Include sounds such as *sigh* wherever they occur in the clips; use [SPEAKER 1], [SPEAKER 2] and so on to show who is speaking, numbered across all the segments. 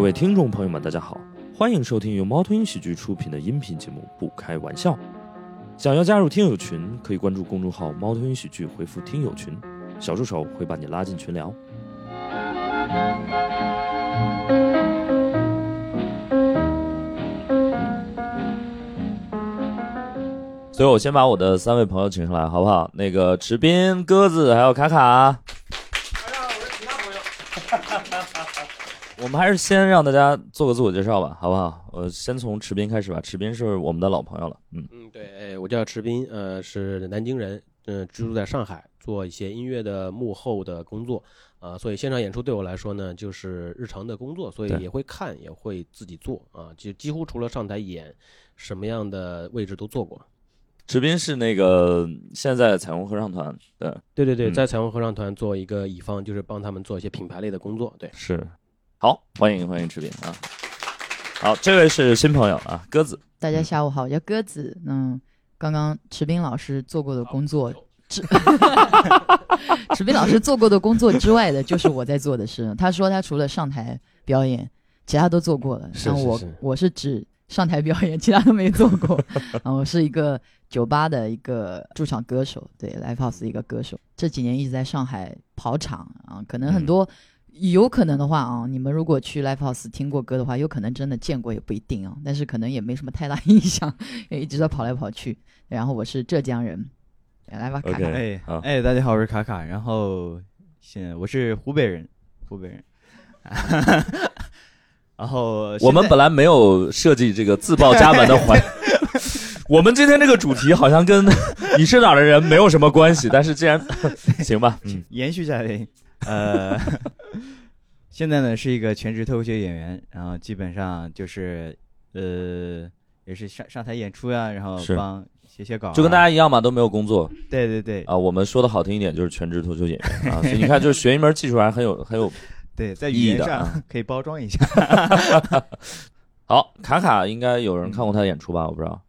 [SPEAKER 1] 位听众朋友们，大家好，欢迎收听由猫头鹰喜剧出品的音频节目《不开玩笑》。想要加入听友群，可以关注公众号“猫头鹰喜剧”，回复“听友群”，小助手会把你拉进群聊。所以我先把我的三位朋友请上来，好不好？那个池斌、鸽子还有卡卡。我们还是先让大家做个自我介绍吧，好不好？呃，先从池斌开始吧。池斌是我们的老朋友了，嗯，
[SPEAKER 2] 嗯，对，哎我叫池斌，呃，是南京人，嗯、居住在上海，做一些音乐的幕后的工作，啊、所以现场演出对我来说呢，就是日常的工作，所
[SPEAKER 1] 对
[SPEAKER 2] 以也会看，也会自己做，啊、就几乎除了上台演，什么样的位置都做过。
[SPEAKER 1] 池斌是那个现在彩虹合唱团，对，
[SPEAKER 2] 对对对，
[SPEAKER 1] 嗯
[SPEAKER 2] 在彩虹合唱团做一个乙方，就是帮他们做一些品牌类的工作。对，
[SPEAKER 1] 是。好，欢迎欢迎池斌啊。好，这位是新朋友啊，鸽子。
[SPEAKER 3] 大
[SPEAKER 2] 嗯
[SPEAKER 3] 家下午好，我叫鸽子。嗯，刚刚池斌老师做过的工作之， *laughs* 池斌老师做过的工作之外的，就是我在做的事。他说他除了上台表演，其他都做过了。
[SPEAKER 2] 是
[SPEAKER 3] 像我，
[SPEAKER 2] 是是
[SPEAKER 3] 我是指上台表演，其他都没做过。 *laughs* 啊，我是一个酒吧的一个驻场歌手，对，live house 的一个歌手。这几年一直在上海跑场啊，可能很
[SPEAKER 1] 嗯
[SPEAKER 3] 多、有可能的话啊，你们如果去 Live House 听过歌的话，有可能真的见过也不一定啊，但是可能也没什么太大 *laughs* 印象，也一直在跑来跑去。然后我是浙江人，来吧，卡卡
[SPEAKER 1] OK
[SPEAKER 4] 哎
[SPEAKER 1] 好
[SPEAKER 4] 哎，大家好，我是卡卡，然后现在我是湖北人，湖北人， *laughs* 然后
[SPEAKER 1] 我们本
[SPEAKER 4] 来
[SPEAKER 1] 来没有设计这个自报家门的 *laughs* 环，我们今天这个主题好像跟你是哪儿的人没有什么关系，但是既然 *laughs* 行吧，嗯，
[SPEAKER 4] *laughs* 延续下来，呃， *laughs* 现在呢是一个全职脱口秀演员，然后基本上就是呃也是上上台演出呀、然后
[SPEAKER 1] 是
[SPEAKER 4] 帮写写稿啊、
[SPEAKER 1] 就跟大家一样嘛，都没有工作
[SPEAKER 4] 对对对、
[SPEAKER 1] 啊。我们说的好听一点就是全职脱口秀演员啊，所以你看，就是学一门技术还很有很有
[SPEAKER 4] 对，在语
[SPEAKER 1] 意义
[SPEAKER 4] 言
[SPEAKER 1] 的
[SPEAKER 4] 上
[SPEAKER 1] 啊
[SPEAKER 4] 可以包装一下。
[SPEAKER 1] 好，卡卡应该有人看过他的演出吧？我不知道，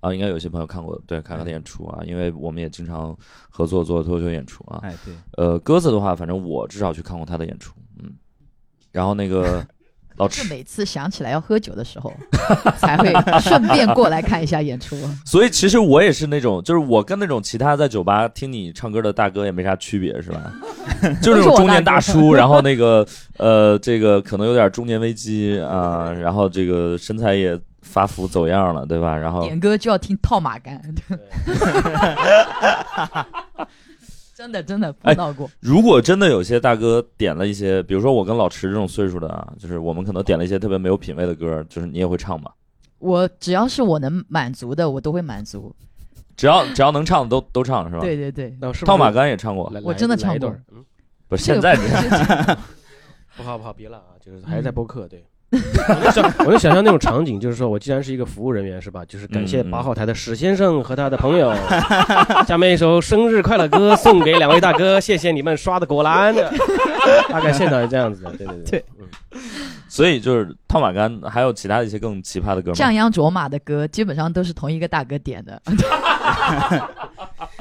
[SPEAKER 1] 啊，应该有些朋友看过对卡卡的演出啊，因为我们也经常合作做脱口秀演出啊。
[SPEAKER 4] 哎，对，
[SPEAKER 1] 呃，鸽子的话，反正我至少去看过他的演出，嗯。然后那 *laughs* 个老
[SPEAKER 3] 是
[SPEAKER 1] 池，
[SPEAKER 3] 每次想起来要喝酒的时候， *laughs* 才会顺便过来看一下演出。
[SPEAKER 1] 所以其实我也是那种，就是我跟那种其他在酒吧听你唱歌的大哥也没啥区别，是 *laughs* 吧？就是那种中年大叔，然后那个 *laughs* 呃，这个可能有点中年危机啊、然后这个身材也发福走样了，对吧？然后
[SPEAKER 3] 点歌就要听套马杆， *laughs* 真的真的碰到过。
[SPEAKER 1] 如果真的有些大哥点了一些，比如说我跟老池这种岁数的啊，就是我们可能点了一些特别没有品位的歌，就是你也会唱吧？
[SPEAKER 3] 我只要是我能满足的，我都会满足。
[SPEAKER 1] 只要只要能唱的都都唱是吧？
[SPEAKER 3] 对，对对，
[SPEAKER 2] 那我是不
[SPEAKER 1] 套
[SPEAKER 2] 是
[SPEAKER 1] 马杆也唱过，
[SPEAKER 2] 来，
[SPEAKER 3] 我
[SPEAKER 2] 来
[SPEAKER 3] 真的
[SPEAKER 2] 来
[SPEAKER 3] 唱
[SPEAKER 2] 一段
[SPEAKER 3] 过
[SPEAKER 2] 儿。嗯，
[SPEAKER 1] 不是现在
[SPEAKER 3] 这个 *laughs*
[SPEAKER 2] 不好不好，别了啊，就是还是在播客。对， *laughs* 我就想我就想象那种场景，就是说我既然是一个服务人员，是吧？就是感谢
[SPEAKER 1] 嗯嗯
[SPEAKER 2] 八号台的史先生和他的朋友。 *laughs* 下面一首生日快乐歌送给两位大哥，谢谢你们刷的果篮。 *laughs* 大概现场是这样子的，对对
[SPEAKER 3] 对
[SPEAKER 2] 对，嗯，
[SPEAKER 1] *laughs* 所以就是套马杆，还有其他的一些更奇葩的歌吗
[SPEAKER 3] 降？央卓玛的歌基本上都是同一个大哥点的，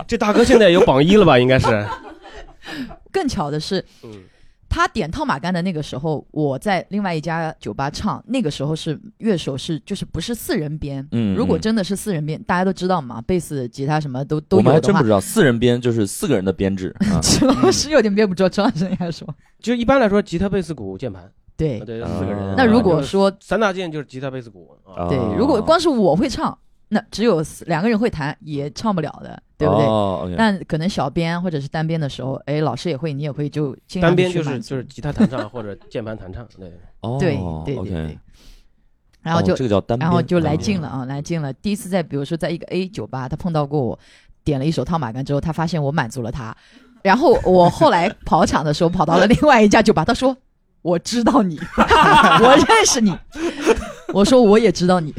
[SPEAKER 2] 这大哥现在有榜一了吧？应该是，
[SPEAKER 3] 更巧的是，
[SPEAKER 2] 嗯，
[SPEAKER 3] 他点套马杆的那个时候，我在另外一家酒吧唱，那个时候是乐手是就是不是四人编。
[SPEAKER 1] 嗯，
[SPEAKER 3] 如果
[SPEAKER 1] 嗯
[SPEAKER 3] 真的是四人编，大家都知道嘛，贝斯、吉他什么都都
[SPEAKER 1] 我们还
[SPEAKER 3] 有的
[SPEAKER 1] 真
[SPEAKER 3] 话。
[SPEAKER 1] 不，知道，四人编就是四个人的编制啊
[SPEAKER 3] *laughs* 是吧是有点憋不住，张老师应该说
[SPEAKER 2] 就一般来说，吉他、贝斯、鼓、键盘，
[SPEAKER 3] 对。
[SPEAKER 2] 对，
[SPEAKER 1] 啊
[SPEAKER 2] 四个人。
[SPEAKER 3] 那如果
[SPEAKER 2] 就是
[SPEAKER 3] 说哦
[SPEAKER 2] 三大件就是吉他、贝斯、鼓
[SPEAKER 1] 哦
[SPEAKER 2] 啊，
[SPEAKER 3] 对，如果光是我会唱，那只有四两个人会弹也唱不了的，对不对？
[SPEAKER 1] 哦，OK，
[SPEAKER 3] 但可能小编或者是单编的时候，哎，老师也会，你也会就尽量
[SPEAKER 2] 单
[SPEAKER 3] 地
[SPEAKER 2] 边
[SPEAKER 3] 去
[SPEAKER 2] 就是
[SPEAKER 3] 满足
[SPEAKER 2] 就是吉他弹唱或者键盘弹唱，对。
[SPEAKER 1] 哦
[SPEAKER 3] 对对对
[SPEAKER 1] OK
[SPEAKER 3] 对，然后
[SPEAKER 1] 哦
[SPEAKER 3] 就
[SPEAKER 1] 这个叫单编，
[SPEAKER 3] 然后就来
[SPEAKER 1] 哦
[SPEAKER 3] 劲了啊，来劲了。第一次在比如说在一个 A 酒吧，他碰到过我，点了一首套马杆之后，他发现我满足了他，然后我后来跑场的时候跑到了另外一家酒吧，他说我知道你， *laughs* 我认识你，我说我也知道你，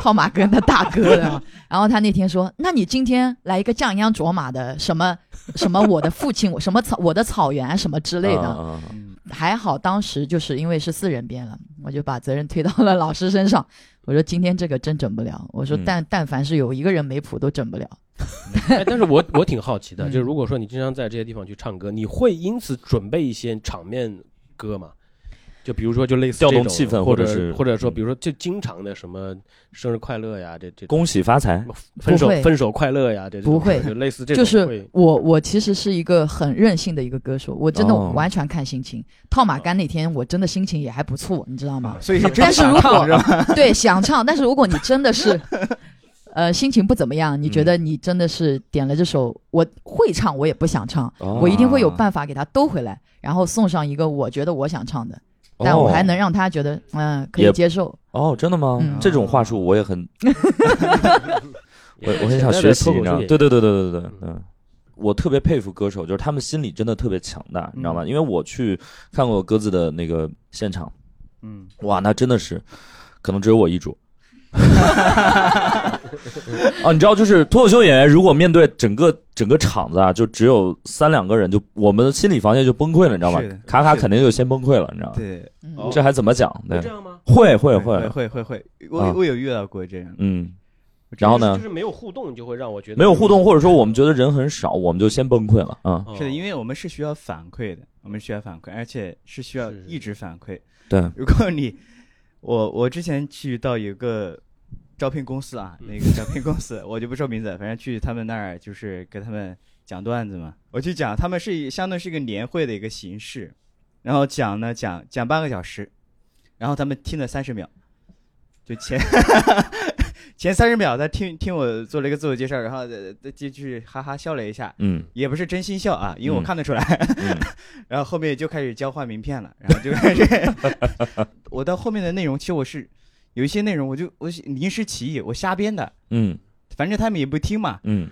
[SPEAKER 3] 套马杆的大哥了啊。然后他那天说，那你今天来一个降央卓玛的什么什么我的父亲，我什么草我的草原啊什么之类的，
[SPEAKER 1] 嗯嗯嗯
[SPEAKER 4] 嗯
[SPEAKER 3] 还好当时就是因为是四人编了，我就把责任推到了老师身上。 *laughs* 我说今天这个真整不了，我说
[SPEAKER 1] 嗯
[SPEAKER 3] 但、但凡是有一个人没谱都整不了。
[SPEAKER 2] *laughs* 哎，但是我我挺好奇的，
[SPEAKER 3] 嗯
[SPEAKER 2] 就是如果说你经常在这些地方去唱歌，你会因此准备一些场面歌吗？就比如说就类似
[SPEAKER 1] 调动
[SPEAKER 2] 这种
[SPEAKER 1] 气氛
[SPEAKER 2] 或
[SPEAKER 1] 或者是
[SPEAKER 2] 或者说
[SPEAKER 1] 嗯
[SPEAKER 2] 比如说就经常的什么生日快乐呀，这这种
[SPEAKER 1] 恭喜发财，
[SPEAKER 2] 分手
[SPEAKER 3] 不会
[SPEAKER 2] 分手快乐呀，这这种
[SPEAKER 3] 不会
[SPEAKER 2] 就类似这种
[SPEAKER 3] 就是
[SPEAKER 2] 会
[SPEAKER 3] 我，我其实是一个很任性的一个歌手，我真的
[SPEAKER 1] 哦
[SPEAKER 3] 完全看心情。套马杆那天，我真的心情也还不错，你知道吗？
[SPEAKER 4] 啊 *laughs* 所以
[SPEAKER 3] 但是如
[SPEAKER 4] 唱
[SPEAKER 3] *laughs* 果
[SPEAKER 4] 哦是吧？
[SPEAKER 3] 对想唱，但是如果你真的是，呃，心情不怎么样，你觉得你真的是点了这首，我会唱，我也不想唱，
[SPEAKER 1] 哦
[SPEAKER 3] 我一定会有办法给他兜回来，然后送上一个我觉得我想唱的，但我还能让他觉得嗯、可以
[SPEAKER 1] 哦也
[SPEAKER 3] 接受。
[SPEAKER 1] 哦，真的吗
[SPEAKER 3] 嗯？
[SPEAKER 1] 这种话术我也很，我我很想
[SPEAKER 2] 现在
[SPEAKER 1] 学
[SPEAKER 2] 的
[SPEAKER 1] 习，
[SPEAKER 2] 脱口
[SPEAKER 1] 你知道
[SPEAKER 2] 秀
[SPEAKER 1] 吗？
[SPEAKER 2] 演
[SPEAKER 1] 对对对对对对，
[SPEAKER 2] 嗯
[SPEAKER 1] 嗯。我特别佩服歌手，就是他们心理真的特别强大，你知道吗？
[SPEAKER 4] 嗯
[SPEAKER 1] 因为我去看过鸽子的那个现场，
[SPEAKER 4] 嗯，
[SPEAKER 1] 哇，那真的是，可能只有我一主。 *laughs* 啊，你知道，就是脱口秀演员，如果面对整个整个场子啊，就只有三两个人，就我们的心理防线就崩溃了，你知道吗
[SPEAKER 4] 是的？
[SPEAKER 1] 卡卡
[SPEAKER 4] 是的
[SPEAKER 1] 肯定就先崩溃了，你知道吗？
[SPEAKER 4] 对，
[SPEAKER 3] 嗯，
[SPEAKER 2] 哦
[SPEAKER 1] 这还怎么讲？对
[SPEAKER 2] 会这，样吗？
[SPEAKER 1] 会会
[SPEAKER 4] 会
[SPEAKER 1] 会，
[SPEAKER 4] 会会会，
[SPEAKER 1] 啊
[SPEAKER 4] 我我有遇到过这样，
[SPEAKER 1] 嗯。然后
[SPEAKER 2] 就
[SPEAKER 1] 呢
[SPEAKER 2] 是，没有互动就会让我觉得
[SPEAKER 1] 没有互动，或者说我们觉得人很少，我们就先崩溃了。嗯，
[SPEAKER 2] 哦
[SPEAKER 4] 是的，因为我们是需要反馈的，我们需要反馈，而且是需要
[SPEAKER 2] 是是
[SPEAKER 4] 一直反馈。
[SPEAKER 1] 对，
[SPEAKER 4] 如果你，我我之前去到有个招聘公司啊，
[SPEAKER 2] 嗯
[SPEAKER 4] 那个招聘公司我就不说名字，反正去他们那儿就是给他们讲段子嘛。我去讲，他们是相当于是一个年会的一个形式，然后讲呢讲讲半个小时，然后他们听了三十秒，就前 *laughs* 前三十秒他听听我做了一个自我介绍，然后呃继续哈哈笑了一下，
[SPEAKER 1] 嗯，
[SPEAKER 4] 也不是真心笑啊，因为
[SPEAKER 1] 嗯
[SPEAKER 4] 我看得出来。 *laughs*
[SPEAKER 1] 嗯
[SPEAKER 4] 然后后面就开始交换名片了， *laughs* 然后就开始，
[SPEAKER 1] *laughs*
[SPEAKER 4] 我到后面的内容，其实我是有一些内容，我就我是临时起意，我瞎编的，
[SPEAKER 1] 嗯，
[SPEAKER 4] 反正他们也不听嘛
[SPEAKER 1] *laughs* 嗯，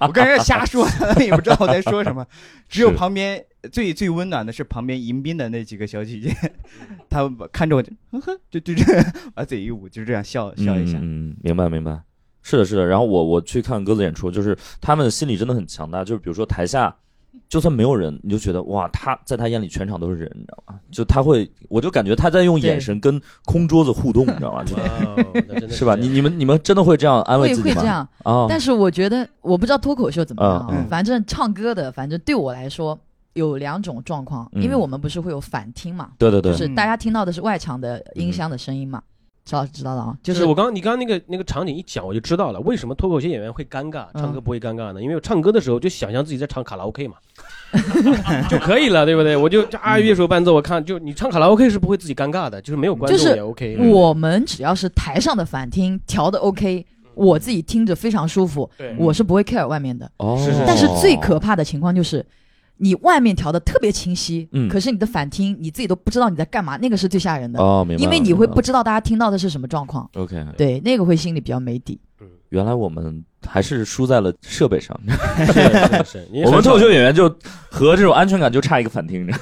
[SPEAKER 4] 我跟人家瞎说，他们也不知道我在说
[SPEAKER 1] *laughs*
[SPEAKER 4] 什么。只有
[SPEAKER 1] 是
[SPEAKER 4] 旁边最最温暖的是旁边迎宾的那几个小姐姐， *laughs* 她们看着我就，呵呵，就就 *laughs* 这样把嘴一捂，就这样笑笑一下。
[SPEAKER 1] 嗯，嗯明白明白，是的，是的。然后我我去看鸽子演出，就是他们的心理真的很强大，就是比如说台下。就算没有人，你就觉得哇，他在他眼里全场都是人，你知道吗？就他会，我就感觉他在用眼神跟空桌子互动，你知道吗？就
[SPEAKER 2] 哇哦，那真
[SPEAKER 1] *laughs*
[SPEAKER 2] 的
[SPEAKER 1] 是吧？
[SPEAKER 2] 这
[SPEAKER 1] 你
[SPEAKER 2] 样
[SPEAKER 1] 你们你们真的会这样安慰
[SPEAKER 3] 会
[SPEAKER 1] 自己
[SPEAKER 3] 会
[SPEAKER 1] 吗？
[SPEAKER 3] 这样，
[SPEAKER 1] 啊，
[SPEAKER 3] 但是我觉得我不知道脱口秀怎么样，啊
[SPEAKER 1] 嗯
[SPEAKER 4] 嗯
[SPEAKER 3] 反正唱歌的，反正对我来说有两种状况，
[SPEAKER 1] 嗯
[SPEAKER 3] 因为我们不是会有反听嘛，
[SPEAKER 1] 对对对，
[SPEAKER 3] 就是大家听到的是外场的音
[SPEAKER 1] 嗯
[SPEAKER 3] 箱的声音嘛，知道知道了啊，就
[SPEAKER 2] 就是是我刚你刚刚那个那个场景一讲，我就知道了为什么脱口秀演员会尴尬，
[SPEAKER 3] 嗯
[SPEAKER 2] 唱歌不会尴尬呢？因为我唱歌的时候就想象自己在唱卡拉 OK 嘛， *laughs* 就可以了，对不对？我就这啊乐手伴奏，我看就你唱卡拉 OK 是不会自己尴尬的，就是没有观
[SPEAKER 3] 就是嗯
[SPEAKER 2] 众也 OK 的。
[SPEAKER 3] 我们只要是台上的反听调的 OK，我自己听着非常舒服，
[SPEAKER 2] 对
[SPEAKER 1] *laughs*
[SPEAKER 3] 我是不会 care 外面的。
[SPEAKER 1] 哦，
[SPEAKER 2] 是是是
[SPEAKER 3] 但是最可怕的情况就是，你外面调的特别清晰，
[SPEAKER 1] 嗯
[SPEAKER 3] 可是你的反听你自己都不知道你在干嘛，那个是最吓人的，
[SPEAKER 1] 哦，明白了，
[SPEAKER 3] 因为你会
[SPEAKER 1] 明
[SPEAKER 3] 不知道大家听到的是什么状况，
[SPEAKER 1] 白了 OK，
[SPEAKER 3] 对，那个会心里比较没底。
[SPEAKER 1] 原来我们还是输在了设备上。
[SPEAKER 2] 是是是，你
[SPEAKER 1] 我们
[SPEAKER 2] 很少
[SPEAKER 1] 脱口秀演员就和这种安全感就差一个反听着。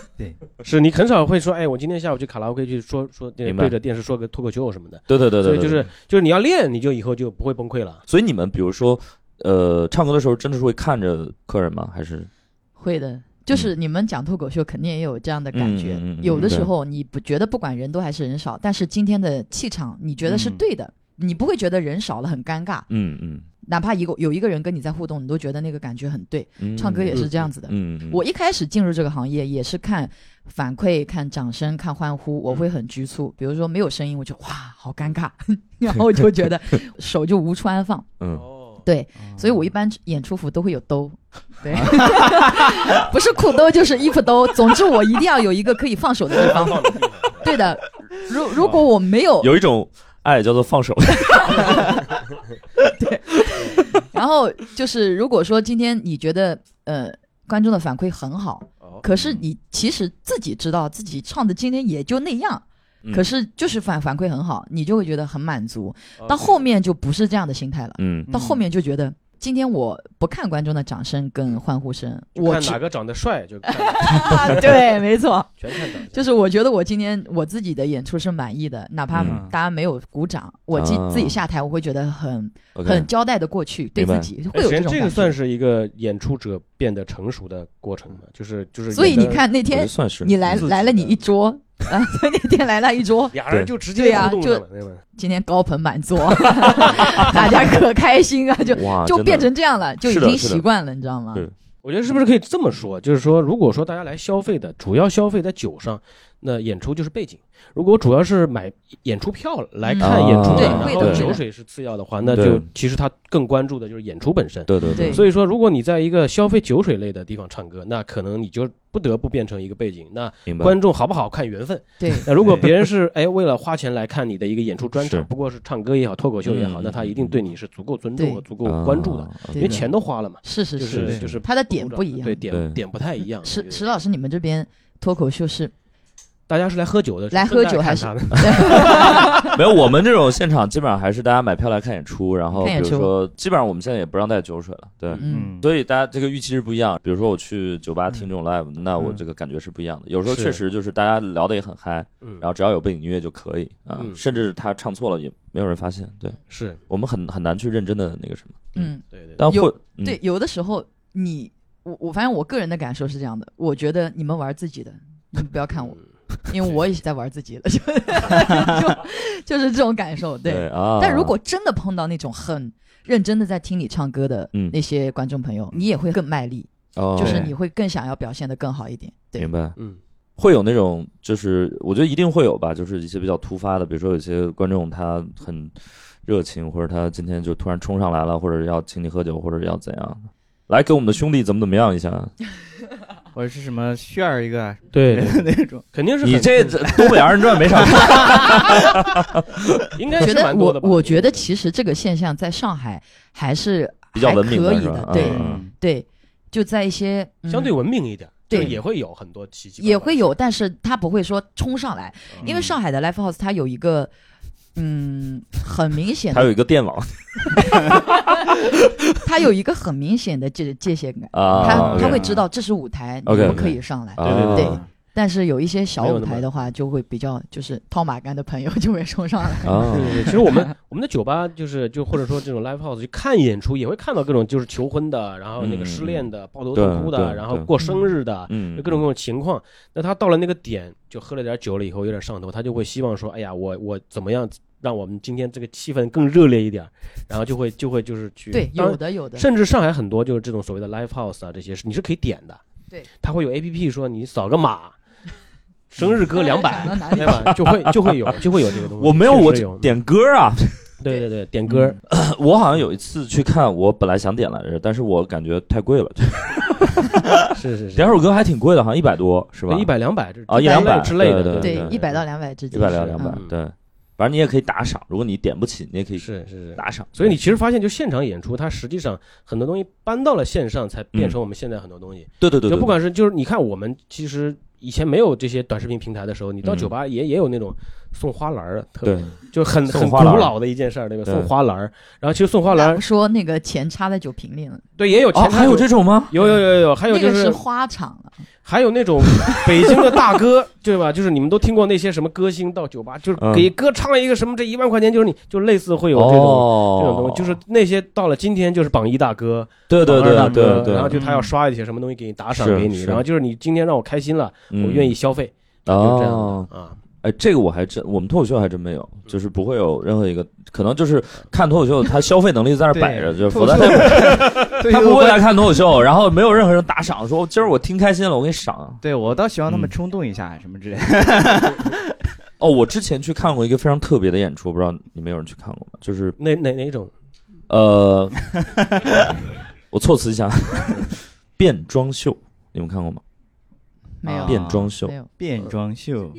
[SPEAKER 2] 是你很少会说，哎，我今天下午去卡拉 OK 去说说对
[SPEAKER 1] 明白
[SPEAKER 2] 对着电视说个脱口秀什么的。
[SPEAKER 1] *laughs* 对对对
[SPEAKER 2] 所
[SPEAKER 1] 对
[SPEAKER 2] 以
[SPEAKER 1] 对，
[SPEAKER 2] 就是
[SPEAKER 1] 对，
[SPEAKER 2] 就是你要练，你就以后就不会崩溃了。
[SPEAKER 1] 所以你们比如说，呃，唱歌的时候真的是会看着客人吗？还是
[SPEAKER 3] 会的，就是你们讲脱口秀肯定也有这样的感
[SPEAKER 1] 嗯
[SPEAKER 3] 觉，
[SPEAKER 1] 嗯嗯嗯嗯
[SPEAKER 3] 有的
[SPEAKER 1] 对
[SPEAKER 3] 时候你不觉得不管人多还是人少，但是今天的气场你觉得是
[SPEAKER 4] 嗯
[SPEAKER 3] 对的，你不会觉得人少了很尴尬，
[SPEAKER 1] 嗯嗯
[SPEAKER 3] 哪怕一个有一个人跟你在互动，你都觉得那个感觉很对。
[SPEAKER 1] 嗯，
[SPEAKER 3] 唱歌也是这样子的。
[SPEAKER 1] 嗯，嗯，
[SPEAKER 3] 我一开始进入这个行业也是看反馈、看掌声、看欢呼，我
[SPEAKER 1] 嗯
[SPEAKER 3] 会很局促。比如说没有声音，我就哇好尴尬， *laughs* 然后我就觉得手就无处安放。
[SPEAKER 1] 嗯
[SPEAKER 2] 哦，
[SPEAKER 3] 对，所以我一般演出服都会有兜，对， *laughs* 不是裤兜就是衣服兜。总之我一定要有一个可以放手的地方。对的，如如果我没有，
[SPEAKER 1] 有一种爱叫做放 *laughs* 手。
[SPEAKER 3] 然后就是如果说今天你觉得呃观众的反馈很好，
[SPEAKER 2] 哦，
[SPEAKER 3] 可是你其实自己知道自己唱的今天也就那样，
[SPEAKER 1] 嗯
[SPEAKER 3] 可是就是反反馈很好，你就会觉得很满足。
[SPEAKER 2] 哦
[SPEAKER 3] 到后面就不是这样的心态了，
[SPEAKER 1] 嗯
[SPEAKER 3] 到后面就觉得今天我不看观众的掌声跟欢呼声，我
[SPEAKER 2] 看
[SPEAKER 3] 只
[SPEAKER 2] 哪个长得帅就
[SPEAKER 1] *laughs*
[SPEAKER 2] 看 *laughs*
[SPEAKER 3] 啊对，没错。
[SPEAKER 2] 全看长相。
[SPEAKER 3] 就是我觉得我今天我自己的演出是满意的，哪怕
[SPEAKER 4] 嗯
[SPEAKER 3] 大家没有鼓掌，我自
[SPEAKER 1] 啊
[SPEAKER 3] 自己下台，我会觉得很、
[SPEAKER 1] ，OK，
[SPEAKER 3] 很交代的过去，对
[SPEAKER 1] 明
[SPEAKER 3] 自
[SPEAKER 1] 白
[SPEAKER 3] 己
[SPEAKER 2] 哎
[SPEAKER 3] 会
[SPEAKER 2] 实际
[SPEAKER 3] 有这种
[SPEAKER 2] 上
[SPEAKER 3] 感
[SPEAKER 2] 这
[SPEAKER 3] 觉。
[SPEAKER 2] 个算是一个演出者变得成熟的过程嘛，就是就是
[SPEAKER 3] 所以
[SPEAKER 2] 演得
[SPEAKER 3] 你看那
[SPEAKER 1] 我觉得
[SPEAKER 3] 天
[SPEAKER 1] 算是
[SPEAKER 3] 你来
[SPEAKER 2] 自己
[SPEAKER 3] 来了你
[SPEAKER 2] 的 *laughs*
[SPEAKER 3] 一桌，啊，那天来了一桌，
[SPEAKER 2] 俩
[SPEAKER 1] 对
[SPEAKER 2] 人就直
[SPEAKER 3] 对
[SPEAKER 2] 接
[SPEAKER 3] 呀
[SPEAKER 2] 互动
[SPEAKER 3] 就
[SPEAKER 2] 上了，对吧？
[SPEAKER 3] 今天高朋满座， *laughs* 大家可开心啊，就啊
[SPEAKER 1] 哇，
[SPEAKER 3] 就
[SPEAKER 1] 啊真的
[SPEAKER 3] 变成这样了，就已
[SPEAKER 1] 是的
[SPEAKER 3] 经
[SPEAKER 1] 是的
[SPEAKER 3] 习惯了，你知道吗？
[SPEAKER 1] 是
[SPEAKER 2] 我觉得是不是可以这么说？就是说，如果说大家来消费的主要消费在酒上，那演出就是背景；如果主要是买演出票来看
[SPEAKER 3] 啊
[SPEAKER 1] 嗯
[SPEAKER 2] 演出的，
[SPEAKER 1] 对
[SPEAKER 2] 然
[SPEAKER 1] 会
[SPEAKER 2] 后
[SPEAKER 1] 的
[SPEAKER 2] 酒水是次要的话，那
[SPEAKER 1] 对
[SPEAKER 2] 就其实他更关注的就是演出本身。
[SPEAKER 1] 对对
[SPEAKER 3] 对
[SPEAKER 2] 所以说，如果你在一个消费酒水类的地方唱歌，那可能你就不得不变成一个背景。那
[SPEAKER 1] 明白。哦
[SPEAKER 2] 观众好不好看缘分。
[SPEAKER 3] 对，
[SPEAKER 2] *laughs* 那如果别
[SPEAKER 1] *laughs*
[SPEAKER 2] 人是哎为了花钱来看你的一个演出专
[SPEAKER 1] 是
[SPEAKER 2] 场，不过是唱歌也好，脱口秀也好，
[SPEAKER 1] 嗯
[SPEAKER 2] 那他一定对你是足够尊重
[SPEAKER 3] 对
[SPEAKER 2] 和足够关注的，
[SPEAKER 1] 啊，
[SPEAKER 2] 因为
[SPEAKER 3] 对的
[SPEAKER 2] 钱都花了嘛，
[SPEAKER 3] 是是，
[SPEAKER 2] 就是是
[SPEAKER 4] 是
[SPEAKER 2] 就是
[SPEAKER 3] 他的点不一样
[SPEAKER 2] 对
[SPEAKER 1] 对
[SPEAKER 2] 点点不太一样。
[SPEAKER 3] 石
[SPEAKER 2] 对
[SPEAKER 3] 石老师，你们这边脱口
[SPEAKER 1] *laughs*
[SPEAKER 3] 秀是嗯
[SPEAKER 2] 大家是来喝酒的，
[SPEAKER 3] 来喝酒还是
[SPEAKER 2] 顺带看他的
[SPEAKER 1] *laughs* 嗯没有，我们这种现场基本上还是大家买票来看演出，然后
[SPEAKER 3] 看
[SPEAKER 1] 比
[SPEAKER 3] 演
[SPEAKER 1] 如
[SPEAKER 3] 出
[SPEAKER 1] 说，基本上我们现在也不让带酒水了，对。
[SPEAKER 3] 嗯，
[SPEAKER 1] 所以大家这个预期是不一样，比如说我去酒吧听这种 live，、那
[SPEAKER 3] 嗯
[SPEAKER 1] 我这个感觉是不一样的。有时候
[SPEAKER 2] 是
[SPEAKER 1] 确实就是大家聊的也很嗨，
[SPEAKER 2] 嗯
[SPEAKER 1] 然后只要有背景音乐就可以啊，
[SPEAKER 2] 嗯
[SPEAKER 1] 甚至他唱错了也没有人发现。对
[SPEAKER 2] 是
[SPEAKER 1] 我们很很难去认真的那个什么，
[SPEAKER 3] 嗯，
[SPEAKER 2] 对对对
[SPEAKER 1] 但会
[SPEAKER 3] 有
[SPEAKER 1] 嗯
[SPEAKER 3] 对，有的时候你我我发现我个人的感受是这样的，我觉得你们玩自己的，你们不
[SPEAKER 1] *laughs*
[SPEAKER 3] 要看我，因为我也是在玩自己的，就
[SPEAKER 1] *laughs*
[SPEAKER 3] 就就是这种感受。对，
[SPEAKER 1] 啊。
[SPEAKER 3] 但如果真的碰到那种很认真的在听你唱歌的
[SPEAKER 1] 嗯
[SPEAKER 3] 那些观众朋友，你也会更卖力，
[SPEAKER 1] 哦
[SPEAKER 3] 就是你会更想要表现的更好一点。对
[SPEAKER 1] 明，白，
[SPEAKER 2] 嗯
[SPEAKER 1] 会有那种就是我觉得一定会有吧，就是一些比较突发的，比如说有些观众他很热情，或者他今天就突然冲上来了，或者要请你喝酒，或者要怎样，来给我们的兄弟怎么怎么样一下。啊
[SPEAKER 4] 或者是什么炫儿一个啊
[SPEAKER 3] *laughs*
[SPEAKER 2] 对，对
[SPEAKER 4] 那种，
[SPEAKER 2] 肯定是
[SPEAKER 1] 你
[SPEAKER 2] 很
[SPEAKER 3] 嗯
[SPEAKER 1] 这这东北二人转没少看，
[SPEAKER 2] 应该
[SPEAKER 3] 觉
[SPEAKER 2] 是
[SPEAKER 3] 得
[SPEAKER 2] 蛮多
[SPEAKER 3] 我
[SPEAKER 2] 的吧？嗯
[SPEAKER 3] 我觉得其实这个现象在上海还是
[SPEAKER 1] 比较
[SPEAKER 3] 还
[SPEAKER 1] 文明
[SPEAKER 3] 可
[SPEAKER 1] 的
[SPEAKER 3] 以
[SPEAKER 1] 是吧
[SPEAKER 3] 的，？对
[SPEAKER 1] 嗯
[SPEAKER 4] 嗯
[SPEAKER 3] 对，就在一些嗯
[SPEAKER 2] 相对文明一点，
[SPEAKER 3] 对
[SPEAKER 2] 就也会有很多奇奇怪怪的
[SPEAKER 3] 也会有，但是他不会说冲上来，
[SPEAKER 2] 嗯
[SPEAKER 3] 因为上海的 Live House 它有一个，嗯，很明显
[SPEAKER 1] 还
[SPEAKER 3] 的，
[SPEAKER 1] 有一个电网
[SPEAKER 3] 它有一个很明显的界界限感，
[SPEAKER 1] 啊，
[SPEAKER 3] 他
[SPEAKER 1] OK
[SPEAKER 3] 他会知道这是舞台，你
[SPEAKER 1] OK，OK
[SPEAKER 3] 们可以上来。
[SPEAKER 1] 啊
[SPEAKER 2] 对
[SPEAKER 3] 对但是有一些小
[SPEAKER 2] 没有
[SPEAKER 3] 舞
[SPEAKER 2] 那么
[SPEAKER 3] 台的话，就会比较就是套马杆的朋友就会
[SPEAKER 1] *laughs*
[SPEAKER 3] 冲上来。
[SPEAKER 1] 啊
[SPEAKER 2] 对对对，其实我们我们的酒吧就是就或者说这种 live house 去看演出，也会看到各种就是求婚的，然后那个失恋的、抱头痛
[SPEAKER 1] 嗯对
[SPEAKER 2] 哭的，
[SPEAKER 1] 对
[SPEAKER 2] 然后
[SPEAKER 1] 对
[SPEAKER 2] 过生日的，
[SPEAKER 1] 嗯，
[SPEAKER 2] *laughs* 就各种各种情况。那他到了那个点，就喝了点酒了以后，有点上头，他就会希望说，哎呀，我我怎么样让我们今天这个气氛更热烈一点儿，然后就会就会就是去
[SPEAKER 3] 对，
[SPEAKER 2] 当
[SPEAKER 3] 有的有的，
[SPEAKER 2] 甚至上海很多就是这种所谓的 live house 啊，这些是你是可以点的，
[SPEAKER 3] 对，
[SPEAKER 2] 它会有 A P P 说你扫个码，生日歌两百
[SPEAKER 3] *laughs* 想到哪，里
[SPEAKER 1] *laughs*
[SPEAKER 2] 对吧？就会就会有就会有这个东西。
[SPEAKER 1] 我没有
[SPEAKER 2] 确
[SPEAKER 1] 我
[SPEAKER 2] 实有
[SPEAKER 1] 点歌啊，
[SPEAKER 2] 对对对点
[SPEAKER 3] *laughs*
[SPEAKER 2] 歌，
[SPEAKER 1] 我好像有一次去看，我本来想点来着，但是我感觉太贵了，
[SPEAKER 2] *laughs* 是是是
[SPEAKER 1] 两，首歌还挺贵的，好像一百多嗯是吧？
[SPEAKER 2] 一百两百这
[SPEAKER 1] 啊一
[SPEAKER 3] 两
[SPEAKER 1] 百
[SPEAKER 2] 之类的，
[SPEAKER 1] 对
[SPEAKER 3] 对
[SPEAKER 1] 对
[SPEAKER 3] 一百到两百之
[SPEAKER 1] 一
[SPEAKER 3] 间。
[SPEAKER 1] 百两
[SPEAKER 2] 是
[SPEAKER 1] 两百
[SPEAKER 2] 嗯，
[SPEAKER 1] 对，反正你也可以打赏，如果你点不起，你也可以
[SPEAKER 2] 是是是。
[SPEAKER 1] 打赏。
[SPEAKER 2] 所以你其实发现，就现场演出，它实际上很多东西搬到了线上，才变成我们现在很多东西。
[SPEAKER 1] 对对对，
[SPEAKER 2] 就
[SPEAKER 1] 对
[SPEAKER 2] 不管是就是你看，我们其实以前没有这些短视频平台的时候，你到
[SPEAKER 1] 嗯
[SPEAKER 2] 酒吧也也有那种送花篮儿的，特别
[SPEAKER 1] 对
[SPEAKER 2] 就很
[SPEAKER 1] 送
[SPEAKER 2] 很古
[SPEAKER 1] 花篮儿
[SPEAKER 2] 老的一件事儿，对吧？
[SPEAKER 1] 对
[SPEAKER 2] 送花篮儿，然后其实送花
[SPEAKER 3] 后
[SPEAKER 2] 篮
[SPEAKER 3] 来
[SPEAKER 2] 儿，
[SPEAKER 3] 说那个钱插在酒瓶里了，
[SPEAKER 2] 对，也有前
[SPEAKER 1] 哦，
[SPEAKER 2] 台
[SPEAKER 1] 还有这种吗？
[SPEAKER 2] 有有有有有，还有
[SPEAKER 3] 那
[SPEAKER 2] 就
[SPEAKER 3] 个
[SPEAKER 2] 是
[SPEAKER 3] 是花场了。
[SPEAKER 1] 啊
[SPEAKER 2] 还有那种
[SPEAKER 1] *laughs*
[SPEAKER 2] 北京的大哥，对吧？就是你们都听过那些什么歌星到酒吧，就是
[SPEAKER 1] 嗯
[SPEAKER 2] 给歌唱了一个什么这一万块钱，就是你就类似会有这种。
[SPEAKER 1] 哦，
[SPEAKER 2] 这种东西就是那些到了今天就是榜一大哥，
[SPEAKER 1] 对对
[SPEAKER 2] 榜二大
[SPEAKER 1] 对
[SPEAKER 2] 哥
[SPEAKER 1] 对对，
[SPEAKER 2] 然后就他要
[SPEAKER 4] 嗯
[SPEAKER 2] 刷一些什么东西给你打赏
[SPEAKER 1] 是
[SPEAKER 2] 给你，
[SPEAKER 1] 是
[SPEAKER 2] 然后就是你今天让我开心了，
[SPEAKER 1] 嗯
[SPEAKER 2] 我愿意消费，就是这样
[SPEAKER 1] 哦。
[SPEAKER 2] 的啊。
[SPEAKER 1] 哎，这个我还真，我们脱口秀还真没有，
[SPEAKER 4] 嗯
[SPEAKER 1] 就是不会有任何一个，可能就是看脱口秀，他消费能力在那儿摆着，就是
[SPEAKER 4] 脱
[SPEAKER 1] 否
[SPEAKER 4] 口
[SPEAKER 1] 则
[SPEAKER 4] 秀
[SPEAKER 1] 他 *laughs*
[SPEAKER 4] 对
[SPEAKER 1] 他
[SPEAKER 4] 我
[SPEAKER 1] 不会来看脱口秀，然后没有任何人打赏，说今儿我听开心了，我给你赏。啊
[SPEAKER 4] 对我倒希望他们
[SPEAKER 1] 嗯
[SPEAKER 4] 冲动一下啊什么之类的。
[SPEAKER 1] *laughs* 哦，我之前去看过一个非常特别的演出，不知道你们有人去看过吗？就是
[SPEAKER 2] 哪哪哪种？
[SPEAKER 1] 呃， *laughs* 我措辞一下，变装秀，你们看过吗？
[SPEAKER 3] 没有
[SPEAKER 4] 啊
[SPEAKER 1] 变装秀
[SPEAKER 3] 没，有，
[SPEAKER 4] 变装
[SPEAKER 2] 呃
[SPEAKER 4] 秀，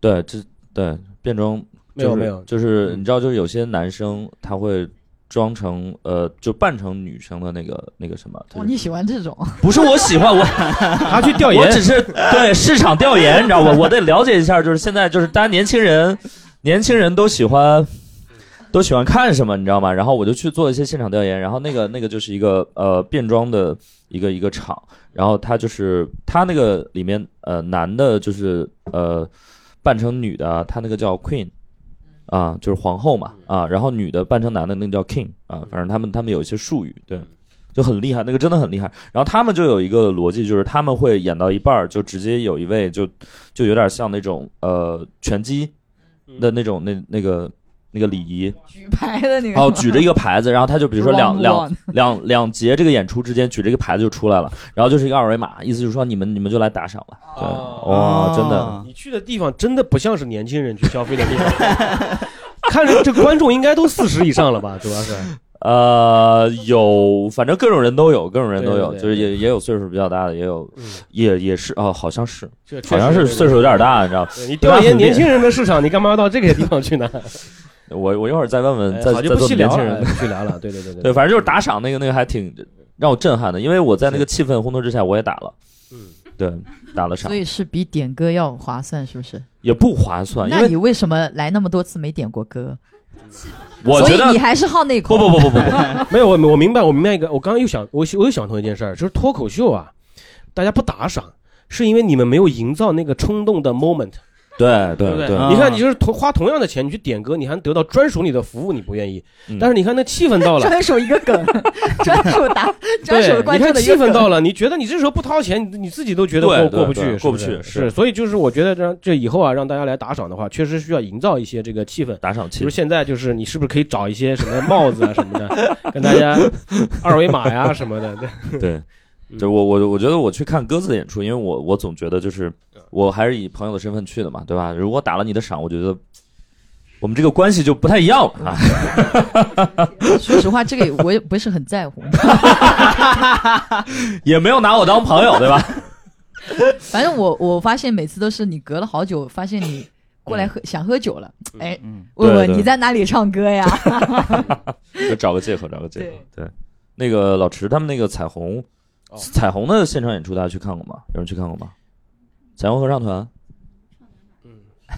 [SPEAKER 1] 对，这对变装
[SPEAKER 2] 没有
[SPEAKER 1] 就是
[SPEAKER 2] 没有，
[SPEAKER 1] 就是
[SPEAKER 2] 嗯
[SPEAKER 1] 你知道，就是有些男生他会装成呃，就扮成女生的那个那个什么，
[SPEAKER 3] 哇，
[SPEAKER 1] 就是
[SPEAKER 3] 哦你喜欢这种？ *laughs*
[SPEAKER 1] 不是我喜欢我，
[SPEAKER 2] 他去调
[SPEAKER 1] 我
[SPEAKER 2] 研
[SPEAKER 1] 只
[SPEAKER 2] *laughs*
[SPEAKER 1] 是对市场调研，你知道吗？我得了解一下，就是现在就是大家年轻人，年轻人都喜欢。都喜欢看什么，你知道吗？然后我就去做一些现场调研，然后那个那个就是一个呃变装的一个一个场，然后他就是他那个里面呃男的就是呃扮成女的，他那个叫 queen 啊，就是皇后嘛啊，然后女的扮成男的那个叫 king 啊，反正他们他们有一些术语，对，就很厉害，那个真的很厉害。然后他们就有一个逻辑，就是他们会演到一半儿就直接有一
[SPEAKER 2] 嗯
[SPEAKER 1] 位就就有点像那种呃拳击的那种那那个那个礼仪，
[SPEAKER 3] 举牌的那个。啊
[SPEAKER 1] 然后哦举着一个牌子，然后他就比如说两
[SPEAKER 3] *laughs* Long
[SPEAKER 1] 两
[SPEAKER 3] one
[SPEAKER 1] 两两节这个演出之间举着一个牌子就出来了，然后就是一个二维码，意思就是说你们你们就来打赏了。对，
[SPEAKER 4] 哦
[SPEAKER 1] 哦，真的，
[SPEAKER 2] 你去的地方真的不像是年轻人去消费的地
[SPEAKER 1] *laughs*
[SPEAKER 2] 方。看着这观众应该都四十以上了吧？主要是
[SPEAKER 1] 呃，有，反正各种人都有，各种人都有，
[SPEAKER 2] 对对对
[SPEAKER 1] 就是也也有岁数比较大的，也有
[SPEAKER 2] 嗯
[SPEAKER 1] 也也是哦，好像是，
[SPEAKER 2] 这确
[SPEAKER 1] 好像
[SPEAKER 2] 实
[SPEAKER 1] 是岁数有点大，你知道吗。
[SPEAKER 2] 对你调研年轻人的市场，你干嘛要到这个地方去
[SPEAKER 1] *laughs*
[SPEAKER 2] 呢？
[SPEAKER 1] 我我一会儿再问问，
[SPEAKER 2] 哎
[SPEAKER 1] 再
[SPEAKER 2] 好
[SPEAKER 1] 再
[SPEAKER 2] 就不
[SPEAKER 1] 做
[SPEAKER 2] 细
[SPEAKER 1] 年
[SPEAKER 2] 聊
[SPEAKER 1] 轻
[SPEAKER 2] 了，哎
[SPEAKER 1] 人。
[SPEAKER 2] 不细聊了。对对对
[SPEAKER 1] *laughs* 对，，反正就是打赏那个那个还挺让我震撼的，因为我在那个气氛烘托之下，我也打了，
[SPEAKER 2] 嗯，
[SPEAKER 1] 对，打了赏
[SPEAKER 3] 所，以是比点歌要划算，是不是？
[SPEAKER 1] 也不划算，啊因
[SPEAKER 3] 那
[SPEAKER 1] 为
[SPEAKER 3] 你为什么来那么多次没点过歌？
[SPEAKER 1] 我觉
[SPEAKER 3] 所以
[SPEAKER 1] 得
[SPEAKER 3] 你还是好那口。
[SPEAKER 1] 不不不不不不，
[SPEAKER 2] 没有我我明白我明白一个，我刚刚又想我我又想通一件事儿，就是脱口秀啊，大家不打赏。是因为你们没有营造那个冲动的 moment，
[SPEAKER 1] 对
[SPEAKER 2] 对嗯不
[SPEAKER 1] 对对
[SPEAKER 4] 啊，
[SPEAKER 2] 你看，你就是同花同样的钱，你去点歌，你还能得到专属你的服务，你不愿意。
[SPEAKER 1] 嗯
[SPEAKER 2] 但是你看那气氛到了，
[SPEAKER 3] 专属一个
[SPEAKER 1] *laughs*
[SPEAKER 3] 梗，专属打，专
[SPEAKER 2] 对，
[SPEAKER 3] 属观
[SPEAKER 2] 你
[SPEAKER 3] 众
[SPEAKER 2] 看
[SPEAKER 3] 的一
[SPEAKER 2] 气
[SPEAKER 3] 个
[SPEAKER 2] 氛
[SPEAKER 3] 梗。
[SPEAKER 2] 到了，你觉得你这时候不掏钱，你你自己都觉得
[SPEAKER 1] 对
[SPEAKER 2] 过
[SPEAKER 1] 对
[SPEAKER 2] 过不去，
[SPEAKER 1] 对
[SPEAKER 2] 是
[SPEAKER 1] 过不
[SPEAKER 2] 是
[SPEAKER 1] 去是
[SPEAKER 2] 是，所以就是我觉得让这以后啊，让大家来打赏的话，确实需要营造一些这个气氛。
[SPEAKER 1] 打赏
[SPEAKER 2] 比
[SPEAKER 1] 气
[SPEAKER 2] 如。现在就是你是不是可以找一些什么帽子啊什么的，跟大家二维码呀什么的，对
[SPEAKER 1] 对，
[SPEAKER 2] 嗯
[SPEAKER 1] 对我我我觉得我去看鸽子的演出，因为我我总觉得就是我还是以朋友的身份去的嘛，对吧？如果打了你的赏，我觉得我们这个关系就不太一样了啊。
[SPEAKER 3] 说实话，这个我也不是很在乎， *laughs*
[SPEAKER 1] 也没有拿我当朋友，对吧？
[SPEAKER 3] 反正我我发现每次都是你隔了好久，发现你过来喝想喝酒了，哎，
[SPEAKER 2] *laughs*
[SPEAKER 4] 嗯，
[SPEAKER 1] 嗯
[SPEAKER 3] 问
[SPEAKER 1] 对
[SPEAKER 3] 问
[SPEAKER 1] 对
[SPEAKER 3] 你在哪里唱
[SPEAKER 1] *laughs*
[SPEAKER 3] 歌呀？
[SPEAKER 1] 就找个借口，找个借口。对，那个老池他们那个彩虹，
[SPEAKER 2] 哦
[SPEAKER 1] 彩虹的现场演出大家去看过吗？有人去看过吗？彩虹合唱团。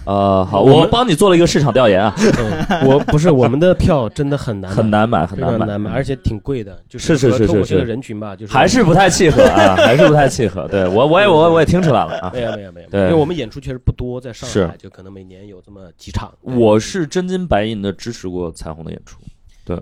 [SPEAKER 1] 呃，好，
[SPEAKER 2] 嗯我们
[SPEAKER 1] 我帮你做了一个市场调研啊，
[SPEAKER 2] 嗯我不是我们的票真的很难买
[SPEAKER 1] 很难买，很
[SPEAKER 2] 非常
[SPEAKER 1] 买，嗯
[SPEAKER 2] 难买，而且挺贵的，就是
[SPEAKER 1] 是
[SPEAKER 2] 和
[SPEAKER 1] 是
[SPEAKER 2] 脱口
[SPEAKER 1] 是
[SPEAKER 2] 秀的
[SPEAKER 1] 是
[SPEAKER 2] 人群吧，就是
[SPEAKER 1] 还是不太契合啊，还是不太契合。对我，我也我我也听出来了啊，
[SPEAKER 2] 没有没有没有，
[SPEAKER 1] 对
[SPEAKER 2] 因为我们演出确实不多，在上海
[SPEAKER 1] 是
[SPEAKER 2] 就可能每年有这么几场。
[SPEAKER 1] 我是真金白银的支持过彩虹的演出，对，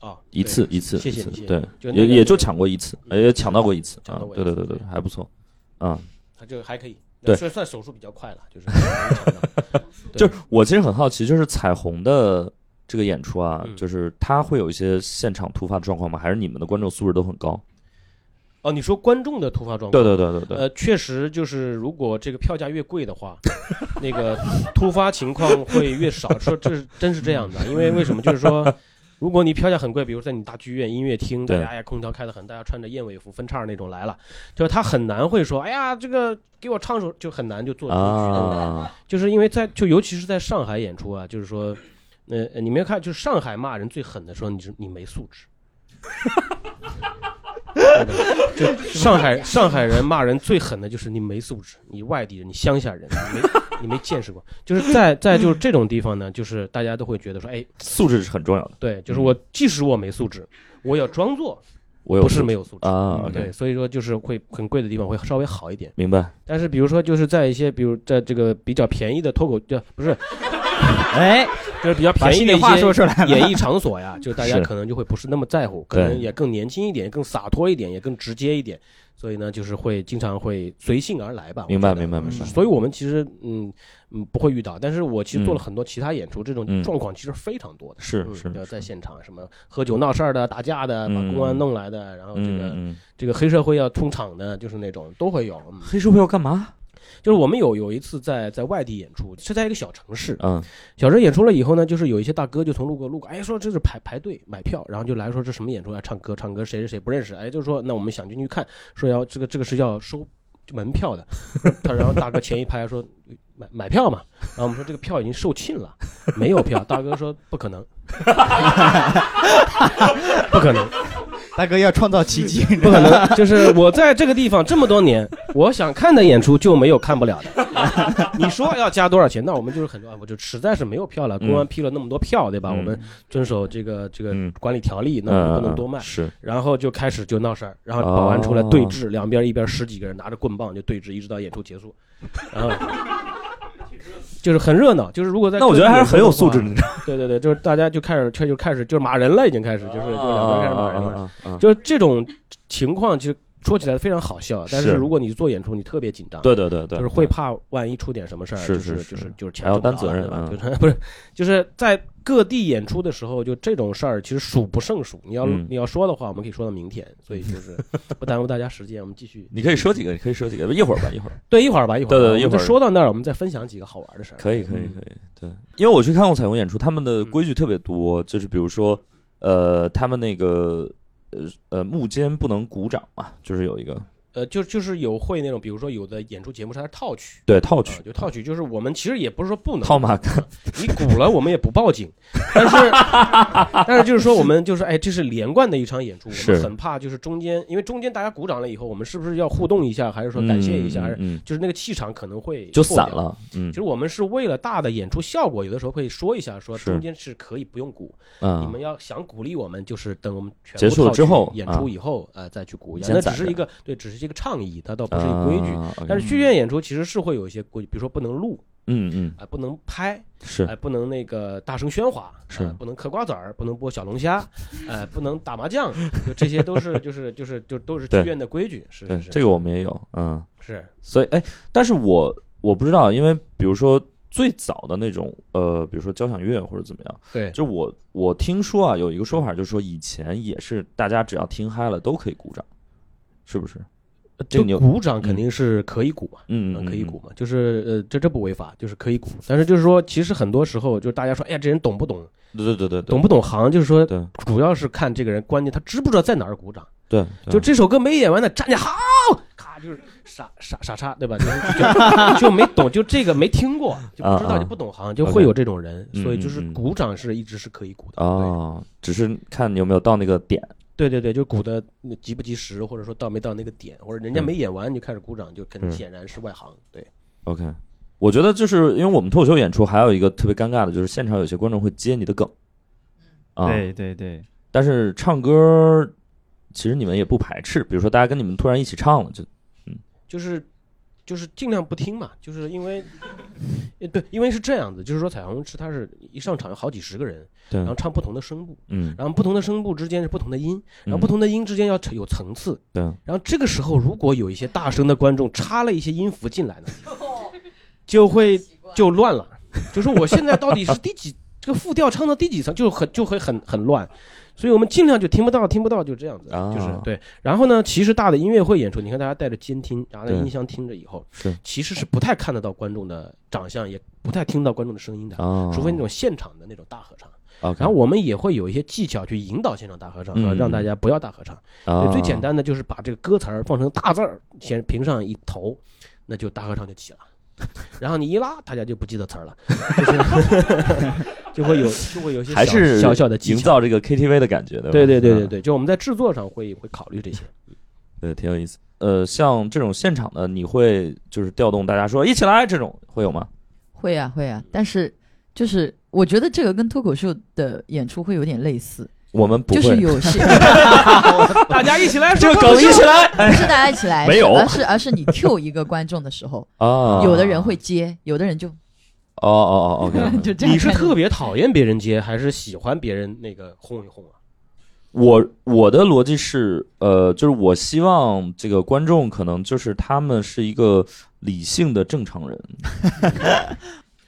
[SPEAKER 2] 啊
[SPEAKER 1] 一次一次，
[SPEAKER 2] 谢谢
[SPEAKER 1] 一次
[SPEAKER 2] 你谢谢
[SPEAKER 1] 对
[SPEAKER 2] 你，就那
[SPEAKER 1] 也
[SPEAKER 2] 个
[SPEAKER 1] 也就抢过一次，
[SPEAKER 2] 嗯
[SPEAKER 1] 也抢到过一次
[SPEAKER 2] 抢
[SPEAKER 1] 啊
[SPEAKER 2] 到，过一
[SPEAKER 1] 对
[SPEAKER 2] 次
[SPEAKER 1] 对对对，还不错，啊，
[SPEAKER 2] 他这个还可以，
[SPEAKER 1] 对
[SPEAKER 2] 算算手术比较快了，就是能抢到对
[SPEAKER 1] 就是我其实很好奇，就是彩虹的这个演出啊
[SPEAKER 2] 嗯，
[SPEAKER 1] 就是它会有一些现场突发的状况吗？还是你们的观众素质都很高？
[SPEAKER 2] *laughs* 哦。你说观众的突发状况？
[SPEAKER 1] 对对对对对，
[SPEAKER 2] 呃，确实就是，如果这个票价越贵的话， *laughs* 那个突发情况会越少。说这是真是这样的，因为为什么？就是
[SPEAKER 1] *laughs*
[SPEAKER 2] 说，如果你票价很贵，比如在你大剧院、音乐厅，大
[SPEAKER 1] 对
[SPEAKER 2] 家哎呀空调开得很，大家穿着燕尾服、分叉那种来了，就是他很难会说，哎呀，这个给我唱首，就很难就做出去很难
[SPEAKER 1] 啊，
[SPEAKER 2] 就是因为在就尤其是在上海演出啊，就是说，呃，呃你没有看，就是上海骂人最狠的时候，你是你没素质。真的就上海上海人骂人最狠的就是你没素质，你外地人，你乡下人，你没你没见识过。就是在在就是这种地方呢，就是大家都会觉得说，哎，
[SPEAKER 1] 素质是很重要的，
[SPEAKER 2] 对，就是我即使我没素质，我要装作
[SPEAKER 1] 我有
[SPEAKER 2] 不是
[SPEAKER 1] 素质
[SPEAKER 2] 没有素质。
[SPEAKER 1] 啊，OK，
[SPEAKER 2] 对，所以说就是会很贵的地方会稍微好一点。
[SPEAKER 1] 明白，
[SPEAKER 2] 但是比如说就是在一些比如在这个比较便宜的脱口就不是
[SPEAKER 4] 哎，
[SPEAKER 2] 就是比较
[SPEAKER 4] 把
[SPEAKER 2] 便宜
[SPEAKER 4] 心
[SPEAKER 2] 的
[SPEAKER 4] 里
[SPEAKER 2] 一
[SPEAKER 4] 话说
[SPEAKER 2] 些
[SPEAKER 4] 出来
[SPEAKER 2] *laughs*
[SPEAKER 4] 了，
[SPEAKER 2] 演艺场
[SPEAKER 1] *laughs*
[SPEAKER 2] 所呀，就大家
[SPEAKER 1] 是
[SPEAKER 2] 可能就会不是那么在乎，可能
[SPEAKER 1] 对
[SPEAKER 2] 也更年轻一点，也更洒脱一点，也更直接一点，所以呢，就是会经常会随性而来吧。
[SPEAKER 1] 明白，
[SPEAKER 2] 我觉得嗯
[SPEAKER 1] 明白，明白。
[SPEAKER 2] 所以我们其实嗯嗯不会遇到，但是我其实做了很多其他演出，这种
[SPEAKER 1] 嗯
[SPEAKER 2] 状况其实非常多的。
[SPEAKER 1] 是
[SPEAKER 2] 嗯
[SPEAKER 1] 是
[SPEAKER 2] 比如
[SPEAKER 1] 是
[SPEAKER 2] 在现场什么喝酒闹事儿的、打架的、把
[SPEAKER 1] 嗯
[SPEAKER 2] 公安弄来的，然后这个、
[SPEAKER 1] 嗯嗯，
[SPEAKER 2] 这个黑社会要冲场的，就是那种都会有。嗯
[SPEAKER 1] 黑社会要干嘛？
[SPEAKER 2] 就是我们有有一次在在外地演出，是在一个小城市，
[SPEAKER 1] 嗯，
[SPEAKER 2] 小时演出了以后呢，就是有一些大哥就从路过路过，哎，说这是排排队买票，然后就来说这什么演出啊，唱歌唱歌，谁谁谁不认识，哎，就说那我们想进去看，说要这个这个是要收门票的，他然后大哥前一排说买买票嘛，然后我们说这个票已经售罄了，没有票，大哥说不可能， *laughs* 不可能，
[SPEAKER 4] 大哥要创造奇
[SPEAKER 1] *laughs*
[SPEAKER 4] 迹，
[SPEAKER 2] 不可能，就是我在这个地方这么多年，我想看的演出就没有看不了的。你说要加多少钱？那我们就是很多，啊我就实在是没有票了。公安批了那么多票，对吧？
[SPEAKER 1] 嗯
[SPEAKER 2] 我们遵守这个这个
[SPEAKER 1] 嗯
[SPEAKER 2] 管理条例，那我
[SPEAKER 1] 嗯
[SPEAKER 2] 们不能多卖。
[SPEAKER 1] 是
[SPEAKER 2] 然后就开始就闹事儿，然后保安出来对峙，两边一边十几个人拿着棍棒就对峙，一直到演出结束。然后就是很热闹，就是如果在
[SPEAKER 1] 那我觉得还是很有素质
[SPEAKER 2] 各
[SPEAKER 1] 的
[SPEAKER 2] 地演出的话。对对对，就是大家就开始就就开始就是骂人了，已经开始就是就是两边开始骂人了。
[SPEAKER 1] 啊啊啊啊！
[SPEAKER 2] 就是这种情况，就说起来非常好笑，但
[SPEAKER 1] 是
[SPEAKER 2] 是如果你做演出，你特别紧张，
[SPEAKER 1] 对对对对，
[SPEAKER 2] 就是会怕万一出点什么事儿，
[SPEAKER 1] 是
[SPEAKER 2] 就是
[SPEAKER 1] 是
[SPEAKER 2] 就是就是钱
[SPEAKER 1] 还要
[SPEAKER 2] 挣不
[SPEAKER 1] 担责
[SPEAKER 2] 着了
[SPEAKER 1] 任嗯
[SPEAKER 2] 对吧就是 *laughs* 不是就是在各地演出的时候，就这种事儿其实数不胜数。你要
[SPEAKER 1] 嗯
[SPEAKER 2] 你要说的话，我们可以说到明天，所以就是
[SPEAKER 1] *laughs*
[SPEAKER 2] 不耽误大家时间，我们继续
[SPEAKER 1] 你可以说几个，你可以说几个，一会儿吧，一会儿。
[SPEAKER 2] 对一会儿吧，一会儿吧
[SPEAKER 1] 对对
[SPEAKER 2] 我们
[SPEAKER 1] 一会儿
[SPEAKER 2] 就说到那儿，我们再分享几个好玩的事儿。
[SPEAKER 1] 可以，可以，
[SPEAKER 2] 嗯
[SPEAKER 1] 可以。对，因为我去看过彩虹演出，他们的规矩特别多，就是比如说，呃，他们那个呃呃幕间不能鼓掌嘛，就是有一个
[SPEAKER 2] 呃，就就是有会那种，比如说有的演出节目是它是套曲，
[SPEAKER 1] 对套
[SPEAKER 2] 啊
[SPEAKER 1] 曲，
[SPEAKER 2] 就套曲，就是我们其实也不是说不能
[SPEAKER 1] 套马杆，
[SPEAKER 2] 你鼓了，我们也不报警，但
[SPEAKER 1] *laughs*
[SPEAKER 2] 是但是就是说，我们就是哎，这是连贯的一场演出，我
[SPEAKER 1] 是
[SPEAKER 2] 们很怕就是中间，因为中间大家鼓掌了以后，我们是不是要互动一下，还是说感谢一下，还
[SPEAKER 1] 嗯
[SPEAKER 2] 是
[SPEAKER 1] 嗯，嗯
[SPEAKER 2] 就是那个气场可能会
[SPEAKER 1] 就
[SPEAKER 2] 破
[SPEAKER 1] 散
[SPEAKER 2] 掉。
[SPEAKER 1] 了，嗯
[SPEAKER 2] 其实我们是为了大的演出效果，有的时候会说一下，说
[SPEAKER 1] 是
[SPEAKER 2] 中间是可以不用鼓，你
[SPEAKER 1] 嗯
[SPEAKER 2] 们，要想鼓励我们，就是等我们全
[SPEAKER 1] 结
[SPEAKER 2] 部
[SPEAKER 1] 束了
[SPEAKER 2] 套
[SPEAKER 1] 之
[SPEAKER 2] 剧
[SPEAKER 1] 后
[SPEAKER 2] 演
[SPEAKER 1] 啊
[SPEAKER 2] 出以后，呃，再去鼓一下。
[SPEAKER 1] 先
[SPEAKER 2] 那
[SPEAKER 1] 攒
[SPEAKER 2] 只是
[SPEAKER 1] 着
[SPEAKER 2] 一个对，只是一个倡议，它倒不是一个规矩。
[SPEAKER 1] 啊，OK
[SPEAKER 2] 但是剧院演出其实是会有一些规矩，比如说不能录，
[SPEAKER 1] 嗯嗯
[SPEAKER 2] 啊、不能拍，
[SPEAKER 1] 是
[SPEAKER 2] 哎，不能那个大声喧哗，
[SPEAKER 1] 是
[SPEAKER 2] 呃不能嗑瓜子儿，不能剥小龙虾，哎，不能打麻将，就这些都是就是就是就都是剧
[SPEAKER 1] 对
[SPEAKER 2] 院的规矩，是
[SPEAKER 1] 对
[SPEAKER 2] 是是，
[SPEAKER 1] 这个我们也有，嗯，
[SPEAKER 2] 是
[SPEAKER 1] 所以哎，但是我我不知道，因为比如说最早的那种呃，比如说交响乐或者怎么样。
[SPEAKER 2] 对
[SPEAKER 1] 就我我听说啊，有一个说法，就是说以前也是大家只要听嗨了都可以鼓掌，是不是？这个你有
[SPEAKER 2] 鼓掌肯定是可以鼓嘛，
[SPEAKER 1] 嗯，嗯
[SPEAKER 2] 可以鼓。嘛，就是呃这这不违法，就是可以鼓，但是就是说其实很多时候就是大家说，哎呀，这人懂不懂，
[SPEAKER 1] 嗯对对对对，
[SPEAKER 2] 懂不懂行，就是说
[SPEAKER 1] 对
[SPEAKER 2] 主要是看这个人，关键他知不知道在哪儿鼓掌。
[SPEAKER 1] 对，对
[SPEAKER 2] 就这首歌没演完呢，站起来好，咔就是傻傻傻叉，对吧？ *laughs* 就是就就没懂，就这个没听过，就不知
[SPEAKER 1] 啊
[SPEAKER 2] 道
[SPEAKER 1] 啊
[SPEAKER 2] 就不懂行，就会有这种人，
[SPEAKER 1] 嗯
[SPEAKER 2] 所以就是
[SPEAKER 1] 嗯嗯
[SPEAKER 2] 鼓掌是一直是可以鼓的。
[SPEAKER 1] 哦，只是看你有没有到那个点。
[SPEAKER 2] 对对对，就鼓的及不及时，或者说到没到那个点，或者人家
[SPEAKER 1] 嗯
[SPEAKER 2] 没演完你就开始鼓掌，就肯定
[SPEAKER 1] 嗯
[SPEAKER 2] 显然是外行。对，
[SPEAKER 1] OK，我觉得就是因为我们脱口秀演出还有一个特别尴尬的，就是现场有些观众会接你的梗，啊，
[SPEAKER 4] 对对对，
[SPEAKER 1] 但是唱歌其实你们也不排斥，比如说大家跟你们突然一起唱了，就
[SPEAKER 2] 就是就是尽量不听嘛，就是因为 *laughs* 呃对，因为是这样子，就是说彩虹是它是一上场有好几十个人，
[SPEAKER 1] 对
[SPEAKER 2] 然，后唱不同的声部，
[SPEAKER 1] 嗯，
[SPEAKER 2] 然后不同的声部之间是不同的音，然后不
[SPEAKER 1] 嗯
[SPEAKER 2] 同的音之间要有层次。
[SPEAKER 1] 对
[SPEAKER 2] 然后这个时候，如果有一些大声的观众插了一些音符进来呢，就会就乱了。就是我现在到底是第几这个副调唱到第几层，就很就会很很乱。所以我们尽量就听不到，听不到就这样子，
[SPEAKER 1] 啊
[SPEAKER 2] 就是对。然后呢，其实大的音乐会演出，你看大家带着监听，然后呢
[SPEAKER 1] 对
[SPEAKER 2] 音箱听着以后，
[SPEAKER 1] 是
[SPEAKER 2] 其实是不太看得到观众的长相，也不太听到观众的声音的，
[SPEAKER 1] 啊，
[SPEAKER 2] 除非那种现场的那种大合唱。
[SPEAKER 1] OK，
[SPEAKER 2] 然后我们也会有一些技巧去引导现场大合唱，啊
[SPEAKER 1] 嗯
[SPEAKER 2] 让大家不要大合唱。
[SPEAKER 1] 啊
[SPEAKER 2] 对最简单的就是把这个歌词儿放成大字儿，先屏上一头，那就大合唱就起了。 *laughs* 然后你一拉，大家就不记得词儿了，就是 *laughs* 就会有就会有一些
[SPEAKER 1] 还
[SPEAKER 2] 小
[SPEAKER 1] 是
[SPEAKER 2] 小小的技
[SPEAKER 1] 营
[SPEAKER 2] 巧。
[SPEAKER 1] 造这个 KTV 的感觉，对吧？
[SPEAKER 2] 对对对对
[SPEAKER 1] 嗯
[SPEAKER 2] 对，就我们在制作上会会考虑
[SPEAKER 1] *laughs*
[SPEAKER 2] 这些。
[SPEAKER 1] 对，挺有意思。呃，像这种现场的，你会就是调动大家说一起来，这种会有吗？
[SPEAKER 3] 会啊会啊，但是就是我觉得这个跟脱口秀的演出会有点类似，
[SPEAKER 1] 我们不
[SPEAKER 3] 就
[SPEAKER 1] 会，
[SPEAKER 3] 是有
[SPEAKER 1] *laughs*
[SPEAKER 3] 些
[SPEAKER 2] 大家一起来，
[SPEAKER 1] 这个梗一起来
[SPEAKER 3] 不是大家一起来，
[SPEAKER 1] 没有
[SPEAKER 3] 而是而是你 Q 一个观众的时候，
[SPEAKER 1] *laughs* 啊。
[SPEAKER 3] 有的人会接，有的人就
[SPEAKER 1] 哦哦哦，OK。 *laughs*
[SPEAKER 3] *laughs* 就这样看着。
[SPEAKER 2] 你是特别讨厌别人接，还是喜欢别人那个轰一轰啊？
[SPEAKER 1] 我我的逻辑是，呃，就是我希望这个观众可能就是他们是一个理性的正常人， *laughs*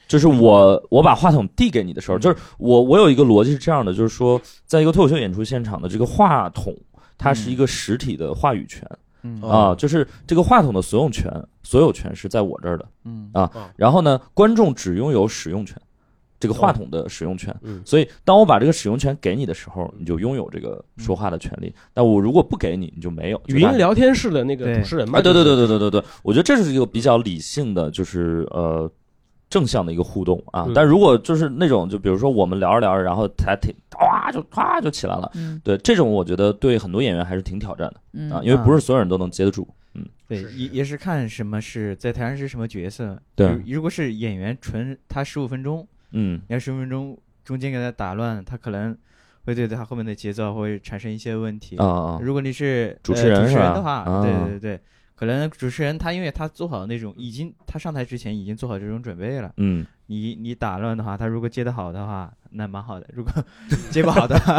[SPEAKER 1] 就是我我把话筒递给你的时候，就是我我有一个逻辑是这样的，就是说，在一个脱口秀演出现场的这个话筒，它
[SPEAKER 2] 嗯
[SPEAKER 1] 是一个实体的话语权。
[SPEAKER 4] 嗯
[SPEAKER 2] 哦
[SPEAKER 1] 啊，就是这个话筒的所有权，所有权是在我这儿的。
[SPEAKER 4] 嗯
[SPEAKER 2] 啊
[SPEAKER 1] 然后呢，观众只拥有使用权，这个
[SPEAKER 2] 哦
[SPEAKER 1] 话筒的使用权。
[SPEAKER 2] 嗯
[SPEAKER 1] 所以，当我把这个使用权给你的时候，你就拥有这个说话的权利。那我如果不给你，你就没有。
[SPEAKER 2] 嗯语
[SPEAKER 1] 就大
[SPEAKER 2] 音聊嗯天室的那个
[SPEAKER 4] 对
[SPEAKER 2] 主持人嘛？
[SPEAKER 1] 啊，对对
[SPEAKER 2] 就是
[SPEAKER 1] 对对对对对，我觉得这是一个比较理性的，就是呃正向的一个互动啊
[SPEAKER 2] 嗯。
[SPEAKER 1] 但如果就是那种，就比如说我们聊着聊着，然后他挺哇就哇就起来了，
[SPEAKER 3] 嗯
[SPEAKER 1] 对这种我觉得对很多演员还是挺挑战的
[SPEAKER 3] 嗯
[SPEAKER 1] 啊，因为不是所有人都能接得住。
[SPEAKER 4] 对，
[SPEAKER 2] 是
[SPEAKER 4] 也也是看什么是在台上是什么角色。
[SPEAKER 1] 对
[SPEAKER 4] 如，如果是演员纯他十五分钟，
[SPEAKER 1] 嗯，
[SPEAKER 4] 你要十五分钟中间给他打乱，他可能会对他后面的节奏会产生一些问
[SPEAKER 2] 嗯
[SPEAKER 4] 题。
[SPEAKER 1] 啊啊啊，
[SPEAKER 4] 如果你是
[SPEAKER 1] 主
[SPEAKER 4] 呃
[SPEAKER 1] 持人
[SPEAKER 4] 主
[SPEAKER 1] 是
[SPEAKER 4] 持
[SPEAKER 1] 吧
[SPEAKER 4] 人的话，对
[SPEAKER 1] 啊
[SPEAKER 4] 对对对，可能主持人他因为他做好那种已经他上台之前已经做好这种准备了，
[SPEAKER 1] 嗯，
[SPEAKER 4] *laughs* 你你打乱的话，他如果接的好的话，那蛮好的；如果 *laughs* 接不好的话，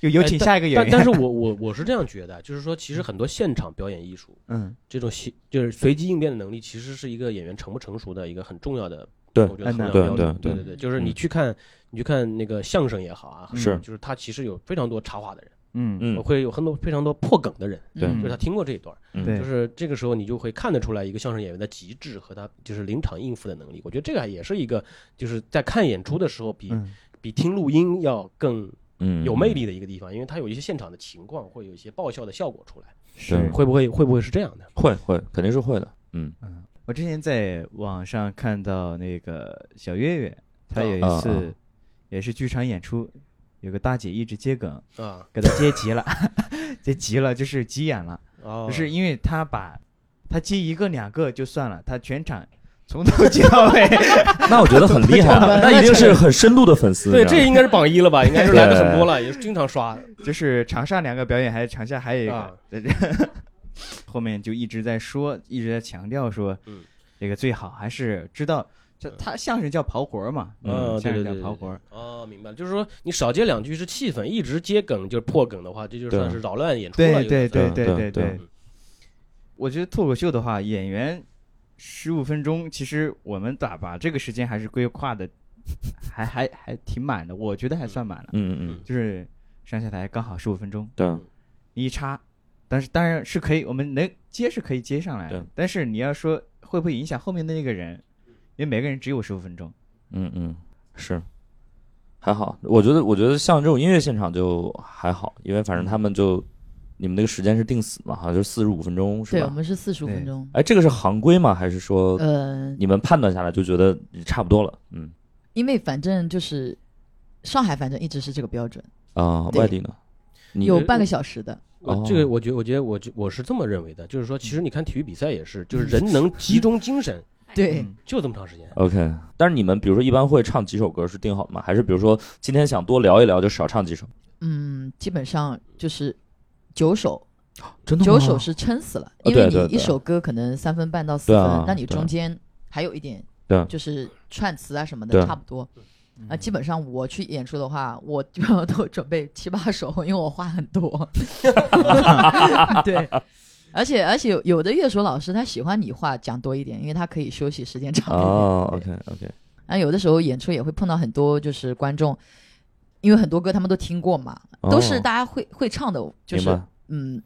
[SPEAKER 4] 就有请下一个演
[SPEAKER 2] 哎但
[SPEAKER 4] 员。
[SPEAKER 2] 但是我我我是这样觉得，啊就是说，其实很多现场表演艺术
[SPEAKER 4] 嗯，
[SPEAKER 2] 这种习就是随机应变的能力，其实是一个演员成不成熟的一个很重要的，
[SPEAKER 1] 对
[SPEAKER 2] 我觉得
[SPEAKER 4] 很
[SPEAKER 2] 衡量
[SPEAKER 4] 难
[SPEAKER 2] 标准。
[SPEAKER 1] 对
[SPEAKER 2] 对
[SPEAKER 1] 对
[SPEAKER 2] 对，就是你
[SPEAKER 1] 嗯
[SPEAKER 2] 去看你去看那个相声也好啊，
[SPEAKER 1] *laughs* 是
[SPEAKER 2] 就是他其实有非常多插话的人，
[SPEAKER 4] 嗯
[SPEAKER 1] 嗯，
[SPEAKER 2] 会有很多非常多破梗的人，
[SPEAKER 1] 对
[SPEAKER 2] 就是他听过这一段，
[SPEAKER 1] 嗯
[SPEAKER 4] 对
[SPEAKER 2] 就是这个时候你就会看得出来一个相声演员的极致和他就是临场应付的能力。我觉得这个也是一个就是在看演出的时候比
[SPEAKER 4] 嗯
[SPEAKER 2] 比听录音要更
[SPEAKER 1] 嗯
[SPEAKER 2] 有魅。力的一个地方，因为它有一些现场的情况，会有一些爆笑的效果出来。
[SPEAKER 1] 是
[SPEAKER 2] 会不会会不会是这样的？
[SPEAKER 1] 会会肯定是会的，嗯
[SPEAKER 4] 我之前在网上看到那个小岳岳，他
[SPEAKER 2] 啊
[SPEAKER 4] 有
[SPEAKER 1] 啊
[SPEAKER 4] 一次也是剧场演出，有个大姐一直接梗，
[SPEAKER 2] 啊，
[SPEAKER 4] 给他接急了， *laughs* 接急了就是急眼了，
[SPEAKER 2] 哦，
[SPEAKER 4] 就是因为他把他接一个两个就算了，他全场从头接到尾，
[SPEAKER 1] *laughs*
[SPEAKER 4] *laughs*
[SPEAKER 1] 那我觉得很厉害啊，那一定是很深度的粉丝。
[SPEAKER 2] 对，
[SPEAKER 1] 你知道吗
[SPEAKER 2] 这应该是榜一了吧？应该是来的很多了，也是经常刷
[SPEAKER 4] 就是场上两个表演，还场下还有一个，
[SPEAKER 2] 啊
[SPEAKER 4] *laughs* 后面就一直在说，一直在强调说，
[SPEAKER 2] 嗯
[SPEAKER 4] 这个最好还是知道，这他相声叫刨活儿嘛，
[SPEAKER 2] 嗯
[SPEAKER 4] 相
[SPEAKER 2] 对对对
[SPEAKER 4] 声叫
[SPEAKER 2] 对
[SPEAKER 4] 刨活儿，
[SPEAKER 2] 哦，明白了，就是说你少接两句是气氛，一直接梗就是破梗的话，这就
[SPEAKER 1] 对
[SPEAKER 2] 算是扰乱演出了。
[SPEAKER 4] 对对
[SPEAKER 1] 对
[SPEAKER 4] 对对
[SPEAKER 1] 对
[SPEAKER 4] 对
[SPEAKER 2] 嗯对。
[SPEAKER 4] 我觉得脱口秀的话，演员十五分钟，其实我们咋把这个时间还是规划的， *laughs* 还还还挺满的，我觉得还算满了，
[SPEAKER 1] 嗯嗯
[SPEAKER 4] 就是上下台刚好十五分钟，
[SPEAKER 1] 嗯，
[SPEAKER 4] 你一插，但是当然是可以，我们能接是可以接上来的
[SPEAKER 1] 对，
[SPEAKER 4] 但是你要说会不会影响后面的那个人，因为每个人只有十五分钟，
[SPEAKER 1] 对，嗯嗯是，还好。我觉得我觉得像这种音乐现场就还好，因为反正他们就你们那个时间是定死嘛，好像就四十五分钟是
[SPEAKER 3] 对我
[SPEAKER 1] 吧？
[SPEAKER 3] 们是四十五分钟，
[SPEAKER 1] 哎，这个是行规吗？还是说
[SPEAKER 3] 呃，
[SPEAKER 1] 你们判断下来就觉得差不多了？嗯
[SPEAKER 3] 因为反正就是上海，反正一直是这个标准，
[SPEAKER 1] 啊，
[SPEAKER 3] 对
[SPEAKER 1] 外地呢？你
[SPEAKER 3] 有半个小时的。
[SPEAKER 2] 我
[SPEAKER 1] 哦
[SPEAKER 2] 这个我觉我觉得我就我是这么认为的，就是说，其实你看体育比赛也是，就是人能集中精神
[SPEAKER 3] 对，
[SPEAKER 4] 嗯
[SPEAKER 2] 就这么长
[SPEAKER 4] *laughs*
[SPEAKER 2] 时间。
[SPEAKER 1] OK，但是你们比如说一般会唱几首歌是定好的吗？还是比如说今天想多聊一聊就少唱几首？
[SPEAKER 3] 嗯，基本上就是九首，
[SPEAKER 1] 真
[SPEAKER 3] 九首是撑死了，因
[SPEAKER 1] 对
[SPEAKER 3] 为
[SPEAKER 1] 对
[SPEAKER 3] 你一
[SPEAKER 1] 对
[SPEAKER 3] 首歌可能三分半到四
[SPEAKER 1] 对
[SPEAKER 3] 分
[SPEAKER 1] 啊，
[SPEAKER 3] 那你
[SPEAKER 1] 对
[SPEAKER 3] 中间还有一点
[SPEAKER 1] 对啊，
[SPEAKER 3] 就是串词啊什么
[SPEAKER 1] 对啊
[SPEAKER 3] 的，差不多。啊，基本上我去演出的话，我基本上都准备七八首，因为我话很
[SPEAKER 1] *laughs*
[SPEAKER 3] 多。 *laughs* 对，而且而且有有的乐手老师他喜欢你话讲多一点，因为他可以休息时间长一点。
[SPEAKER 1] 哦
[SPEAKER 3] 对
[SPEAKER 1] ，OK OK，
[SPEAKER 3] 然后有的时候演出也会碰到很多就是观众，因为很多歌他们都听过嘛，
[SPEAKER 1] 哦
[SPEAKER 3] 都是大家会会唱的，就
[SPEAKER 1] 明
[SPEAKER 3] 是
[SPEAKER 1] 白。
[SPEAKER 3] 嗯。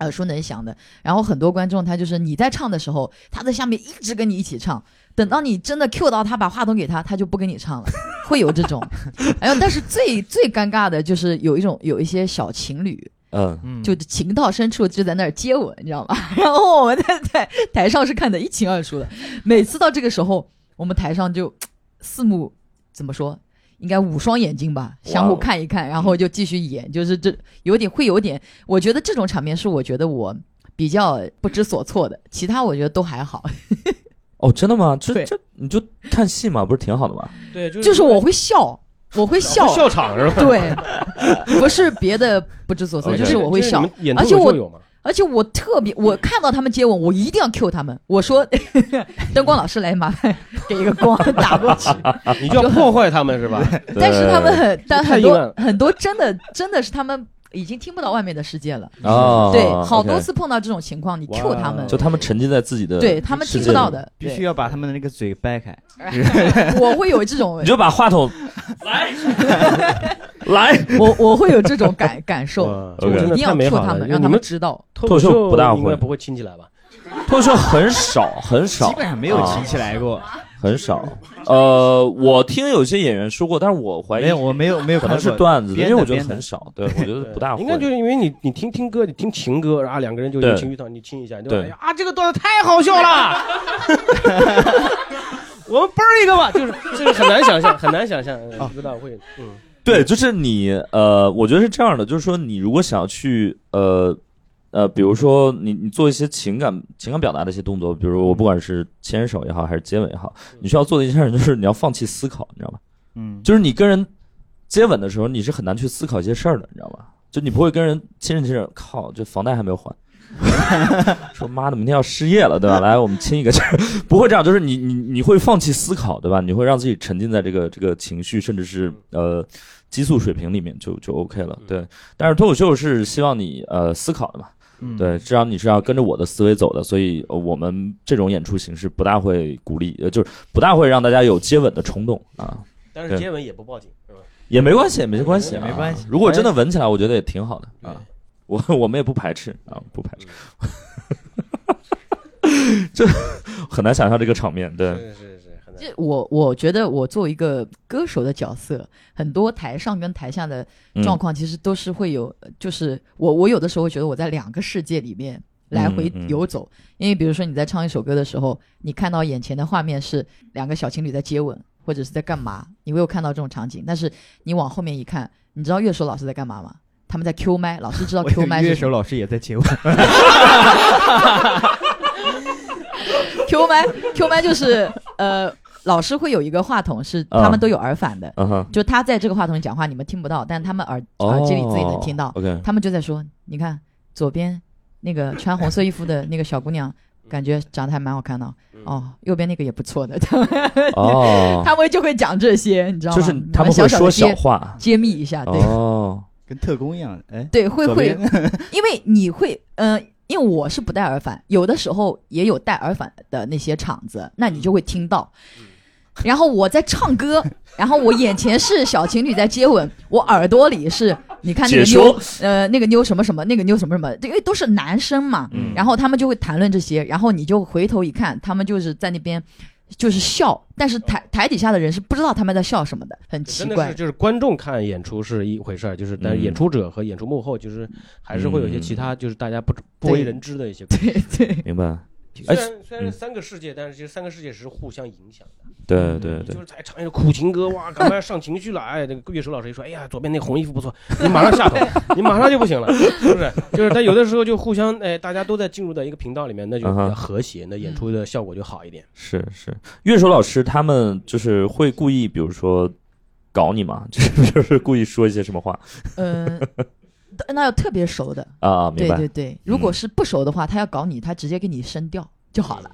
[SPEAKER 3] 耳熟能详的，然后很多观众他就是你在唱的时候，他在下面一直跟你一起唱，等到你真的 Q 到他，把话筒给他，他就不跟你唱了，会有这种。 *laughs* 然后，但是最最尴尬的就是有一种有一些小情侣，
[SPEAKER 1] 嗯，
[SPEAKER 4] 嗯
[SPEAKER 3] 就情到深处就在那儿接吻，你知道吗？ *laughs* 然后我们在台台上是看得一清二楚的，每次到这个时候，我们台上就四目怎么说？应该五双眼睛吧，
[SPEAKER 1] 哇哦
[SPEAKER 3] 相互看一看，然后就继续演，就是这有点会有点，我觉得这种场面是我觉得我比较不知所措的，其他我觉得都还好，
[SPEAKER 1] 哦，真的吗？这
[SPEAKER 3] 对
[SPEAKER 1] 这你就看戏嘛，不是挺好的吗？
[SPEAKER 2] 对，就
[SPEAKER 3] 就是我会笑，我会笑，
[SPEAKER 2] 笑场是吧？
[SPEAKER 3] 对，不是别的不知所措，
[SPEAKER 1] OK
[SPEAKER 3] *laughs* 就是我会笑，，
[SPEAKER 2] 演
[SPEAKER 3] 而
[SPEAKER 2] 脱
[SPEAKER 3] 且
[SPEAKER 2] 口
[SPEAKER 3] 我
[SPEAKER 2] 秀有吗？
[SPEAKER 3] 而且我特别，我看到他们接吻，我一定要 Q 他们。我说， *laughs* 灯光老师来，麻烦给一个光打过 *laughs* 去。
[SPEAKER 2] 你就要破坏他们是吧？
[SPEAKER 3] *laughs* 但是他们
[SPEAKER 1] 对
[SPEAKER 3] 很，但
[SPEAKER 2] 太
[SPEAKER 3] 很
[SPEAKER 2] 阴暗
[SPEAKER 3] 多
[SPEAKER 2] 了
[SPEAKER 3] 很多真的真的是他们已经听不到外面的世界了。
[SPEAKER 1] 哦，
[SPEAKER 3] 对，好多
[SPEAKER 1] OK
[SPEAKER 3] 次碰到这种情况，你
[SPEAKER 2] 哇
[SPEAKER 3] Q 他们
[SPEAKER 1] 就，他们沉浸在自己的
[SPEAKER 3] 对他们听不到，的，
[SPEAKER 4] 必须
[SPEAKER 3] 对。
[SPEAKER 4] 要把他们的那个嘴掰开，
[SPEAKER 3] 我会有这种 *laughs*
[SPEAKER 1] 你，就把话筒来来，
[SPEAKER 3] 我我会有这种 *laughs* 感感受
[SPEAKER 2] 哇，
[SPEAKER 3] 就我
[SPEAKER 1] 真
[SPEAKER 2] 的
[SPEAKER 3] 一定要
[SPEAKER 2] 太美
[SPEAKER 3] Q
[SPEAKER 2] 好
[SPEAKER 3] 他
[SPEAKER 2] 了
[SPEAKER 3] 们，
[SPEAKER 2] 就
[SPEAKER 3] 让
[SPEAKER 2] 你
[SPEAKER 3] 他们
[SPEAKER 2] 们
[SPEAKER 3] 知道。
[SPEAKER 2] 脱
[SPEAKER 1] 口秀不大
[SPEAKER 2] 应
[SPEAKER 1] 会
[SPEAKER 2] 该不会亲起来吧？
[SPEAKER 1] 脱口秀很少很少
[SPEAKER 4] 基本上没有
[SPEAKER 1] 啊
[SPEAKER 4] 提起来过，
[SPEAKER 1] 很少。呃，我听有些演员说过，但是我怀疑
[SPEAKER 4] *laughs* 没有，我没有没有
[SPEAKER 1] 可
[SPEAKER 4] 看
[SPEAKER 1] 能
[SPEAKER 4] 过
[SPEAKER 1] 是段子，因
[SPEAKER 4] 编
[SPEAKER 1] 为
[SPEAKER 4] 的
[SPEAKER 1] 我觉得
[SPEAKER 4] 编的
[SPEAKER 1] 很少，对我觉得 *laughs* 不大会。
[SPEAKER 2] 应该就是因为你你听听歌，你听情歌，然后两个人就
[SPEAKER 1] 对
[SPEAKER 2] 有情绪上，你亲一下，你就
[SPEAKER 1] 对
[SPEAKER 2] 哎呀啊，这个段子太好笑了， *laughs* 我们嘣儿一个吧，就是这个很难想象，很难想象，
[SPEAKER 3] 哦
[SPEAKER 2] 嗯不知道会嗯
[SPEAKER 1] 对，就是你呃，我觉得是这样的，就是说你如果想要去呃呃，比如说你你做一些情感情感表达的一些动作，比如我不管是牵手也好，还是接吻也好，你需要做的一件事就是你要放弃思考，你知道吧？
[SPEAKER 4] 嗯，
[SPEAKER 1] 就是你跟人接吻的时候，你是很难去思考一些事儿的，你知道吧？就你不会跟人亲着亲着，靠，这房贷还没有还。 *laughs* 说妈的，明天要失业了，对吧？来，我们亲一个，就是不会这样，就是你你你会放弃思考，对吧？你会让自己沉浸在这个这个情绪，甚至是呃激素水平里面就就 OK 了。对，但是脱口秀是希望你呃思考的嘛，
[SPEAKER 4] 嗯，
[SPEAKER 1] 对，至少你是要跟着我的思维走的，所以呃我们这种演出形式不大会鼓励，呃，就是不大会让大家有接吻的冲动啊，
[SPEAKER 2] 但是接吻也不报警，是吧？
[SPEAKER 1] 也没关系，也没关系、啊，
[SPEAKER 4] 没关系
[SPEAKER 1] 如果真的吻起来，我觉得也挺好的啊，我 *laughs* 我们也不排斥啊，不排斥。
[SPEAKER 4] 嗯
[SPEAKER 1] *laughs* 这很难想象这个场面，对，
[SPEAKER 2] 是是是，很难
[SPEAKER 3] 这我我觉得我作为一个歌手的角色，很多台上跟台下的
[SPEAKER 1] 嗯
[SPEAKER 4] 嗯
[SPEAKER 3] 状况其实都是会有，呃就是我我有的时候会觉得我在两个世界里面来回
[SPEAKER 1] 嗯嗯
[SPEAKER 3] 游走，因为比如说你在唱一首歌的时候，你看到眼前的画面是两个小情侣在接吻或者是在干嘛，你会有看到这种场景，但是你往后面一看，你知道乐手老师在干嘛吗？他们在 Q 麦，老师知道
[SPEAKER 4] *laughs* 我
[SPEAKER 3] Q 麦
[SPEAKER 4] 们乐
[SPEAKER 3] 是什
[SPEAKER 4] 手
[SPEAKER 3] 么
[SPEAKER 4] 老师也在接吻，
[SPEAKER 3] *laughs* Q 麦，Q 麦就是呃，老师会有一个话筒是他
[SPEAKER 4] 啊
[SPEAKER 3] 们都有耳返的，
[SPEAKER 1] 嗯哼，
[SPEAKER 3] 就他在这个话筒里讲话，你们听不到，但他们耳
[SPEAKER 1] 哦
[SPEAKER 3] 耳机啊里自己能听到。 *laughs*
[SPEAKER 1] OK，
[SPEAKER 3] 他们就在说，你看左边那个穿红色衣服的那个小姑娘，感觉长得还蛮好看的
[SPEAKER 2] 嗯
[SPEAKER 3] 哦，右边那个也不错的。
[SPEAKER 1] 哦，
[SPEAKER 3] *laughs* 他们就会讲这些，你知道吗？
[SPEAKER 1] 就是他们
[SPEAKER 3] 小
[SPEAKER 1] 会
[SPEAKER 3] 小
[SPEAKER 1] 说
[SPEAKER 3] 的
[SPEAKER 1] 小
[SPEAKER 3] 揭
[SPEAKER 1] 话，
[SPEAKER 3] 揭秘一下，对、
[SPEAKER 1] 哦，
[SPEAKER 4] *laughs* 跟特工一样。哎，
[SPEAKER 3] 对，会
[SPEAKER 4] 左
[SPEAKER 3] 会
[SPEAKER 4] 边，
[SPEAKER 3] *laughs* 因为你会，嗯、因为我是不戴耳返，有的时候也有戴耳返的那些场子，那你就会听到。嗯然后我在唱歌，然后我眼前是小情侣在接吻，我耳朵里是，你看那个
[SPEAKER 1] 解
[SPEAKER 3] 妞
[SPEAKER 1] 说，
[SPEAKER 3] 呃，那个妞什么什么，那个妞什么什么，因为都是男生嘛，
[SPEAKER 1] 嗯
[SPEAKER 3] 然后他们就会谈论这些，然后你就回头一看，他们就是在那边就是笑，但是台台底下的人是不知道他们在笑什么的，很奇
[SPEAKER 2] 真的
[SPEAKER 3] 怪
[SPEAKER 2] 是，。就是观众看演出是一回事儿，就是但是
[SPEAKER 1] 嗯
[SPEAKER 2] 演出者和演出幕后就是还是会有一些其他就是大家不不为人知的一些。
[SPEAKER 3] 对对，
[SPEAKER 1] 明白，
[SPEAKER 2] 虽
[SPEAKER 1] 哎
[SPEAKER 2] 然虽然是
[SPEAKER 1] 嗯
[SPEAKER 2] 三个世界，但是其实三个世界是互相影响的。
[SPEAKER 4] 嗯
[SPEAKER 1] 对对对
[SPEAKER 2] 就，是在唱一首苦情歌，哇，赶快上情绪了，哎，那个乐手老师一说，哎呀，左边那红衣服不错，你马上下头，你马上就不行了，是不是？就是他有的时候就互相，哎，大家都在进入到一个频道里面，那就比
[SPEAKER 1] 嗯
[SPEAKER 2] 较
[SPEAKER 1] 哼
[SPEAKER 2] 和谐，那演
[SPEAKER 3] 嗯
[SPEAKER 2] 出的效果就好一点。
[SPEAKER 1] 是是，乐手老师他们就是会故意，比如说搞你嘛， *laughs* 就是就是故意说一些什么话
[SPEAKER 3] 嗯、 *laughs* 那要特别熟的，
[SPEAKER 1] 啊，明
[SPEAKER 3] 对
[SPEAKER 1] 白？
[SPEAKER 3] 对对，如果是不熟的话，他要搞你，他直接给你声调就好了，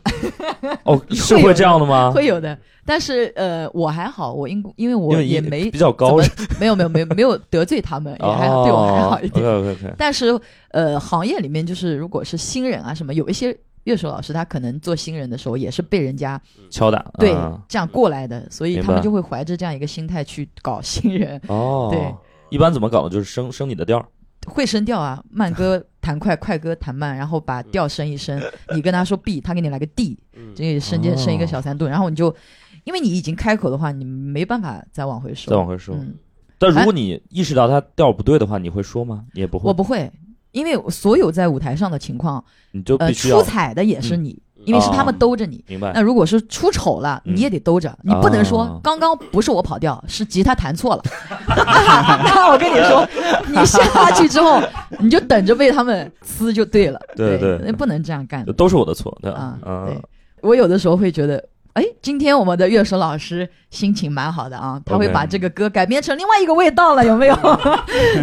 [SPEAKER 1] 哦，是
[SPEAKER 3] 会有
[SPEAKER 1] 会这样的吗？
[SPEAKER 3] 会有的。但是呃，我还好，我因因为
[SPEAKER 1] 因
[SPEAKER 3] 我
[SPEAKER 1] 为
[SPEAKER 3] 也
[SPEAKER 1] 一
[SPEAKER 3] 没
[SPEAKER 1] 比较高，
[SPEAKER 3] 怎么没有没有没有没有得罪他们，也还好对我还好一点。
[SPEAKER 1] OK OK OK，
[SPEAKER 3] 但是呃，行业里面就是如果是新人啊什么，有一些乐手老师他可能做新人的时候也是被人家
[SPEAKER 1] 敲打
[SPEAKER 3] 对、
[SPEAKER 1] 啊
[SPEAKER 3] 这样过来的，所以
[SPEAKER 1] 明
[SPEAKER 3] 他们
[SPEAKER 1] 白
[SPEAKER 3] 就会怀着这样一个心态去搞新人，
[SPEAKER 1] 哦，
[SPEAKER 3] 对，
[SPEAKER 1] 一般怎么搞呢？就是升升你的调儿，
[SPEAKER 3] 会声调啊，慢歌弹快，快歌弹慢，然后把
[SPEAKER 1] 嗯
[SPEAKER 3] 调升一升，你跟他说 B，他给你来个 D。
[SPEAKER 2] 嗯，
[SPEAKER 3] 这个升阶升一个
[SPEAKER 1] 哦
[SPEAKER 3] 小三度，然后你就，因为你已经开口的话，你没办法再往回说。
[SPEAKER 1] 再往回说。
[SPEAKER 3] 嗯，
[SPEAKER 1] 但如果你意识到他调儿不对的话，你会说吗？你也不会，
[SPEAKER 3] 我不会，因为我所有在舞台上的情况，
[SPEAKER 1] 你就
[SPEAKER 3] 呃，
[SPEAKER 1] 必须
[SPEAKER 3] 出
[SPEAKER 1] 要
[SPEAKER 3] 彩的也是你，
[SPEAKER 2] 嗯
[SPEAKER 3] 因为是他
[SPEAKER 1] 哦
[SPEAKER 3] 们兜着你。
[SPEAKER 1] 明白
[SPEAKER 3] 那。如果是出丑了，
[SPEAKER 1] 嗯
[SPEAKER 3] 你也得兜着，你不能说
[SPEAKER 1] 哦
[SPEAKER 3] 刚刚不是我跑调，是吉他弹错了。 *laughs* 那我跟你说，你下去之后，你就等着被他们呲就对了。
[SPEAKER 1] 对
[SPEAKER 3] 对，
[SPEAKER 1] 对
[SPEAKER 3] 那不能这样干的。
[SPEAKER 1] 都是我的错，对吧
[SPEAKER 3] 啊？，
[SPEAKER 1] 嗯
[SPEAKER 3] 对，，我有的时候会觉得，哎，今天我们的乐手老师心情蛮好的啊，他会
[SPEAKER 1] OK
[SPEAKER 3] 把这个歌改编成另外一个味道了，有
[SPEAKER 1] *laughs*
[SPEAKER 3] 没有？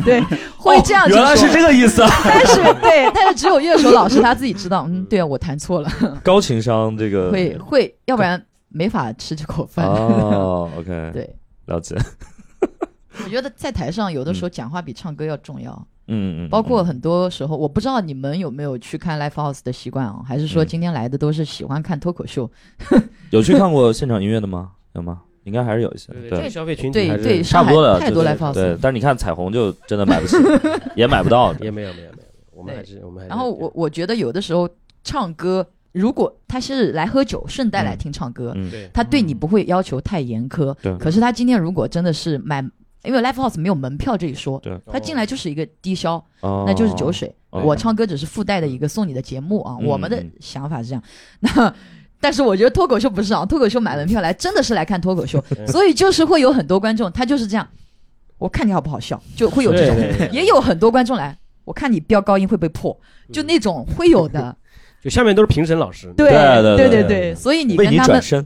[SPEAKER 3] 对，会这样
[SPEAKER 1] 哦
[SPEAKER 3] 去
[SPEAKER 1] 原来
[SPEAKER 3] 说。
[SPEAKER 1] 是这个意思啊！
[SPEAKER 3] 但是对，但是只有乐手老师他自己知道，嗯，对啊，我弹错了，
[SPEAKER 1] 高情商这个
[SPEAKER 3] 会会，要不然没法吃这口饭。
[SPEAKER 1] 哦，OK，
[SPEAKER 3] *laughs* 对，
[SPEAKER 1] 了解，
[SPEAKER 3] 我觉得在台上有的时候讲话比唱歌要重要，
[SPEAKER 1] 嗯嗯，嗯
[SPEAKER 3] 包括很多时候，我不知道你们有没有去看 Live House 的习惯啊，还是说
[SPEAKER 1] 嗯
[SPEAKER 3] 今天来的都是喜欢看脱口秀？
[SPEAKER 1] 有去看过现场音乐的吗？有吗？应该还是有一些，
[SPEAKER 2] 对对，消费群体
[SPEAKER 3] 对
[SPEAKER 2] 还是
[SPEAKER 3] 对，
[SPEAKER 1] 差
[SPEAKER 3] 上
[SPEAKER 1] 不
[SPEAKER 3] 海
[SPEAKER 1] 多了，
[SPEAKER 3] 太多
[SPEAKER 1] 对
[SPEAKER 3] Live House
[SPEAKER 1] 对
[SPEAKER 3] 了，。
[SPEAKER 1] 但是你看彩虹就真的买
[SPEAKER 3] *laughs*
[SPEAKER 1] 不起，也买不到，
[SPEAKER 2] 也没有没有没有，我们还是我们还是。
[SPEAKER 3] 然后我我觉得有的时候唱歌，如果他是来喝酒，顺带来听唱歌，
[SPEAKER 1] 嗯，
[SPEAKER 2] 对
[SPEAKER 3] 他对你不会要求太严苛。
[SPEAKER 1] 对
[SPEAKER 3] 可是他今天如果真的是买，因为 Live House 没有门票这一说，
[SPEAKER 1] 对，
[SPEAKER 3] 他进来就是一个低消，
[SPEAKER 1] 哦
[SPEAKER 3] 那就是酒，水。
[SPEAKER 1] 哦
[SPEAKER 3] 我唱歌只是附带的一个送你的节目啊，
[SPEAKER 1] 嗯
[SPEAKER 3] 我们的
[SPEAKER 1] 嗯
[SPEAKER 3] 想法是这样。那。但是我觉得脱口秀不是啊，脱口秀买门票来真的是来看脱口秀，
[SPEAKER 2] 嗯
[SPEAKER 3] 所以就是会有很多观众，他就是这样，我看你好不好笑，就会有这种，
[SPEAKER 2] 对对对
[SPEAKER 3] 也有很多观众来，我看你飙高音会不会破，
[SPEAKER 1] 嗯
[SPEAKER 3] 就那种会有
[SPEAKER 1] *laughs*
[SPEAKER 3] 的，
[SPEAKER 2] 就下面都是评审老师，
[SPEAKER 3] 对
[SPEAKER 1] 对对对
[SPEAKER 3] 对
[SPEAKER 1] 对
[SPEAKER 3] 对，所以你
[SPEAKER 1] 为
[SPEAKER 3] 跟
[SPEAKER 1] 你
[SPEAKER 3] 他
[SPEAKER 1] 转
[SPEAKER 3] 们，
[SPEAKER 1] 身，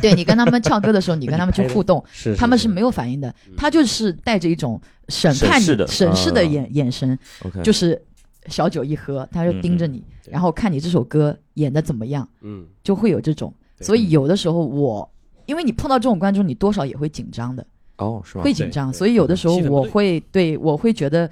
[SPEAKER 3] 对你跟他们唱歌的时候，你跟他
[SPEAKER 1] *laughs*
[SPEAKER 3] 们去互动，
[SPEAKER 2] 是
[SPEAKER 3] 他们是没有反应的，他就是带着一种审
[SPEAKER 1] 嗯审
[SPEAKER 3] 判你
[SPEAKER 1] 视的
[SPEAKER 3] 审视的
[SPEAKER 1] 嗯
[SPEAKER 3] 眼眼神，
[SPEAKER 1] OK，
[SPEAKER 3] 就是小酒一喝，他就盯着
[SPEAKER 1] 嗯
[SPEAKER 3] 你，
[SPEAKER 2] 对
[SPEAKER 3] 然后看你这首歌演的怎么样，
[SPEAKER 2] 嗯，
[SPEAKER 3] 就会有这种。
[SPEAKER 2] 对
[SPEAKER 3] 所以有的时候我，因为你碰到这种观众，你多少也会紧张的。
[SPEAKER 1] 哦，是吗？
[SPEAKER 3] 会紧张，
[SPEAKER 2] 对对
[SPEAKER 3] 所以有的时候
[SPEAKER 2] 气氛不
[SPEAKER 3] 我
[SPEAKER 2] 对
[SPEAKER 3] 会对我会觉得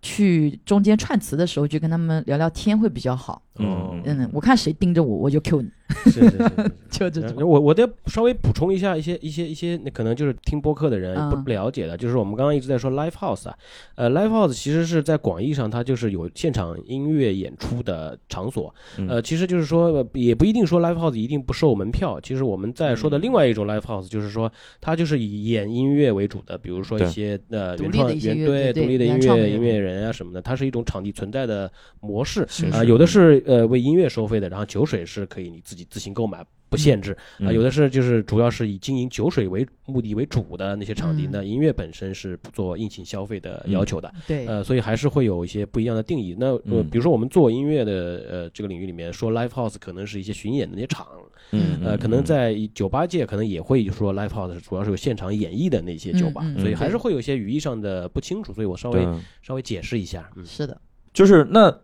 [SPEAKER 3] 去中间串词的时候，就跟他们聊聊天会比较好。
[SPEAKER 1] 嗯
[SPEAKER 3] 嗯，我看谁盯着我，我就 Q 你，
[SPEAKER 2] 哦是是是是。
[SPEAKER 3] 就这种。
[SPEAKER 2] 呃我我得稍微补充一下一些一些一些，那可能就是听播客的人
[SPEAKER 3] 嗯
[SPEAKER 2] 不了解的，就是我们刚刚一直在说 live house 啊，呃，live house 其实是在广义上它就是有现场音乐演出的场所，
[SPEAKER 1] 嗯
[SPEAKER 2] 呃，其实就是说呃也不一定说 live house 一定不售门票，其实我们在说的另外一种 live house 就是说它就是以演音乐为主的，比如说一
[SPEAKER 1] 对
[SPEAKER 2] 些呃
[SPEAKER 3] 独
[SPEAKER 2] 原
[SPEAKER 3] 立
[SPEAKER 2] 创
[SPEAKER 3] 的一些
[SPEAKER 2] 原
[SPEAKER 3] 乐
[SPEAKER 2] 对
[SPEAKER 3] 队对
[SPEAKER 2] 独立的音
[SPEAKER 3] 原创的
[SPEAKER 2] 乐
[SPEAKER 3] 乐
[SPEAKER 2] 音
[SPEAKER 3] 队
[SPEAKER 2] 乐人啊什么的，它是一种场地存在的模式，
[SPEAKER 1] 形
[SPEAKER 2] 啊、
[SPEAKER 1] 式
[SPEAKER 2] 有的是呃为音乐收费的，然后酒水是可以你自己自行购买，不
[SPEAKER 1] 嗯
[SPEAKER 2] 限制啊、有的是就是主要是以经营酒水为目的为主的那些场地，
[SPEAKER 3] 嗯
[SPEAKER 2] 那音乐本身是不做硬性消费
[SPEAKER 1] 嗯
[SPEAKER 2] 的要求的。
[SPEAKER 3] 对，
[SPEAKER 2] 呃，所以还是会有一些不一样的定义。那呃，
[SPEAKER 1] 嗯
[SPEAKER 2] 比如说我们做音乐的呃这个领域里面，说 live house 可能是一些巡演的那些场，
[SPEAKER 1] 嗯
[SPEAKER 2] 呃，可能在酒吧界可能也会说 live house 主要是有现场演绎的那些酒吧，
[SPEAKER 3] 嗯嗯
[SPEAKER 2] 所以
[SPEAKER 1] 嗯
[SPEAKER 2] 还是会有一些语义上的不清楚，所以我稍微
[SPEAKER 1] 对，
[SPEAKER 2] 稍微解释一下。嗯，
[SPEAKER 3] 是的，
[SPEAKER 1] 嗯就是那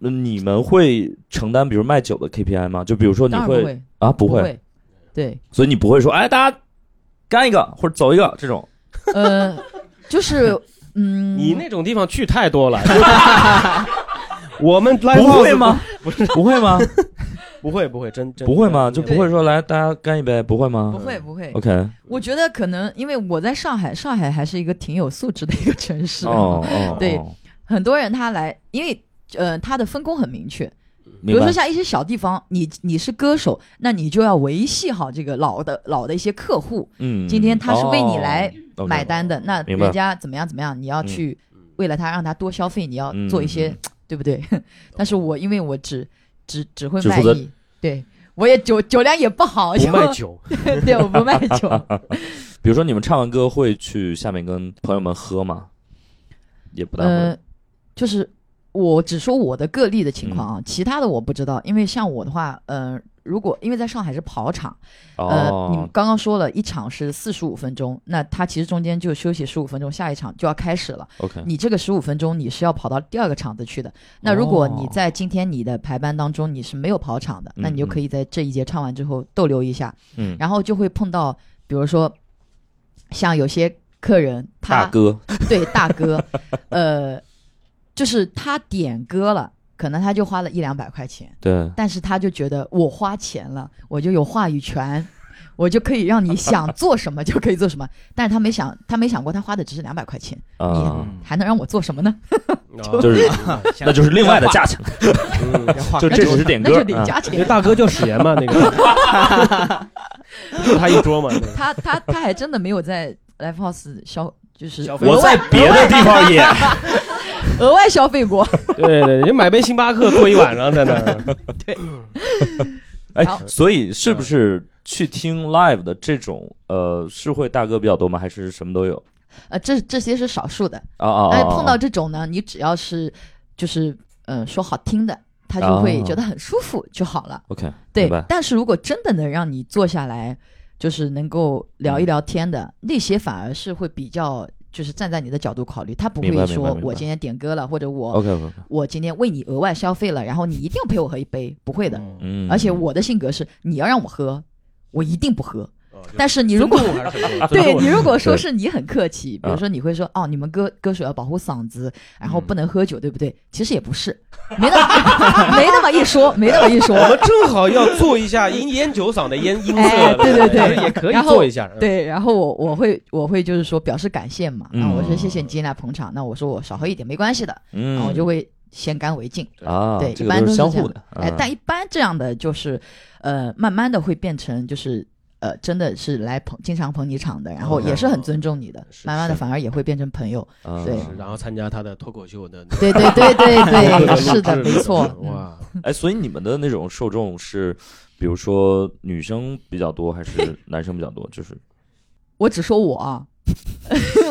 [SPEAKER 1] 呃你们会承担比如卖酒的 KPI 吗？就比如说你
[SPEAKER 3] 当然不会，
[SPEAKER 1] 啊不
[SPEAKER 3] 不
[SPEAKER 1] 会，
[SPEAKER 3] 会，对，
[SPEAKER 1] 所以你不会说哎大家干一个或者走一个这种，
[SPEAKER 3] 呃，
[SPEAKER 1] *laughs*
[SPEAKER 3] 就是嗯，
[SPEAKER 2] 你那种地方去太多了。我们 live
[SPEAKER 1] 不
[SPEAKER 2] house
[SPEAKER 1] 会吗？ *laughs* 不会吗？
[SPEAKER 2] 不会不会真嗯真
[SPEAKER 1] 不会吗？就不会
[SPEAKER 2] 对
[SPEAKER 1] 说来大家干一杯，不会
[SPEAKER 3] 不
[SPEAKER 1] 吗
[SPEAKER 3] 会不会，
[SPEAKER 1] ？OK，
[SPEAKER 3] 我觉得可能因为我在上海，上海还是一个挺有素质的一个城市，
[SPEAKER 1] 哦哦，
[SPEAKER 3] 对
[SPEAKER 1] 哦
[SPEAKER 3] 很多人他来，因为呃他的分工很明确，比
[SPEAKER 1] 明
[SPEAKER 3] 如
[SPEAKER 1] 白
[SPEAKER 3] 说像一些小地方，你你是歌手，那你就要维系好这个老的老的一些客户，
[SPEAKER 1] 嗯，
[SPEAKER 3] 今天他是为你来
[SPEAKER 1] 哦，OK
[SPEAKER 3] 买单的，那
[SPEAKER 1] 明白
[SPEAKER 3] 人家怎么样怎么样，你要去为了他让他多消费，你要做一些，
[SPEAKER 1] 嗯
[SPEAKER 3] 对不对？ *laughs* 但是我因为我只只只会
[SPEAKER 1] 只
[SPEAKER 3] 卖
[SPEAKER 1] 负责
[SPEAKER 3] 艺，对我也酒酒量也不好，
[SPEAKER 2] 不卖
[SPEAKER 3] 就
[SPEAKER 2] 酒，
[SPEAKER 3] *laughs* 对，我不卖
[SPEAKER 1] *laughs*
[SPEAKER 3] 酒，
[SPEAKER 1] 比如说你们唱完歌会去下面跟朋友们喝吗？也不大
[SPEAKER 3] 呃
[SPEAKER 1] 会。，
[SPEAKER 3] 就是我只说我的个例的情况啊，
[SPEAKER 1] 嗯
[SPEAKER 3] 其他的我不知道，因为像我的话，呃，如果因为在上海是跑场，呃，你们
[SPEAKER 1] 哦，
[SPEAKER 3] 刚刚说了一场是四十五分钟，那他其实中间就休息十五分钟，下一场就要开始了。
[SPEAKER 1] OK，
[SPEAKER 3] 你这个十五分钟你是要跑到第二个场子去的。那如果你在今天你的排班当中你是没有跑场的，
[SPEAKER 1] 嗯
[SPEAKER 3] 那你就可以在这一节唱完之后逗留一下，
[SPEAKER 1] 嗯，
[SPEAKER 3] 然后就会碰到，比如说像有些客人他
[SPEAKER 1] 大哥，
[SPEAKER 3] 对
[SPEAKER 1] *laughs*
[SPEAKER 3] 大哥，呃，就是他点歌了，可能他就花了一两百块钱。
[SPEAKER 1] 对，
[SPEAKER 3] 但是他就觉得我花钱了，我就有话语权， *laughs* 我就可以让你想做什么就可以做什么。但是他没想，他没想过他花的只是两百块钱，
[SPEAKER 1] 啊，
[SPEAKER 4] 嗯
[SPEAKER 3] 还能让我做什么呢？
[SPEAKER 1] 就是那就是另外的价钱，
[SPEAKER 2] 嗯
[SPEAKER 4] 要画
[SPEAKER 1] 就
[SPEAKER 4] 个
[SPEAKER 1] 这
[SPEAKER 4] 勾
[SPEAKER 1] 只是
[SPEAKER 4] 叉
[SPEAKER 1] 点
[SPEAKER 3] 那
[SPEAKER 1] 歌
[SPEAKER 3] 就，得
[SPEAKER 1] 啊
[SPEAKER 3] 加
[SPEAKER 2] 那个
[SPEAKER 3] 钱。
[SPEAKER 2] 大哥叫史岩嘛，那个就他一桌嘛，那个
[SPEAKER 3] 他他他还真的没有在 Live House 消，就是
[SPEAKER 2] 消费
[SPEAKER 1] 我
[SPEAKER 2] *laughs*
[SPEAKER 3] 额
[SPEAKER 1] 在
[SPEAKER 3] 外
[SPEAKER 1] 别的地方也，
[SPEAKER 3] 额外消费过。
[SPEAKER 2] 对对，你买杯星巴克坐一晚上在那儿，
[SPEAKER 1] 哎
[SPEAKER 3] 好，
[SPEAKER 1] 所以是不是去听 live 的这种，呃，是会大哥比较多吗？还是什么都有？
[SPEAKER 3] 呃，这这些是少数的。
[SPEAKER 1] 啊啊，
[SPEAKER 3] 哎，
[SPEAKER 1] 啊
[SPEAKER 3] 碰到这种呢，你只要是就是呃说好听的，他就会
[SPEAKER 1] 哦
[SPEAKER 3] 觉得很舒服就好了。
[SPEAKER 1] OK，
[SPEAKER 3] 对
[SPEAKER 1] 明白，
[SPEAKER 3] 但是如果真的能让你坐下来，就是能够聊
[SPEAKER 1] 嗯
[SPEAKER 3] 一聊天的，那些反而是会比较。就是站在你的角度考虑，他不
[SPEAKER 1] 明白
[SPEAKER 3] 会
[SPEAKER 1] 明白
[SPEAKER 3] 说
[SPEAKER 1] 明白哦
[SPEAKER 3] 我今天点歌了，或者我
[SPEAKER 1] OK OK，
[SPEAKER 3] 我今天为你额外消费了，然后你一定要陪我喝一杯，不会的。
[SPEAKER 1] 嗯，
[SPEAKER 3] 而且我的性格是，你要让我喝，我一定不喝。
[SPEAKER 2] 哦
[SPEAKER 3] 但是你如果 *laughs*
[SPEAKER 2] 尊重还是很多尊
[SPEAKER 3] 对
[SPEAKER 2] 重
[SPEAKER 3] 你如果说
[SPEAKER 1] 对啊嗯
[SPEAKER 3] 是你很客气，比如说你会说哦，你们歌歌手要保护嗓子，然后不能喝酒，对不对？其实也不是，没那么 *laughs* 没那么
[SPEAKER 1] *laughs*
[SPEAKER 3] 一说，没那么一说。
[SPEAKER 2] 我们正好要做一下烟烟酒嗓的烟音
[SPEAKER 3] 哎
[SPEAKER 2] 色，
[SPEAKER 3] 对对对
[SPEAKER 2] 也可以
[SPEAKER 3] 然后
[SPEAKER 2] 做一下，
[SPEAKER 3] *laughs* 对，然后我我会我会就是说表示感谢嘛，
[SPEAKER 1] 嗯
[SPEAKER 3] 然后我说谢谢你今天来捧场，那我说我少喝一点没关系的，然
[SPEAKER 1] 嗯，
[SPEAKER 3] 后我就会先干为敬。
[SPEAKER 1] 啊，
[SPEAKER 3] 对，
[SPEAKER 1] 这
[SPEAKER 3] 一
[SPEAKER 1] 个
[SPEAKER 3] 般
[SPEAKER 1] 都
[SPEAKER 3] 都
[SPEAKER 1] 是
[SPEAKER 3] 是
[SPEAKER 1] 相
[SPEAKER 3] 这样
[SPEAKER 1] 互的，啊
[SPEAKER 3] 哎，但一般这样的就是，呃，慢慢的会变成就是，呃，真的是来捧经常捧你场的，然
[SPEAKER 1] 哦
[SPEAKER 3] 后也是很尊重你的，
[SPEAKER 2] 是
[SPEAKER 3] 慢慢的
[SPEAKER 2] 是
[SPEAKER 3] 反而也会变成朋
[SPEAKER 1] *laughs*
[SPEAKER 3] 友。
[SPEAKER 1] 啊
[SPEAKER 3] 对
[SPEAKER 2] 是然后参加他的脱口秀的那个
[SPEAKER 3] 对对对
[SPEAKER 1] *laughs*
[SPEAKER 3] 对
[SPEAKER 2] 录
[SPEAKER 3] 对，
[SPEAKER 2] 制
[SPEAKER 3] 是的，没错。嗯
[SPEAKER 2] 哇，
[SPEAKER 1] 哎，所以你们的那种受众是，比如说女生比较多还
[SPEAKER 3] *laughs*
[SPEAKER 1] 是男生比较多？就是
[SPEAKER 3] 我只说
[SPEAKER 1] *laughs*
[SPEAKER 3] 我啊，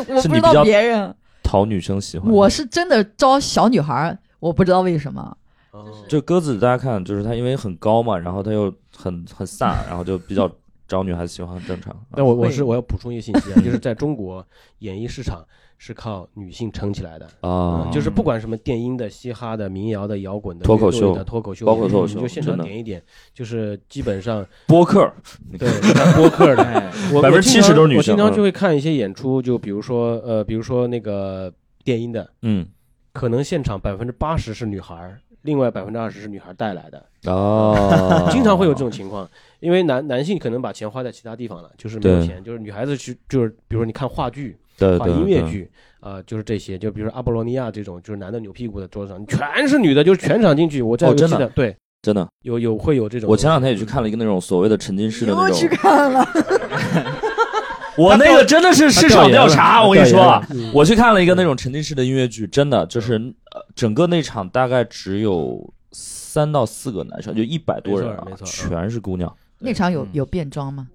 [SPEAKER 3] 我
[SPEAKER 1] 是
[SPEAKER 3] 不
[SPEAKER 1] 你比
[SPEAKER 3] 知
[SPEAKER 1] 较
[SPEAKER 3] 道别人，
[SPEAKER 1] 讨女生喜欢。
[SPEAKER 3] 我是真的招小女孩儿，我不知道为什么。
[SPEAKER 2] 哦
[SPEAKER 1] 这鸽子，大家看，就是它因为很高嘛，然后它又很很飒，然后就比较招女孩子喜欢，很正常。
[SPEAKER 2] 但我我是
[SPEAKER 3] 会
[SPEAKER 2] 我要补充一个信息啊，就是在中国演艺市场是靠女性撑起来的。
[SPEAKER 1] 啊，
[SPEAKER 2] 嗯就是不管什么电音的、嘻哈的、民谣的、摇滚的、
[SPEAKER 1] 脱口
[SPEAKER 2] 乐队
[SPEAKER 1] 秀
[SPEAKER 2] 的、脱口秀，
[SPEAKER 1] 包括脱口
[SPEAKER 2] 你
[SPEAKER 1] 秀
[SPEAKER 2] 就现场
[SPEAKER 1] 真的
[SPEAKER 2] 点一点，就是基本上
[SPEAKER 1] 播客
[SPEAKER 2] 对播客的，
[SPEAKER 4] 哎
[SPEAKER 2] 我
[SPEAKER 1] 百分之
[SPEAKER 2] 我经常
[SPEAKER 1] 70%都是女
[SPEAKER 2] 我
[SPEAKER 1] 性
[SPEAKER 2] 经常
[SPEAKER 1] 嗯
[SPEAKER 2] 就会看一些演出，就比如说呃，比如说那个电音的，
[SPEAKER 1] 嗯
[SPEAKER 2] 可能现场百分之八十是女孩儿，另外百分之二十是女孩儿带来的，
[SPEAKER 1] 哦
[SPEAKER 2] *laughs* 经常会有这种情况。因为男男性可能把钱花在其他地方了，就是没有
[SPEAKER 1] 对
[SPEAKER 2] 钱，就是女孩子去，就是比如说你看话剧、
[SPEAKER 1] 对
[SPEAKER 2] 看
[SPEAKER 1] 对
[SPEAKER 2] 音乐
[SPEAKER 1] 对
[SPEAKER 2] 剧，呃，就是这些，就比如说阿波罗尼亚这种，就是男的扭屁股的桌子上全是女的，就是全场进去，我在
[SPEAKER 1] 哦
[SPEAKER 2] 我记
[SPEAKER 1] 真的
[SPEAKER 2] 得对，
[SPEAKER 1] 真的，
[SPEAKER 2] 有有会有这种。
[SPEAKER 1] 我前两天也去看了一个那种所谓的沉浸式的那
[SPEAKER 3] 又去
[SPEAKER 1] 种，
[SPEAKER 3] 看了，
[SPEAKER 1] *laughs* 我那个真的是市场调查，我跟你说啊，
[SPEAKER 2] 嗯，
[SPEAKER 1] 我去看了一个那种沉浸式的音乐剧，真的就是呃，整个那场大概只有三到四个男生，就一百多人啊
[SPEAKER 2] 没错没，嗯错
[SPEAKER 1] 全是姑娘，
[SPEAKER 3] 那场有
[SPEAKER 1] 嗯
[SPEAKER 3] 有变装吗？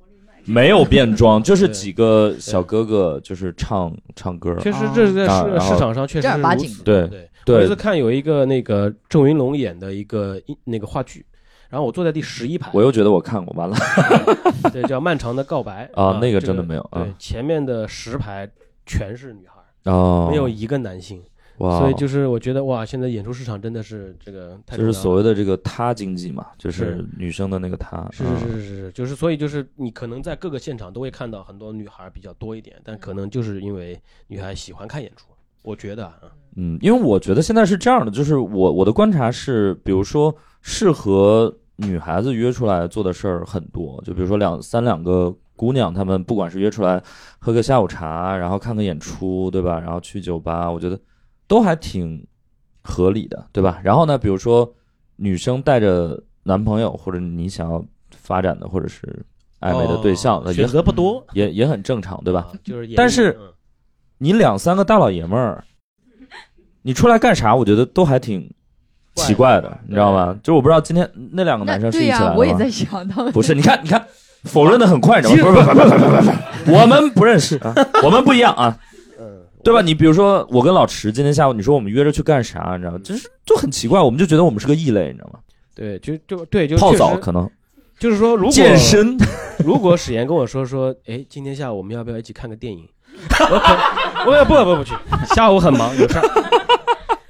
[SPEAKER 1] 没有变装，就是
[SPEAKER 2] 对
[SPEAKER 1] 几个小哥哥就是唱唱歌，
[SPEAKER 2] 确实这是在
[SPEAKER 1] 啊
[SPEAKER 2] 市
[SPEAKER 1] 然后
[SPEAKER 2] 市场上确实
[SPEAKER 3] 哦正
[SPEAKER 2] 是
[SPEAKER 3] 儿八
[SPEAKER 2] 如
[SPEAKER 3] 经
[SPEAKER 2] 此
[SPEAKER 1] 对
[SPEAKER 2] 对，
[SPEAKER 1] 对
[SPEAKER 2] 我有一次看有一个那个郑云龙演的一个一那个话剧，然后我坐在第十一排，
[SPEAKER 1] 我又觉得我看过，完了
[SPEAKER 2] 对叫《漫长的告白》
[SPEAKER 1] *laughs* 啊那个
[SPEAKER 2] 这
[SPEAKER 1] 真的没有啊
[SPEAKER 2] 对，前面的十排全是女孩儿，
[SPEAKER 1] 哦，
[SPEAKER 2] 没有一个男性，
[SPEAKER 1] 哇，
[SPEAKER 2] 所以就是我觉得哇，现在演出市场真的是这个太
[SPEAKER 1] 就是
[SPEAKER 2] 重要
[SPEAKER 1] 所
[SPEAKER 2] 了
[SPEAKER 1] 谓的这个他经济嘛，就是
[SPEAKER 2] 是
[SPEAKER 1] 女生的那个他，
[SPEAKER 2] 是
[SPEAKER 1] 嗯
[SPEAKER 2] 是是是是，就是所以就是你可能在各个现场都会看到很多女孩儿比较多一点，但可能就是因为女孩喜欢看演出，我觉得啊，
[SPEAKER 1] 嗯，因为我觉得现在是这样的，就是我我的观察是，比如说适合女孩子约出来做的事儿很多，就比如说两三两个姑娘，她们不管是约出来喝个下午茶，然后看个演出，对吧？然后去酒吧，我觉得都还挺合理的，对吧？然 *laughs* 后呢，比如说女生带着男朋友，或者你想要发展的，或者是暧昧的对象，
[SPEAKER 2] 哦
[SPEAKER 1] 也
[SPEAKER 2] 选择不多，
[SPEAKER 1] 也也很正常，对吧？
[SPEAKER 2] 啊？就是演，
[SPEAKER 1] 但是
[SPEAKER 2] 嗯
[SPEAKER 1] 你两三个大老爷们儿，你出来干啥？我觉得都还挺奇怪的，你知道
[SPEAKER 2] 啊
[SPEAKER 1] 吗？就是我不知道今天那两个哦
[SPEAKER 3] 那
[SPEAKER 1] 男生是
[SPEAKER 3] 对
[SPEAKER 1] 一起来
[SPEAKER 3] 呀、
[SPEAKER 1] 的吗？
[SPEAKER 3] 我也在想他们
[SPEAKER 1] 不是，你看，你看，否认的很快，你知道吗？不是不是不是不是不是，
[SPEAKER 2] *laughs*
[SPEAKER 1] 我们不认识，啊，我们不一样啊，
[SPEAKER 2] 嗯，
[SPEAKER 1] 对吧？你比如说，我跟老池今天下午，你说我们约着去干啥？你知道吗？就是就很奇怪，我们就觉得我们是个异类，你知道吗？
[SPEAKER 2] 对，就就对，就
[SPEAKER 1] 泡
[SPEAKER 2] 确
[SPEAKER 1] 澡
[SPEAKER 2] 实
[SPEAKER 1] 可能，
[SPEAKER 2] 就是说，如果
[SPEAKER 1] 健身，
[SPEAKER 2] *laughs* 如果史岩跟我说说，哎，今天下午我们要不要一起看个电影？我可我也不不不去，下午很忙有事儿。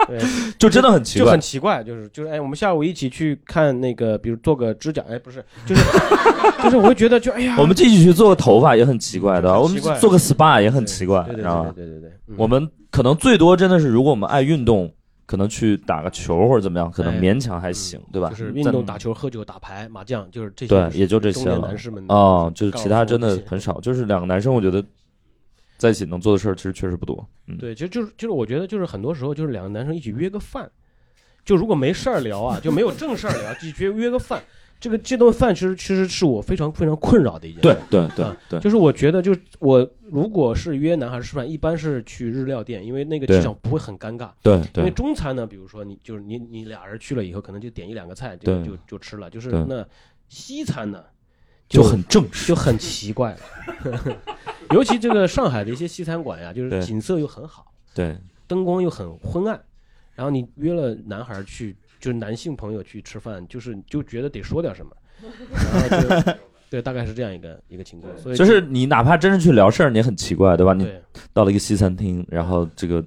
[SPEAKER 2] 对，
[SPEAKER 1] 就真的很 *laughs* 奇
[SPEAKER 2] 就
[SPEAKER 1] 怪
[SPEAKER 2] 很。奇怪，就是就是，哎，我们下午一起去看那个，比如做个指甲，哎，不是，就是 *laughs* 就是，我会觉得就哎呀，
[SPEAKER 1] 我们一起去做个头发也很奇怪的，我
[SPEAKER 2] 很
[SPEAKER 1] 们
[SPEAKER 2] 奇怪
[SPEAKER 1] 做个 SPA 也很奇怪，
[SPEAKER 2] 对
[SPEAKER 1] 你
[SPEAKER 2] 对
[SPEAKER 1] 知道吗
[SPEAKER 2] 对？对对对，嗯
[SPEAKER 1] 我们可能最多真的是，如果我们爱运动，可能去打个球或者怎么样，可能
[SPEAKER 2] 哎
[SPEAKER 1] 勉强还行，对吧？嗯
[SPEAKER 2] 就是运
[SPEAKER 1] 在
[SPEAKER 2] 动、打球、喝酒、打牌、麻将，就是这些，
[SPEAKER 1] 对，也就这些
[SPEAKER 2] 中年
[SPEAKER 1] 了
[SPEAKER 2] 男。士们
[SPEAKER 1] 哦，就是
[SPEAKER 2] 高尔
[SPEAKER 1] 其他
[SPEAKER 2] 夫
[SPEAKER 1] 真
[SPEAKER 2] 这
[SPEAKER 1] 的
[SPEAKER 2] 些
[SPEAKER 1] 很少，就是两个男生，我觉得在一起能做的事儿其实确实不多。嗯，
[SPEAKER 2] 对，其实就是就是，我觉得就是很多时候就是两个男生一起约个饭，就如果没事儿聊啊，就没有正事儿聊，一起约约个饭，这个这顿饭其实其实是我非常非常困扰的一件事。
[SPEAKER 1] 对对对
[SPEAKER 2] 啊
[SPEAKER 1] 对，
[SPEAKER 2] 就是我觉得，就是我如果是约男孩吃饭，一般是去日料店，因为那个
[SPEAKER 1] 对
[SPEAKER 2] 气场不会很尴尬。
[SPEAKER 1] 对
[SPEAKER 2] 因为
[SPEAKER 1] 对
[SPEAKER 2] 中餐呢，比如说你就是你你俩人去了以后，可能就点一两个菜
[SPEAKER 1] 对
[SPEAKER 2] 就就就吃了。就是
[SPEAKER 1] 对
[SPEAKER 2] 那西餐呢，
[SPEAKER 1] 就很正式。
[SPEAKER 2] 就很奇怪了， *laughs* 尤其这个上海的一些西餐馆呀，就是
[SPEAKER 1] 对
[SPEAKER 2] 景色又很好。
[SPEAKER 1] 对，
[SPEAKER 2] 灯光又很昏暗，然后你约了男孩儿去，就是男性朋友去吃饭，就是你就觉得得说点什么，然后就 *laughs* 对，大概是这样一个一个情况，所以
[SPEAKER 1] 就是你哪怕真是去聊事儿，你也很奇怪，对吧？你
[SPEAKER 2] 对
[SPEAKER 1] 到了一个西餐厅，然后这个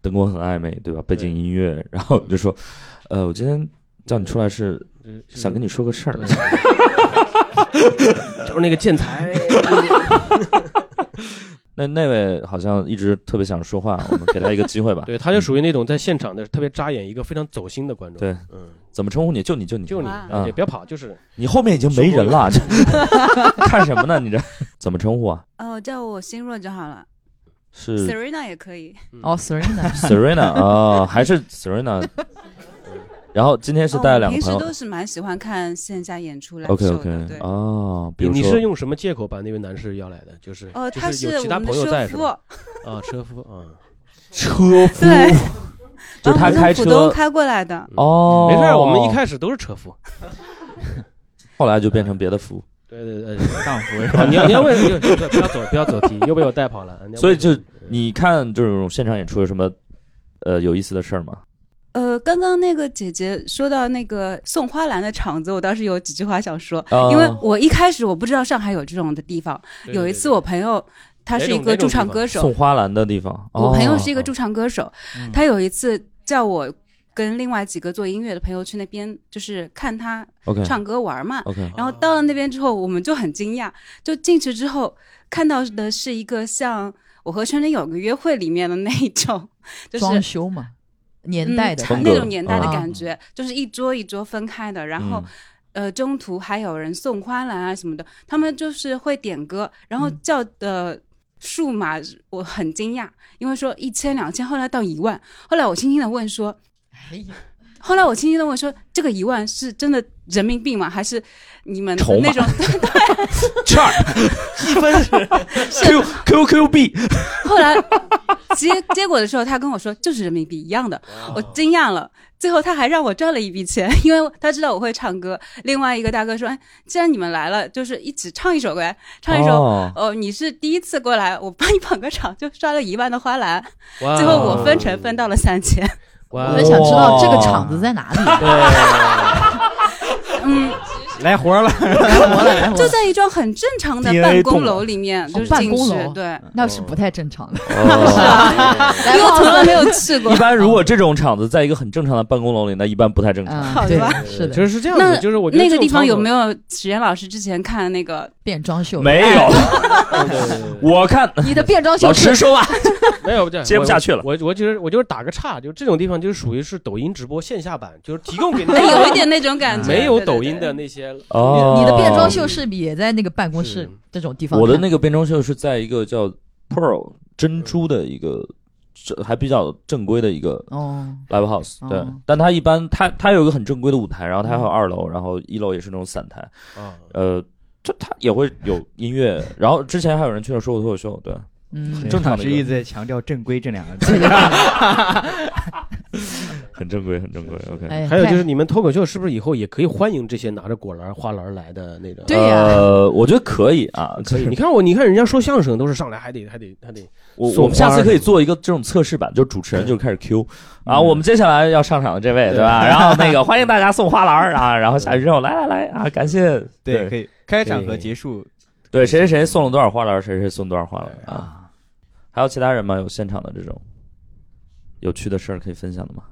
[SPEAKER 1] 灯光很暧昧，对吧？背景音乐，然后你就说，呃，我今天叫你出来是
[SPEAKER 2] 就是
[SPEAKER 1] 想跟你说个事儿。
[SPEAKER 2] *laughs* 就是那个建
[SPEAKER 4] 哎
[SPEAKER 2] 材，
[SPEAKER 1] *laughs* 那那位好像一直特别想说
[SPEAKER 2] *laughs*
[SPEAKER 1] 话，我们给他一个机会吧。
[SPEAKER 2] 对，他就属于那种在现场的特别扎眼，一个非常走心的观众，
[SPEAKER 1] 嗯对，
[SPEAKER 2] 嗯，
[SPEAKER 1] 怎么称呼你？就你就你
[SPEAKER 2] 就你
[SPEAKER 1] 啊
[SPEAKER 2] 对，不要跑，就是
[SPEAKER 1] 你后面已经没人了，这 *laughs* 看什么呢？你这怎么称呼啊？
[SPEAKER 5] 哦，叫我心若就好了
[SPEAKER 1] 是
[SPEAKER 5] ，Serena 也可以。
[SPEAKER 3] *laughs* 哦，Serena，
[SPEAKER 1] Serena 啊、还是
[SPEAKER 5] *laughs*
[SPEAKER 1] Serena？然后今天是
[SPEAKER 5] 哦
[SPEAKER 1] 带了
[SPEAKER 5] 我
[SPEAKER 1] 两个
[SPEAKER 5] 平时
[SPEAKER 1] 朋友
[SPEAKER 5] 都。是蛮喜欢看线下演出来
[SPEAKER 1] OK
[SPEAKER 5] 秀
[SPEAKER 1] OK
[SPEAKER 5] 的，对。
[SPEAKER 1] 哦，比
[SPEAKER 2] 你
[SPEAKER 1] 如
[SPEAKER 2] 你是
[SPEAKER 1] 说
[SPEAKER 2] 用什么借口把那位男士邀来的？就是
[SPEAKER 5] 哦，
[SPEAKER 2] 就
[SPEAKER 5] 他
[SPEAKER 2] 有
[SPEAKER 5] 我
[SPEAKER 2] 其他
[SPEAKER 5] 们的
[SPEAKER 2] 朋友在
[SPEAKER 5] 车
[SPEAKER 2] 是
[SPEAKER 5] 夫
[SPEAKER 2] 吧？，啊，车夫啊，
[SPEAKER 1] 车夫，
[SPEAKER 5] 对，
[SPEAKER 1] 哦
[SPEAKER 5] *laughs*
[SPEAKER 1] 就是他
[SPEAKER 5] 然后
[SPEAKER 1] 开
[SPEAKER 5] 从浦东
[SPEAKER 1] 车
[SPEAKER 5] 开过来的。
[SPEAKER 1] 哦。
[SPEAKER 2] 没事儿，我们一开始都是车夫，
[SPEAKER 1] 后来就变成别的服务，
[SPEAKER 2] 对对对，
[SPEAKER 4] 丈夫是 *laughs*
[SPEAKER 2] 啊，
[SPEAKER 4] 吧？
[SPEAKER 2] 你要你要为不要不要走不要走题，又被我带跑了。你要
[SPEAKER 1] 所以就
[SPEAKER 2] 问嗯
[SPEAKER 1] 你看这种现场演出有什么呃有意思的事儿吗？
[SPEAKER 5] 呃，刚刚那个姐姐说到那个送花篮的场子，我倒是有几句话想说，
[SPEAKER 1] 啊
[SPEAKER 5] 因为我一开始我不知道上海有这种的地方。
[SPEAKER 2] 对
[SPEAKER 5] 有一次我朋友他是一
[SPEAKER 2] 哪
[SPEAKER 5] 个
[SPEAKER 2] 种
[SPEAKER 5] 驻唱
[SPEAKER 2] 地方
[SPEAKER 5] 歌手
[SPEAKER 1] 送，花篮的地方。
[SPEAKER 5] 我朋友
[SPEAKER 1] 哦
[SPEAKER 5] 是一个驻唱歌手，
[SPEAKER 2] 嗯
[SPEAKER 5] 他有一次叫我跟另外几个做音乐的朋友去那边，就是看他
[SPEAKER 1] OK
[SPEAKER 5] 唱歌玩嘛。
[SPEAKER 1] OK，
[SPEAKER 5] 然后到了那边之后，我们就很惊讶，就进去之后看到的是一个像《我和圈里有个约会》里面的那一种， *laughs* 就是
[SPEAKER 3] 装修嘛，年代的
[SPEAKER 5] 嗯
[SPEAKER 1] 风格
[SPEAKER 5] 那种年代的
[SPEAKER 3] 啊
[SPEAKER 5] 感觉，就是一桌一桌分开的，然后、
[SPEAKER 1] 嗯
[SPEAKER 5] 呃，中途还有人送花篮啊什么的，他们就是会点歌，然后
[SPEAKER 3] 嗯
[SPEAKER 5] 叫的数码我很惊讶，因为说一千、两千，后来到一万，后来我轻轻的问说，
[SPEAKER 3] 哎呀，
[SPEAKER 5] 后来我轻轻的问说，这个一万是真的人民币吗？还是你们的
[SPEAKER 1] 筹码
[SPEAKER 5] 那种？ *laughs*
[SPEAKER 1] 券儿
[SPEAKER 4] 一分
[SPEAKER 1] Q Q Q B，
[SPEAKER 5] 后来结结果的时候，他跟我说就是人民币一样的，我惊讶了。最后他还让我赚了一笔钱，因为他知道我会唱歌。另外一个大哥说：“哎，既然你们来了，就是一起唱一首呗，唱一首。
[SPEAKER 1] 哦
[SPEAKER 5] 哦，你是第一次过来，我帮你捧个场，就刷了一万的花篮，
[SPEAKER 2] 哇
[SPEAKER 5] 最后我分成分到了三千。
[SPEAKER 2] 哇
[SPEAKER 1] 哦
[SPEAKER 3] 我很想知道这个厂子在哪里。
[SPEAKER 1] *laughs*
[SPEAKER 5] 嗯，
[SPEAKER 4] 来活了，
[SPEAKER 3] 来活了，来活
[SPEAKER 5] 就
[SPEAKER 3] 了，
[SPEAKER 5] 在一幢很正常的
[SPEAKER 1] DNA
[SPEAKER 5] 办公
[SPEAKER 2] 啊
[SPEAKER 5] 楼里
[SPEAKER 2] 哦
[SPEAKER 5] 面，就是
[SPEAKER 3] 办
[SPEAKER 5] 进
[SPEAKER 3] 公
[SPEAKER 5] 去
[SPEAKER 3] 楼，
[SPEAKER 5] 对，
[SPEAKER 3] 那是不太正常的。
[SPEAKER 1] *laughs* 哦
[SPEAKER 3] 因
[SPEAKER 5] 因为我从来
[SPEAKER 2] *laughs*
[SPEAKER 5] 没有去过
[SPEAKER 1] 一。般如果这种场子在一个很正常的办公楼里，那一般不太 *laughs* 正常。
[SPEAKER 3] 嗯，
[SPEAKER 5] 好
[SPEAKER 3] 对
[SPEAKER 5] 吧，
[SPEAKER 2] 其
[SPEAKER 3] 是的，
[SPEAKER 2] 实是这样
[SPEAKER 5] 那
[SPEAKER 2] 子，就是我觉得
[SPEAKER 5] 那个地方有没
[SPEAKER 2] 有？
[SPEAKER 5] 有史岩老师之前看的那个
[SPEAKER 3] 变装秀，
[SPEAKER 1] 没有，
[SPEAKER 2] 对对对对
[SPEAKER 1] 我
[SPEAKER 3] *laughs*
[SPEAKER 1] 看
[SPEAKER 3] 你的变装秀
[SPEAKER 1] 老师
[SPEAKER 3] 哎是
[SPEAKER 1] 说
[SPEAKER 3] *laughs*
[SPEAKER 1] 吧，
[SPEAKER 2] 没有，这
[SPEAKER 1] 接不下去了
[SPEAKER 2] 我我我其实我就是打个岔，就这种地方就是属于是抖音直播线下版，就是提供给
[SPEAKER 5] *laughs*
[SPEAKER 2] 你
[SPEAKER 5] 哎，有一点那种感觉。
[SPEAKER 2] 没有
[SPEAKER 5] 对
[SPEAKER 2] 抖音，的
[SPEAKER 5] 对对
[SPEAKER 2] 那些
[SPEAKER 1] 哦
[SPEAKER 3] 你的变装秀是也在那个办公室
[SPEAKER 2] 是
[SPEAKER 3] 这种地方看。
[SPEAKER 1] 我的那个变装秀是在一个叫 Pearl 珍珠的一个，这还比较正规的一个
[SPEAKER 3] 哦，
[SPEAKER 1] live house，
[SPEAKER 3] 哦
[SPEAKER 1] 对，但它一般它它有一个很正规的舞台，然后它还有二楼，然后一楼也是那种散台，
[SPEAKER 2] 啊，
[SPEAKER 1] 呃，这它也会有音乐，然后之前还有人去那说过脱口秀，对，
[SPEAKER 3] 嗯，
[SPEAKER 1] 正常的一
[SPEAKER 4] 是
[SPEAKER 1] 个
[SPEAKER 4] 一直在强调“正规”这两个字。
[SPEAKER 1] 很正规，很正规，OK，
[SPEAKER 3] 哎呀，
[SPEAKER 2] 还有就是
[SPEAKER 3] 太
[SPEAKER 2] 你们脱口秀是不是以后也可以欢迎这些拿着果篮花篮来的那种？啊
[SPEAKER 3] 对呀
[SPEAKER 1] 呃，我觉得可以啊，可
[SPEAKER 2] 你看我，你看人家说相声都是上来还得还得还得，
[SPEAKER 1] 我
[SPEAKER 2] 送
[SPEAKER 1] 我们下
[SPEAKER 2] 花
[SPEAKER 1] 次
[SPEAKER 2] 儿
[SPEAKER 1] 可以
[SPEAKER 2] 什么
[SPEAKER 1] 做一个这种测试版，就主持人就开始 Q 啊，
[SPEAKER 4] 嗯
[SPEAKER 1] 我们接下来要上场的这位，对吧？然后
[SPEAKER 2] *laughs*
[SPEAKER 1] 那个欢迎大家送花篮儿啊，然后下去之后来来来啊，感谢
[SPEAKER 4] 对，可以开场
[SPEAKER 2] 可
[SPEAKER 4] 和
[SPEAKER 2] 以
[SPEAKER 4] 结束
[SPEAKER 1] 对谁谁谁送了多少花篮儿，谁谁送多少花篮儿啊。
[SPEAKER 4] 啊，
[SPEAKER 1] 还有其他人吗？有现场的这种有趣的事儿可以分享的
[SPEAKER 2] *laughs*
[SPEAKER 1] 吗？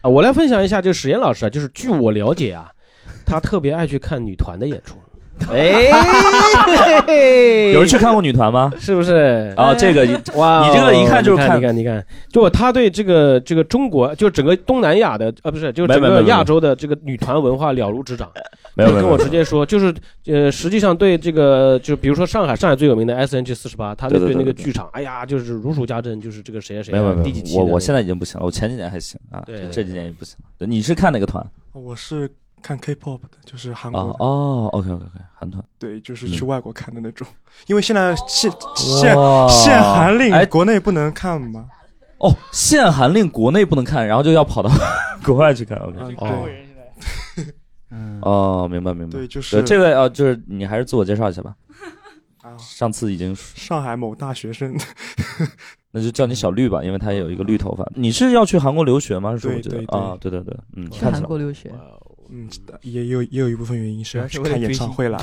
[SPEAKER 2] 啊，我来分享一下这个史岩老师啊，就是据我了解啊，他特别爱去看女团的演出，
[SPEAKER 4] 哎，
[SPEAKER 1] *laughs* 有人去看过女团吗？
[SPEAKER 2] 是不是？
[SPEAKER 1] 啊，这个
[SPEAKER 3] 哎
[SPEAKER 1] 一
[SPEAKER 2] 哇哦
[SPEAKER 1] 你这个一看就是看
[SPEAKER 2] 看，你看，你看，就他对这个这个中国，就整个东南亚的，呃，不是，就是整
[SPEAKER 1] 没没没
[SPEAKER 2] 个
[SPEAKER 1] 没
[SPEAKER 2] 亚洲的这个女团文化了如指掌。
[SPEAKER 1] 没有
[SPEAKER 2] 就
[SPEAKER 1] 没有，
[SPEAKER 2] 跟我直接说，就是呃，实际上对这个，就比如说上海，上海最有名的 S H 四十八，他
[SPEAKER 1] 对
[SPEAKER 2] 那
[SPEAKER 1] 对
[SPEAKER 2] 对
[SPEAKER 1] 对
[SPEAKER 2] 那个
[SPEAKER 1] 对对
[SPEAKER 2] 剧场，哎呀，就是如数家珍，就是这个谁啊谁
[SPEAKER 1] 没有
[SPEAKER 2] 啊
[SPEAKER 1] 没有
[SPEAKER 2] 第
[SPEAKER 1] 没
[SPEAKER 2] 几期
[SPEAKER 1] 有，
[SPEAKER 2] 的
[SPEAKER 1] 我
[SPEAKER 2] 那
[SPEAKER 1] 我
[SPEAKER 2] 个
[SPEAKER 1] 现在已经不行了，我前几年还行啊，
[SPEAKER 2] 对对
[SPEAKER 1] 这几年也不行了。对你是看哪个团
[SPEAKER 6] 我是看 K-pop 的，就是韩
[SPEAKER 1] 啊
[SPEAKER 6] 国？的，
[SPEAKER 1] 哦，OK OK OK，韩团。
[SPEAKER 6] 对，就是
[SPEAKER 1] 嗯
[SPEAKER 6] 去外国看的那种。 *laughs* 因为现在限限
[SPEAKER 1] 哇
[SPEAKER 6] 限韩令
[SPEAKER 1] 哎，
[SPEAKER 6] 国内不能看嘛。
[SPEAKER 1] 哦，限韩令国内不能看，然后就要跑到 *laughs* 国外去看。OK，
[SPEAKER 6] 嗯，
[SPEAKER 2] 哦
[SPEAKER 6] 对
[SPEAKER 4] 嗯，
[SPEAKER 1] 哦，明白明白。
[SPEAKER 6] 对，就是
[SPEAKER 1] 对，这位啊，就是你还是自我介绍一下吧。
[SPEAKER 6] 啊，
[SPEAKER 1] 上次已经说，
[SPEAKER 6] 上海某大学生，
[SPEAKER 1] 那就叫你小绿吧，因为他也有一个绿头发。你是要去韩国留学吗？是我
[SPEAKER 6] 对
[SPEAKER 1] 记得
[SPEAKER 6] 对对
[SPEAKER 1] 啊，对对对，嗯，
[SPEAKER 3] 去
[SPEAKER 1] 看起
[SPEAKER 3] 韩
[SPEAKER 1] 来
[SPEAKER 3] 国留学，
[SPEAKER 6] 嗯，也有也有一部分原因
[SPEAKER 4] 主要
[SPEAKER 6] 是
[SPEAKER 4] 是
[SPEAKER 6] 去
[SPEAKER 4] 为了
[SPEAKER 6] 看演
[SPEAKER 4] 追
[SPEAKER 6] 唱
[SPEAKER 4] 星
[SPEAKER 6] 会啦。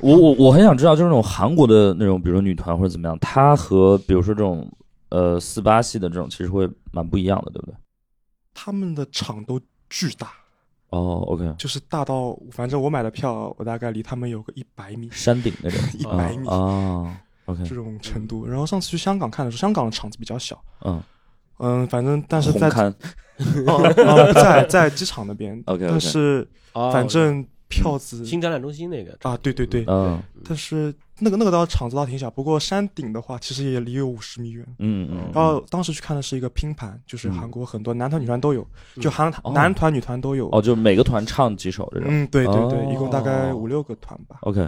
[SPEAKER 1] 我我我很想知道，就是那种韩国的那种，比如说女团或者怎么样，它和比如说这种呃四八系的这种，其实会蛮不一样的，对不对？
[SPEAKER 6] 他们的场都巨大，
[SPEAKER 1] 哦，OK，
[SPEAKER 6] 就是大到反正我买的票，我大概离他们有个一百米，
[SPEAKER 1] 山顶那种
[SPEAKER 6] 一百米
[SPEAKER 1] 啊啊，OK，
[SPEAKER 6] 这种程度。然后上次去香港看的时候，香港的场子比较小，
[SPEAKER 1] 嗯，
[SPEAKER 6] 嗯，反正但是
[SPEAKER 1] 红
[SPEAKER 6] 在 *laughs*
[SPEAKER 1] 勘
[SPEAKER 6] 哦哦在在机场那边
[SPEAKER 1] OK，OK
[SPEAKER 6] 但是
[SPEAKER 2] 哦
[SPEAKER 6] 反正票子
[SPEAKER 2] 新展览中心那个
[SPEAKER 6] 啊，对对对，
[SPEAKER 1] 嗯
[SPEAKER 6] 但是那个那个倒场子倒挺小，不过山顶的话其实也离我五十米远。
[SPEAKER 1] 嗯嗯，
[SPEAKER 6] 然后当时去看的是一个拼盘，就是
[SPEAKER 1] 嗯
[SPEAKER 6] 韩国很多男团女团都有，就韩
[SPEAKER 1] 哦
[SPEAKER 6] 男团女团都有。
[SPEAKER 1] 哦，就是每个团唱几首这种
[SPEAKER 6] 嗯，对对
[SPEAKER 1] 哦
[SPEAKER 6] 对，一共大概五六个团吧。
[SPEAKER 1] ，OK，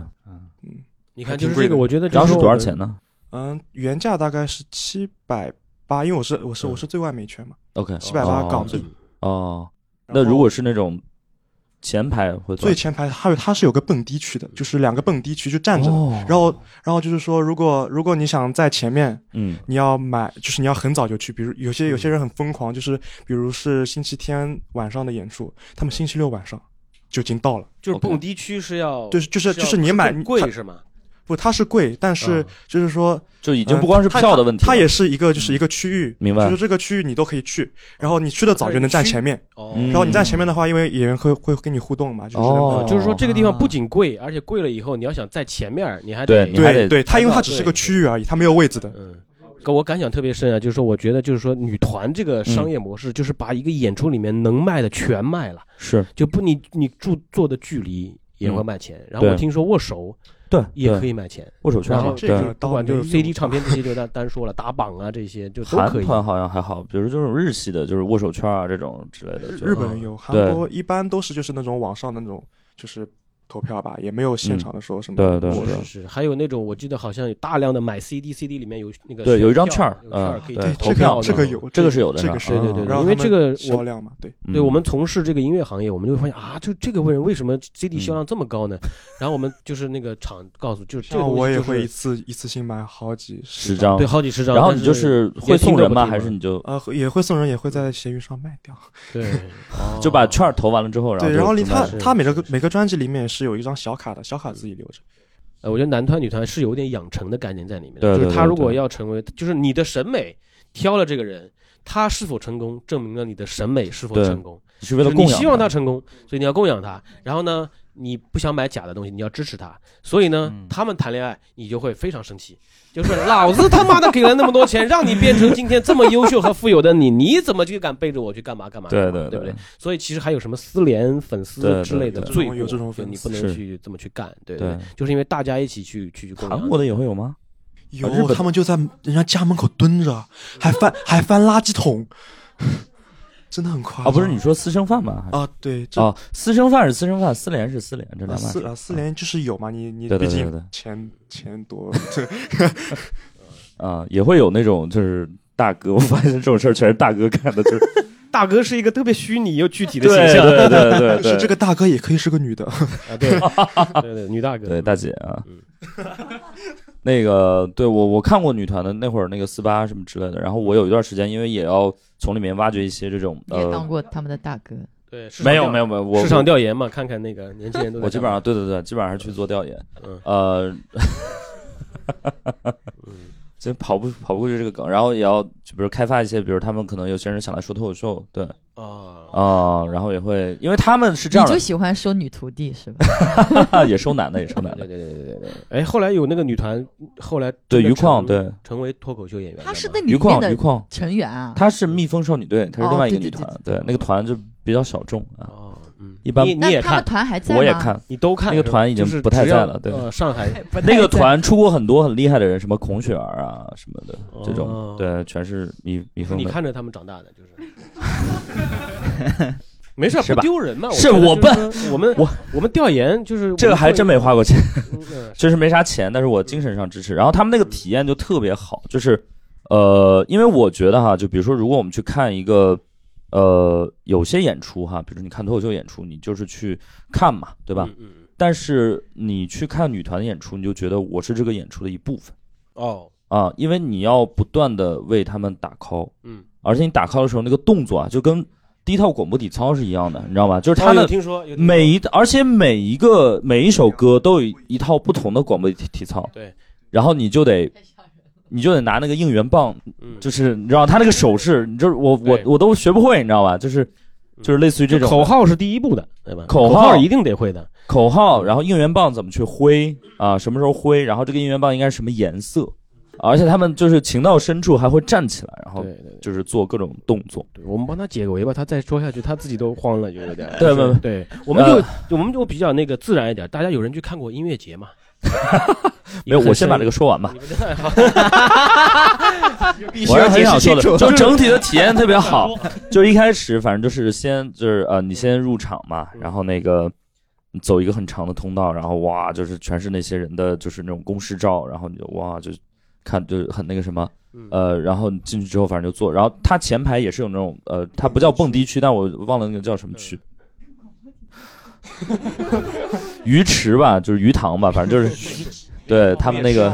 [SPEAKER 2] 你看
[SPEAKER 6] 还
[SPEAKER 2] 就
[SPEAKER 6] 挺
[SPEAKER 2] 是
[SPEAKER 6] 贵
[SPEAKER 2] 这个，
[SPEAKER 6] 的
[SPEAKER 2] 我觉得
[SPEAKER 1] 然后
[SPEAKER 2] 就是我
[SPEAKER 1] 多少
[SPEAKER 2] 们
[SPEAKER 1] 钱？呢
[SPEAKER 6] 嗯，原价大概是七百八，因为我是我是我是最外美圈嘛，
[SPEAKER 1] ？OK，
[SPEAKER 6] 780
[SPEAKER 1] 嗯哦
[SPEAKER 6] 港币
[SPEAKER 1] 哦。
[SPEAKER 6] 然
[SPEAKER 1] 那
[SPEAKER 6] 后
[SPEAKER 1] 如果是那种前排会多
[SPEAKER 6] 最
[SPEAKER 1] 少
[SPEAKER 6] 前排它有它是有个蹦迪区的，就是两个蹦迪区就站着的。
[SPEAKER 1] 哦
[SPEAKER 6] 然后，然后就是说，如果如果你想在前面，
[SPEAKER 1] 嗯
[SPEAKER 6] 你要买，就是你要很早就去。比如有些有些人很疯狂，就是比如是星期天晚上的演出，他们星期六晚上就已经到了。
[SPEAKER 2] 就是
[SPEAKER 1] OK
[SPEAKER 2] 蹦迪区是要
[SPEAKER 6] 就是就是
[SPEAKER 2] 要
[SPEAKER 6] 就是你买
[SPEAKER 2] 更
[SPEAKER 6] 你
[SPEAKER 2] 贵
[SPEAKER 6] 它
[SPEAKER 2] 是吗？
[SPEAKER 6] 不，它是贵，但
[SPEAKER 1] 嗯
[SPEAKER 6] 是就是说
[SPEAKER 1] 就已
[SPEAKER 6] 嗯
[SPEAKER 1] 经不光是票的问题了，
[SPEAKER 6] 它也是一个就是一个区域，
[SPEAKER 1] 明白
[SPEAKER 6] 就是这个区域你都可以去，然后你去的早就能站前面，
[SPEAKER 2] 哦，
[SPEAKER 1] 嗯
[SPEAKER 6] 然后你站前面的话，因为演员会会跟你互动嘛，就是
[SPEAKER 1] 哦
[SPEAKER 2] 呃就是说这个地方不仅贵，而且贵了以后，你要想在前面儿，你还得
[SPEAKER 1] 对你还
[SPEAKER 6] 对
[SPEAKER 1] 得
[SPEAKER 6] 对，它因为
[SPEAKER 2] 排到
[SPEAKER 6] 它只是
[SPEAKER 2] 队
[SPEAKER 6] 个区域而已，它没有位置的，
[SPEAKER 2] 嗯，给我感想特别深啊，就是说，我觉得就是说，女团这个商业模式，就是把一个演出里面能卖的全卖了，
[SPEAKER 1] 是
[SPEAKER 2] 就不你你著作的距离也会卖钱，然后我
[SPEAKER 1] 对
[SPEAKER 2] 听说握手
[SPEAKER 1] 对
[SPEAKER 2] 也可
[SPEAKER 1] 以
[SPEAKER 2] 以卖钱，
[SPEAKER 1] 握手券
[SPEAKER 2] 然
[SPEAKER 1] 嘛，
[SPEAKER 2] 后
[SPEAKER 6] 这个
[SPEAKER 1] 对。
[SPEAKER 2] 不
[SPEAKER 6] 倒
[SPEAKER 2] 管就是
[SPEAKER 6] 没有
[SPEAKER 2] CD 唱片这些就单单说了， *laughs* 打榜啊这些就都
[SPEAKER 1] 韩
[SPEAKER 2] 可以。
[SPEAKER 1] 团好像还好，比如这种日系的，就是握手券啊这种之类的。就
[SPEAKER 6] 日本有，韩
[SPEAKER 1] 对
[SPEAKER 6] 国一般都是就是那种网上的那种就是投票吧，也没有现场的时候什么。
[SPEAKER 1] 嗯对对
[SPEAKER 2] 是
[SPEAKER 1] 对
[SPEAKER 2] 是是，还有那种我记得好像有大量的买 CD，CD 里面有那个
[SPEAKER 1] 对，有一张
[SPEAKER 2] 券
[SPEAKER 1] 券
[SPEAKER 2] 儿
[SPEAKER 1] 儿，
[SPEAKER 2] 有券
[SPEAKER 1] 嗯
[SPEAKER 2] 儿，可以
[SPEAKER 1] 对，
[SPEAKER 6] 这
[SPEAKER 1] 投
[SPEAKER 6] 个
[SPEAKER 1] 票
[SPEAKER 6] 这
[SPEAKER 1] 那
[SPEAKER 6] 个
[SPEAKER 1] 种
[SPEAKER 6] 有
[SPEAKER 1] 这个
[SPEAKER 6] 这
[SPEAKER 1] 是有的，
[SPEAKER 6] 这个是
[SPEAKER 1] 吧
[SPEAKER 6] 有
[SPEAKER 2] 对对对
[SPEAKER 1] 嗯
[SPEAKER 6] 然后
[SPEAKER 2] 因为
[SPEAKER 6] 他们
[SPEAKER 2] 这个我
[SPEAKER 6] 销量嘛，对，
[SPEAKER 1] 嗯
[SPEAKER 2] 对我们从事这个音乐行业，我们就发现啊，就这个人为什么 CD
[SPEAKER 1] 嗯
[SPEAKER 2] 销量这么高呢？然后我们就是那个厂告诉，就是这个
[SPEAKER 6] 像
[SPEAKER 2] 东西
[SPEAKER 6] 我也
[SPEAKER 2] 就是
[SPEAKER 6] 会一次一次性买好几
[SPEAKER 1] 十
[SPEAKER 6] 十。
[SPEAKER 1] 张
[SPEAKER 2] 对，好几十张，
[SPEAKER 1] 啊然后
[SPEAKER 2] 但
[SPEAKER 1] 你就是会送人吗？
[SPEAKER 2] 也听都不听
[SPEAKER 1] 还是你就
[SPEAKER 6] 呃，也会送人，也会在闲鱼上卖掉。
[SPEAKER 2] 对
[SPEAKER 1] *laughs*
[SPEAKER 2] 哦
[SPEAKER 1] 就把券儿投完了之后，然后
[SPEAKER 6] 对，
[SPEAKER 1] 就
[SPEAKER 6] 然后你
[SPEAKER 1] 就卖
[SPEAKER 6] 他
[SPEAKER 1] 了
[SPEAKER 2] 是
[SPEAKER 6] 他每个
[SPEAKER 2] 是是
[SPEAKER 6] 每个专辑里面是有一张小卡的，小卡自己留
[SPEAKER 1] 啊
[SPEAKER 6] 着。
[SPEAKER 2] 呃，我觉得男团女团是有点养成的概念在里面的，
[SPEAKER 1] 对对
[SPEAKER 2] 就是他
[SPEAKER 1] 对
[SPEAKER 2] 如果
[SPEAKER 1] 对
[SPEAKER 2] 要成为，就是你的审美挑了这个人，他是否成功，证明了你的审美是否
[SPEAKER 1] 对
[SPEAKER 2] 成功。
[SPEAKER 1] 是为了
[SPEAKER 2] 就是
[SPEAKER 1] 供
[SPEAKER 2] 你
[SPEAKER 1] 养，
[SPEAKER 2] 希望他成功，所以你要供养他。然后呢，你不想买假的东西，你要支持他。所以呢，
[SPEAKER 4] 嗯
[SPEAKER 2] 他们谈恋爱，你就会非常生气，就是老子他妈的给了那么多钱，让你变成今天这么优秀和富有的你，你怎么就敢背着我去干嘛干嘛？
[SPEAKER 1] 对
[SPEAKER 2] 干嘛
[SPEAKER 1] 对
[SPEAKER 2] 对不
[SPEAKER 1] 对
[SPEAKER 2] 对？所以其实还有什么私联、粉
[SPEAKER 1] 对
[SPEAKER 2] 丝
[SPEAKER 1] 对
[SPEAKER 2] 之类的
[SPEAKER 1] 对
[SPEAKER 2] 罪
[SPEAKER 6] 有这种有这种
[SPEAKER 2] 过
[SPEAKER 6] 粉
[SPEAKER 2] 你不
[SPEAKER 6] 丝
[SPEAKER 2] 能
[SPEAKER 1] 是
[SPEAKER 2] 去这么去干，对
[SPEAKER 1] 对，
[SPEAKER 2] 就是因为大家一起去去去供养
[SPEAKER 1] 韩国的也会有吗？
[SPEAKER 6] 嗯
[SPEAKER 1] 啊日
[SPEAKER 6] 有，
[SPEAKER 1] 本
[SPEAKER 6] 他们就在人家家门口蹲着，还翻还翻垃圾桶， *laughs* 真的很夸张。
[SPEAKER 1] 啊，不是你说私生饭吗？还是
[SPEAKER 6] 啊，对，这
[SPEAKER 1] 哦，私生饭是私生饭，私联是私联，这两
[SPEAKER 6] 啊
[SPEAKER 1] 码
[SPEAKER 6] 四
[SPEAKER 1] 事。
[SPEAKER 6] 啊四连就是有嘛，你你
[SPEAKER 1] 对对
[SPEAKER 6] 毕
[SPEAKER 1] 对
[SPEAKER 6] 竟
[SPEAKER 1] 对对
[SPEAKER 6] 钱
[SPEAKER 1] *laughs*
[SPEAKER 6] 钱多，
[SPEAKER 1] 啊，也会有那种就是大哥，我发现这种事儿全是大哥干的，就是
[SPEAKER 2] 大哥是一个特别虚拟又具体
[SPEAKER 1] 对对对 *laughs* 对对，
[SPEAKER 6] 是这个大哥也可以是
[SPEAKER 1] *laughs*
[SPEAKER 6] 个女的。
[SPEAKER 2] 啊，对对对，女大哥，
[SPEAKER 1] 对大姐啊
[SPEAKER 2] 嗯，
[SPEAKER 1] *laughs* 那个对我我看过女团的那会儿那个四八什么之类的，然后我有一段时间因为也要从里面挖掘一些这种
[SPEAKER 3] 你也当
[SPEAKER 1] 呃，
[SPEAKER 3] 过他们的大哥，
[SPEAKER 2] 对，市场
[SPEAKER 1] 没有
[SPEAKER 2] 调
[SPEAKER 1] 没有没有，我
[SPEAKER 2] 市场调研嘛，看看那个年轻人都在
[SPEAKER 1] 我啊基
[SPEAKER 2] 干
[SPEAKER 1] 本
[SPEAKER 2] 嘛
[SPEAKER 1] 上对对对，基本上是去做调研，
[SPEAKER 2] 嗯
[SPEAKER 1] 呃， *laughs* 这跑不跑不过去这个梗，然后也要就比如开发一些，比如他们可能有些人想来说脱口秀，对
[SPEAKER 2] 啊
[SPEAKER 1] 啊、然后也会，因为他们是这
[SPEAKER 3] 你
[SPEAKER 1] 样
[SPEAKER 3] 就喜欢收女徒弟是
[SPEAKER 1] *laughs*
[SPEAKER 3] 吧？
[SPEAKER 1] 的，也收男的也收男的，
[SPEAKER 2] 对对对对对对。哎，后来有那个女团，后来
[SPEAKER 1] 对
[SPEAKER 2] 真的
[SPEAKER 1] 余况
[SPEAKER 2] 成
[SPEAKER 1] 对
[SPEAKER 2] 成为脱口秀演员了吗，
[SPEAKER 3] 她是那里
[SPEAKER 1] 余
[SPEAKER 3] 面
[SPEAKER 1] 况余
[SPEAKER 3] 的
[SPEAKER 1] 况，
[SPEAKER 3] 成员啊。
[SPEAKER 1] 她是蜜蜂少女队，她是
[SPEAKER 3] 哦
[SPEAKER 1] 另外一个
[SPEAKER 3] 对
[SPEAKER 1] 女
[SPEAKER 3] 对
[SPEAKER 1] 团，
[SPEAKER 3] 对
[SPEAKER 1] 对那个团就比较小众啊，
[SPEAKER 2] 哦，嗯，
[SPEAKER 1] 一般
[SPEAKER 2] 你你
[SPEAKER 3] 那
[SPEAKER 2] 也
[SPEAKER 3] 他
[SPEAKER 2] 看，
[SPEAKER 3] 们团还在吗？
[SPEAKER 1] 我也看，
[SPEAKER 2] 你都看
[SPEAKER 1] 那个
[SPEAKER 2] 是吧
[SPEAKER 1] 团已经
[SPEAKER 2] 就是
[SPEAKER 1] 不太
[SPEAKER 2] 只要
[SPEAKER 1] 在了对
[SPEAKER 2] 呃上海
[SPEAKER 3] 不太在，
[SPEAKER 1] 那个团出过很多很厉害的人，什么孔雪儿啊什么的这种，
[SPEAKER 2] 哦，
[SPEAKER 1] 对，全是蜜蜜蜂
[SPEAKER 2] 你
[SPEAKER 1] 的。
[SPEAKER 2] 看着他们长大的，
[SPEAKER 1] *laughs*
[SPEAKER 2] 就是。没事儿，
[SPEAKER 1] 是
[SPEAKER 2] 不
[SPEAKER 1] 吧
[SPEAKER 2] 丢人嘛。
[SPEAKER 1] 是
[SPEAKER 2] 我
[SPEAKER 1] 我
[SPEAKER 2] 觉得就是说我们
[SPEAKER 1] 我
[SPEAKER 2] 我们调研就是
[SPEAKER 1] 这个还真没花过钱，
[SPEAKER 2] 嗯嗯
[SPEAKER 1] 就是没啥钱，但是我精神上支持。然后他们那个体验就特别好，就是呃，因为我觉得哈，就比如说，如果我们去看一个呃有些演出哈，比如你看脱口秀演出，你就是去看嘛，对吧？
[SPEAKER 2] 嗯嗯嗯
[SPEAKER 1] 但是你去看女团的演出，你就觉得我是这个演出的一部分
[SPEAKER 2] 哦，
[SPEAKER 1] 啊，因为你要不断的为他们打 call，
[SPEAKER 2] 嗯，
[SPEAKER 1] 而且你打 call 的时候那个动作啊，就跟第一套广播体操是一样的，你知道吗？就是
[SPEAKER 2] 哦
[SPEAKER 1] 他
[SPEAKER 2] 有
[SPEAKER 1] 的
[SPEAKER 2] 听说有听说
[SPEAKER 1] 每一，而且每一个每一首歌都有一套不同的广播体体操，
[SPEAKER 2] 对，
[SPEAKER 1] 然后你就得，你就得拿那个应援棒，
[SPEAKER 2] 嗯
[SPEAKER 1] 就是你知道他那个手势，你就是我我
[SPEAKER 2] 对嗯
[SPEAKER 1] 我都学不会，你知道吧？就是就是类似于这种
[SPEAKER 2] 口号是第一步的，对吧？
[SPEAKER 1] 口
[SPEAKER 2] 口
[SPEAKER 1] 号
[SPEAKER 2] 一定得会的。
[SPEAKER 1] 口
[SPEAKER 2] 嗯
[SPEAKER 1] 号，然后应援棒怎么去挥啊，什么时候挥，然后这个应援棒应该是什么颜色，啊而且他们就是情到深处还会站起来，然后
[SPEAKER 2] 对对对。
[SPEAKER 1] 就是做各种动作。
[SPEAKER 2] 对，我们帮他解个围吧，他再说下去，他自己都慌了，就有点儿。
[SPEAKER 1] *laughs* 对呃
[SPEAKER 2] 就是
[SPEAKER 1] 不不
[SPEAKER 2] 对，我们就、我们就比较那个自然一点。大家有人去看过音乐节吗？
[SPEAKER 1] 没有，我先把这个说完吧。
[SPEAKER 2] 你们在好
[SPEAKER 4] 必
[SPEAKER 1] 我是很想说的，
[SPEAKER 4] 楚
[SPEAKER 1] 就整
[SPEAKER 4] *laughs*
[SPEAKER 1] 体的体验特别好。就是一开始，反正就是先就是呃，你先入场嘛，
[SPEAKER 4] 嗯
[SPEAKER 1] 然后那个走一个很长的通道，然后哇，就是全是那些人的就是那种公示照，然后你就哇就看就是很那个什么
[SPEAKER 2] 嗯。
[SPEAKER 1] 呃，然后你进去之后，反正就坐。然后它前排也是有那种，呃，它不叫蹦迪区，但我忘了那个叫什么区，鱼池吧，就是鱼塘吧，反正就是，对他们那个，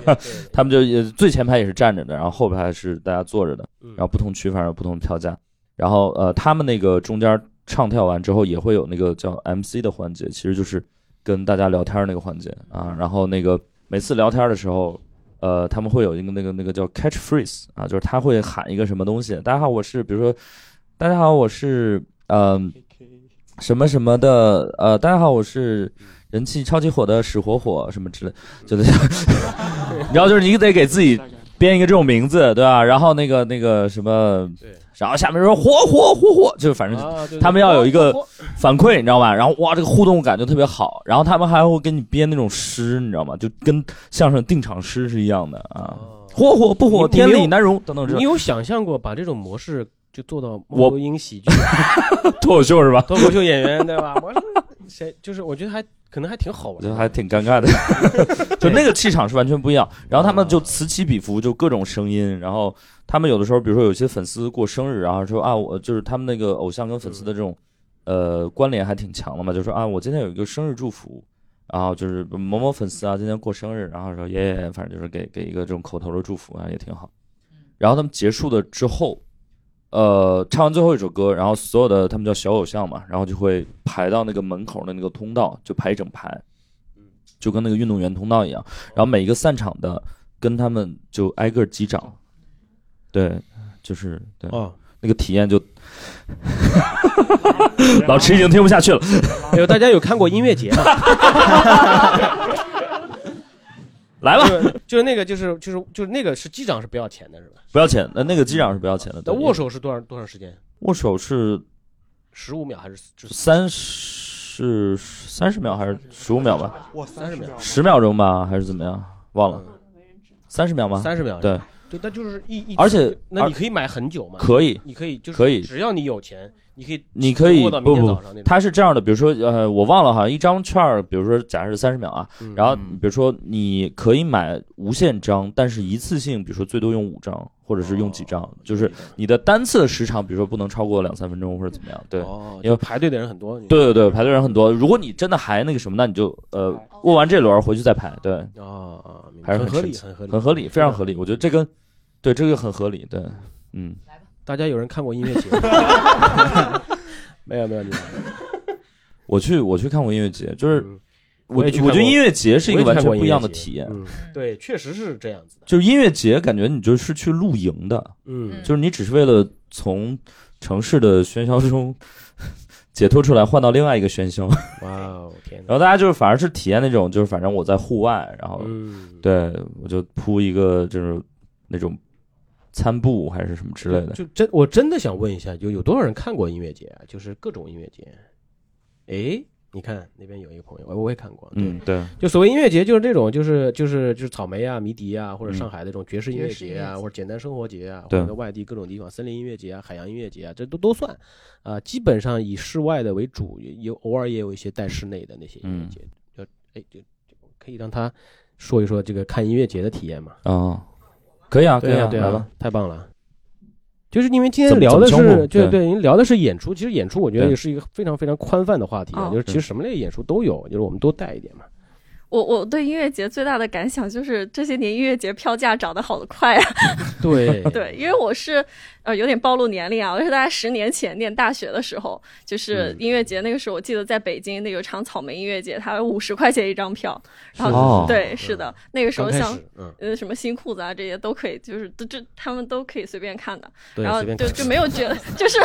[SPEAKER 1] *laughs* 他们就也最前排也是站着的，然后后排是大家坐着的，然后不同区反正有不同票价。然后呃，他们那个中间唱跳完之后，也会有那个叫 MC 的环节，其实就是跟大家聊天儿那个环节啊。然后那个每次聊天的时候，呃，他们会有一个那个那个叫 catchphrase 啊，就是他会喊一个什么东西。大家好，我是比如说，大家好，我是嗯、什么什么的，呃，大家好，我是人气超级火的史火火什么之类，
[SPEAKER 2] 嗯 *laughs*
[SPEAKER 1] 就是，然后就是你得给自己编一个这种名字，对吧？然后那个那个什么，然后下面说火火火火，就是反正
[SPEAKER 2] 啊对
[SPEAKER 1] 他们要有一个
[SPEAKER 2] 火火
[SPEAKER 1] 反馈，你知道吧？然后哇，这个互动感就特别好，然后他们还会给你编那种诗，你知道吗？就跟相声定场诗是一样的
[SPEAKER 2] 哦
[SPEAKER 1] 啊。火火不火，
[SPEAKER 2] 你你有
[SPEAKER 1] 天理难容等等这。
[SPEAKER 2] 你有想象过把这种模式就做到
[SPEAKER 1] 我
[SPEAKER 2] 猫头
[SPEAKER 1] *laughs*
[SPEAKER 2] 鹰喜剧、
[SPEAKER 1] 脱口秀是吧？
[SPEAKER 2] 脱口秀演员对吧？我说谁就是我觉得还可能还挺好
[SPEAKER 1] 我
[SPEAKER 2] 玩
[SPEAKER 1] 觉
[SPEAKER 2] 的，
[SPEAKER 1] 得还挺尴尬的，就那个气场是完全不一样。然后他们就此起彼伏，就各种声音。然后他们有的时候，比如说有些粉丝过生日，然后说啊，我就是他们那个偶像跟粉丝的这种呃关联还挺强的嘛，就说啊，我今天有一个生日祝福，然后就是某某粉丝啊，今天过生日，然后说耶耶耶，反正就是给给一个这种口头的祝福啊，也挺好。然后他们结束了之后，呃，唱完最后一首歌，然后所有的他们叫小偶像嘛，然后就会排到那个门口的那个通道，就排一整排，就跟那个运动员通道一样。然后每一个散场的跟他们就挨个击掌，对，就是对，
[SPEAKER 2] 哦
[SPEAKER 1] 那个体验就，老池已经听不下去了。
[SPEAKER 2] 哎呦，大家有看过音乐节吗？
[SPEAKER 1] *laughs* 来吧，
[SPEAKER 2] 就是就是那个就是就是就是那个是机长是不要钱的是吧？
[SPEAKER 1] 不要钱，呃那那个击掌是不要钱的。对
[SPEAKER 2] 那握手是多少多少时间？
[SPEAKER 1] 握手是
[SPEAKER 2] 十五秒还是就是
[SPEAKER 1] 三十三十秒还是十五秒吧？
[SPEAKER 6] 哇，
[SPEAKER 2] 三十秒？
[SPEAKER 1] 十秒钟吧，还是怎么样？忘了，三十秒吗？
[SPEAKER 2] 嗯三十秒
[SPEAKER 1] 对，
[SPEAKER 2] 对，那就是一一
[SPEAKER 1] 而且
[SPEAKER 2] 那
[SPEAKER 1] 而
[SPEAKER 2] 你可以买很久嘛？
[SPEAKER 1] 可以，
[SPEAKER 2] 你可以就是
[SPEAKER 1] 可以
[SPEAKER 2] 只要你有钱，你可以
[SPEAKER 1] 你可以
[SPEAKER 2] 握到
[SPEAKER 1] 不
[SPEAKER 2] 明天
[SPEAKER 1] 不
[SPEAKER 2] 早上那，种。
[SPEAKER 1] 它是这样的，比如说呃，我忘了，好像一张券儿，比如说假设是三十秒啊，
[SPEAKER 2] 嗯
[SPEAKER 1] 然后比如说你可以买无限张，但是一次性，比如说最多用五张，或者是用几张，就是你的单次的时长，比如说不能超过两三分钟或者怎么样，对。
[SPEAKER 2] 哦，
[SPEAKER 1] 因
[SPEAKER 2] 因
[SPEAKER 1] 为
[SPEAKER 2] 为排队的人很多。你
[SPEAKER 1] 对对对，排队人很多。如果你真的还那个什么，那你就呃握完这轮儿回去再排，对，
[SPEAKER 2] 哦哦，明白
[SPEAKER 1] 还是
[SPEAKER 2] 很
[SPEAKER 1] 很
[SPEAKER 2] 合
[SPEAKER 1] 神
[SPEAKER 2] 理，
[SPEAKER 1] 奇
[SPEAKER 2] 很合理，
[SPEAKER 1] 很合理，非常合理。我觉得这跟对这个很合理，对，嗯。
[SPEAKER 2] 大家有人看过音乐节？
[SPEAKER 1] *laughs*
[SPEAKER 2] 没有没有，你
[SPEAKER 1] 我去我去看过音乐节，就是
[SPEAKER 2] 嗯
[SPEAKER 1] 我
[SPEAKER 2] 我也去看
[SPEAKER 1] 我觉得
[SPEAKER 2] 过
[SPEAKER 1] 音乐节是一个
[SPEAKER 2] 我也
[SPEAKER 1] 完
[SPEAKER 2] 看
[SPEAKER 1] 全
[SPEAKER 2] 过
[SPEAKER 1] 不一样的
[SPEAKER 2] 音乐节
[SPEAKER 1] 体验。
[SPEAKER 2] 嗯，对，确实是这样子的。
[SPEAKER 1] 就是音乐节，感觉你就是去露营的，
[SPEAKER 2] 嗯
[SPEAKER 3] 嗯
[SPEAKER 1] 就是你只是为了从城市的喧嚣中 *laughs* 解脱出来，换到另外一个喧嚣。 *laughs*
[SPEAKER 2] 哇哦，天
[SPEAKER 1] 然
[SPEAKER 2] 哪！
[SPEAKER 1] 后大家就是反而是体验那种，就是反正我在户外，然后
[SPEAKER 2] 嗯，
[SPEAKER 1] 对我就铺一个就是那种餐布还是什么之类的。
[SPEAKER 2] 就真我真的想问一下，就有多少人看过音乐节啊？就是各种音乐节。诶，你看那边有一个朋友，我我也看过。对，
[SPEAKER 1] 嗯，对，
[SPEAKER 2] 就所谓音乐节，就是这种，就是就是就是草莓啊、迷笛啊，或者
[SPEAKER 1] 嗯
[SPEAKER 2] 上海那种爵士音乐
[SPEAKER 3] 爵士音
[SPEAKER 2] 节
[SPEAKER 3] 乐
[SPEAKER 2] 啊，
[SPEAKER 3] 节
[SPEAKER 2] 或者简单生活节啊，
[SPEAKER 1] 对
[SPEAKER 2] 或者外地各种地方森林音乐节啊、海洋音乐节啊，这都都算。啊、基本上以室外的为主，也有偶尔也有一些带室内的那些音
[SPEAKER 1] 嗯
[SPEAKER 2] 乐节。就哎，就就可以让他说一说这个看音乐节的体验嘛。
[SPEAKER 1] 哦，可以啊，可
[SPEAKER 2] 嗯对
[SPEAKER 1] 以
[SPEAKER 2] 啊，对
[SPEAKER 1] 来吧
[SPEAKER 2] 啊。，太棒了！就是因为今天
[SPEAKER 1] 怎么
[SPEAKER 2] 聊的
[SPEAKER 1] 怎么称呼
[SPEAKER 2] 是，就
[SPEAKER 1] 对
[SPEAKER 2] 对，因为聊的是演出，其实演出我觉得
[SPEAKER 1] 对
[SPEAKER 2] 也是一个非常非常宽泛的话题啊，
[SPEAKER 5] 哦
[SPEAKER 2] 就是其实什么类演出都有，就是我们多带一点嘛。
[SPEAKER 7] 我我对音乐节最大的感想就是这些年音乐节票价涨得好快啊！ *laughs*
[SPEAKER 2] *laughs* 对
[SPEAKER 7] 对，因为我是呃有点暴露年龄啊，我是大概十年前念大学的时候，
[SPEAKER 2] 嗯
[SPEAKER 7] 就是音乐节那个时候，我记得在北京那有场草莓音乐节，它五十块钱一张票，然后、
[SPEAKER 1] 哦
[SPEAKER 7] 对，是的，那个时
[SPEAKER 2] 刚
[SPEAKER 7] 候
[SPEAKER 2] 开
[SPEAKER 7] 像
[SPEAKER 2] 始，嗯，
[SPEAKER 7] 呃什么新裤子啊这些都可以，就是这这他们都可以随便看的，
[SPEAKER 2] 对，
[SPEAKER 7] 然后
[SPEAKER 2] 随便
[SPEAKER 7] 就
[SPEAKER 2] 看
[SPEAKER 7] 就没有觉得 *laughs*
[SPEAKER 2] *laughs*
[SPEAKER 7] 就是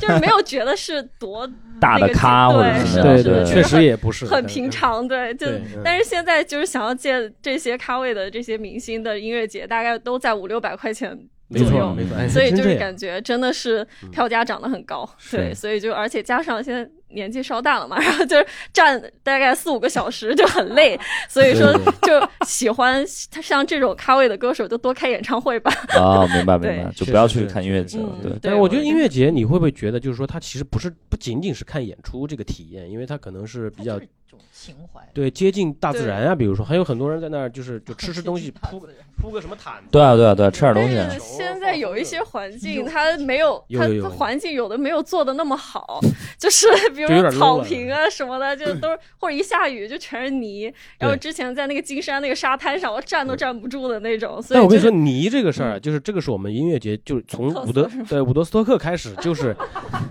[SPEAKER 7] 就是没有觉得是多
[SPEAKER 1] 大的咖或者
[SPEAKER 7] 对
[SPEAKER 1] 是
[SPEAKER 7] 是
[SPEAKER 1] 怎么
[SPEAKER 7] 的
[SPEAKER 1] 样
[SPEAKER 2] 对
[SPEAKER 7] 是的
[SPEAKER 2] 对，
[SPEAKER 7] 是
[SPEAKER 2] 确
[SPEAKER 7] 的
[SPEAKER 2] 实也不是
[SPEAKER 7] 很平。常，对，就
[SPEAKER 2] 对嗯
[SPEAKER 7] 但是现在就是想要见这些咖位的这些明星的音乐节，大概都在五六百块钱
[SPEAKER 2] 没
[SPEAKER 7] 左
[SPEAKER 2] 错，
[SPEAKER 7] 右，
[SPEAKER 2] 没错，哎
[SPEAKER 7] 所以
[SPEAKER 2] 真嗯
[SPEAKER 7] 就
[SPEAKER 2] 这
[SPEAKER 7] 是
[SPEAKER 2] 样
[SPEAKER 7] 感觉真的是票价涨得很高，对，
[SPEAKER 1] 是
[SPEAKER 7] 所以就而且加上现在年纪稍大了嘛，然后就是站大概四五个小时就很累，所以说
[SPEAKER 2] 对
[SPEAKER 7] 就喜欢他像这种咖位的歌手就多开演唱会吧，
[SPEAKER 1] 啊，明白明
[SPEAKER 7] 对
[SPEAKER 1] 白，就
[SPEAKER 2] 确
[SPEAKER 1] 不要去
[SPEAKER 2] 实是
[SPEAKER 1] 看音乐节了
[SPEAKER 7] 嗯，
[SPEAKER 1] 对。
[SPEAKER 2] 但是我觉得音
[SPEAKER 7] 为
[SPEAKER 2] 乐节，你会不会觉得就是说，它其实不是不仅仅是看演出这个体验，因为它可能是比较
[SPEAKER 3] 它就是一种情怀，
[SPEAKER 2] 对接近大自
[SPEAKER 7] 对
[SPEAKER 2] 然啊，比如说还有很多人在那儿就是就吃吃东西，
[SPEAKER 3] 大
[SPEAKER 2] 铺个铺个什么毯子，
[SPEAKER 1] 对啊，对啊，对啊，吃点东西。
[SPEAKER 7] 但是现在有一些环境，它没有，
[SPEAKER 2] 有
[SPEAKER 7] 它
[SPEAKER 2] 有有
[SPEAKER 7] 它环境有的没有做的那么好，就是比如
[SPEAKER 2] 就有
[SPEAKER 7] 说
[SPEAKER 2] 点 low
[SPEAKER 7] 草
[SPEAKER 2] 了
[SPEAKER 7] 坪啊什么的，就
[SPEAKER 2] *laughs*
[SPEAKER 7] 都是或者一下雨就全是泥。然后
[SPEAKER 2] 对
[SPEAKER 7] 之前在那个金山那个沙滩上，我站都站不住的那种。所以
[SPEAKER 2] 但我跟你
[SPEAKER 7] 就嗯
[SPEAKER 2] 说，泥这个事儿啊，就是这个是我们 *laughs* 音乐节，就是从伍德对伍德斯托克开始，就是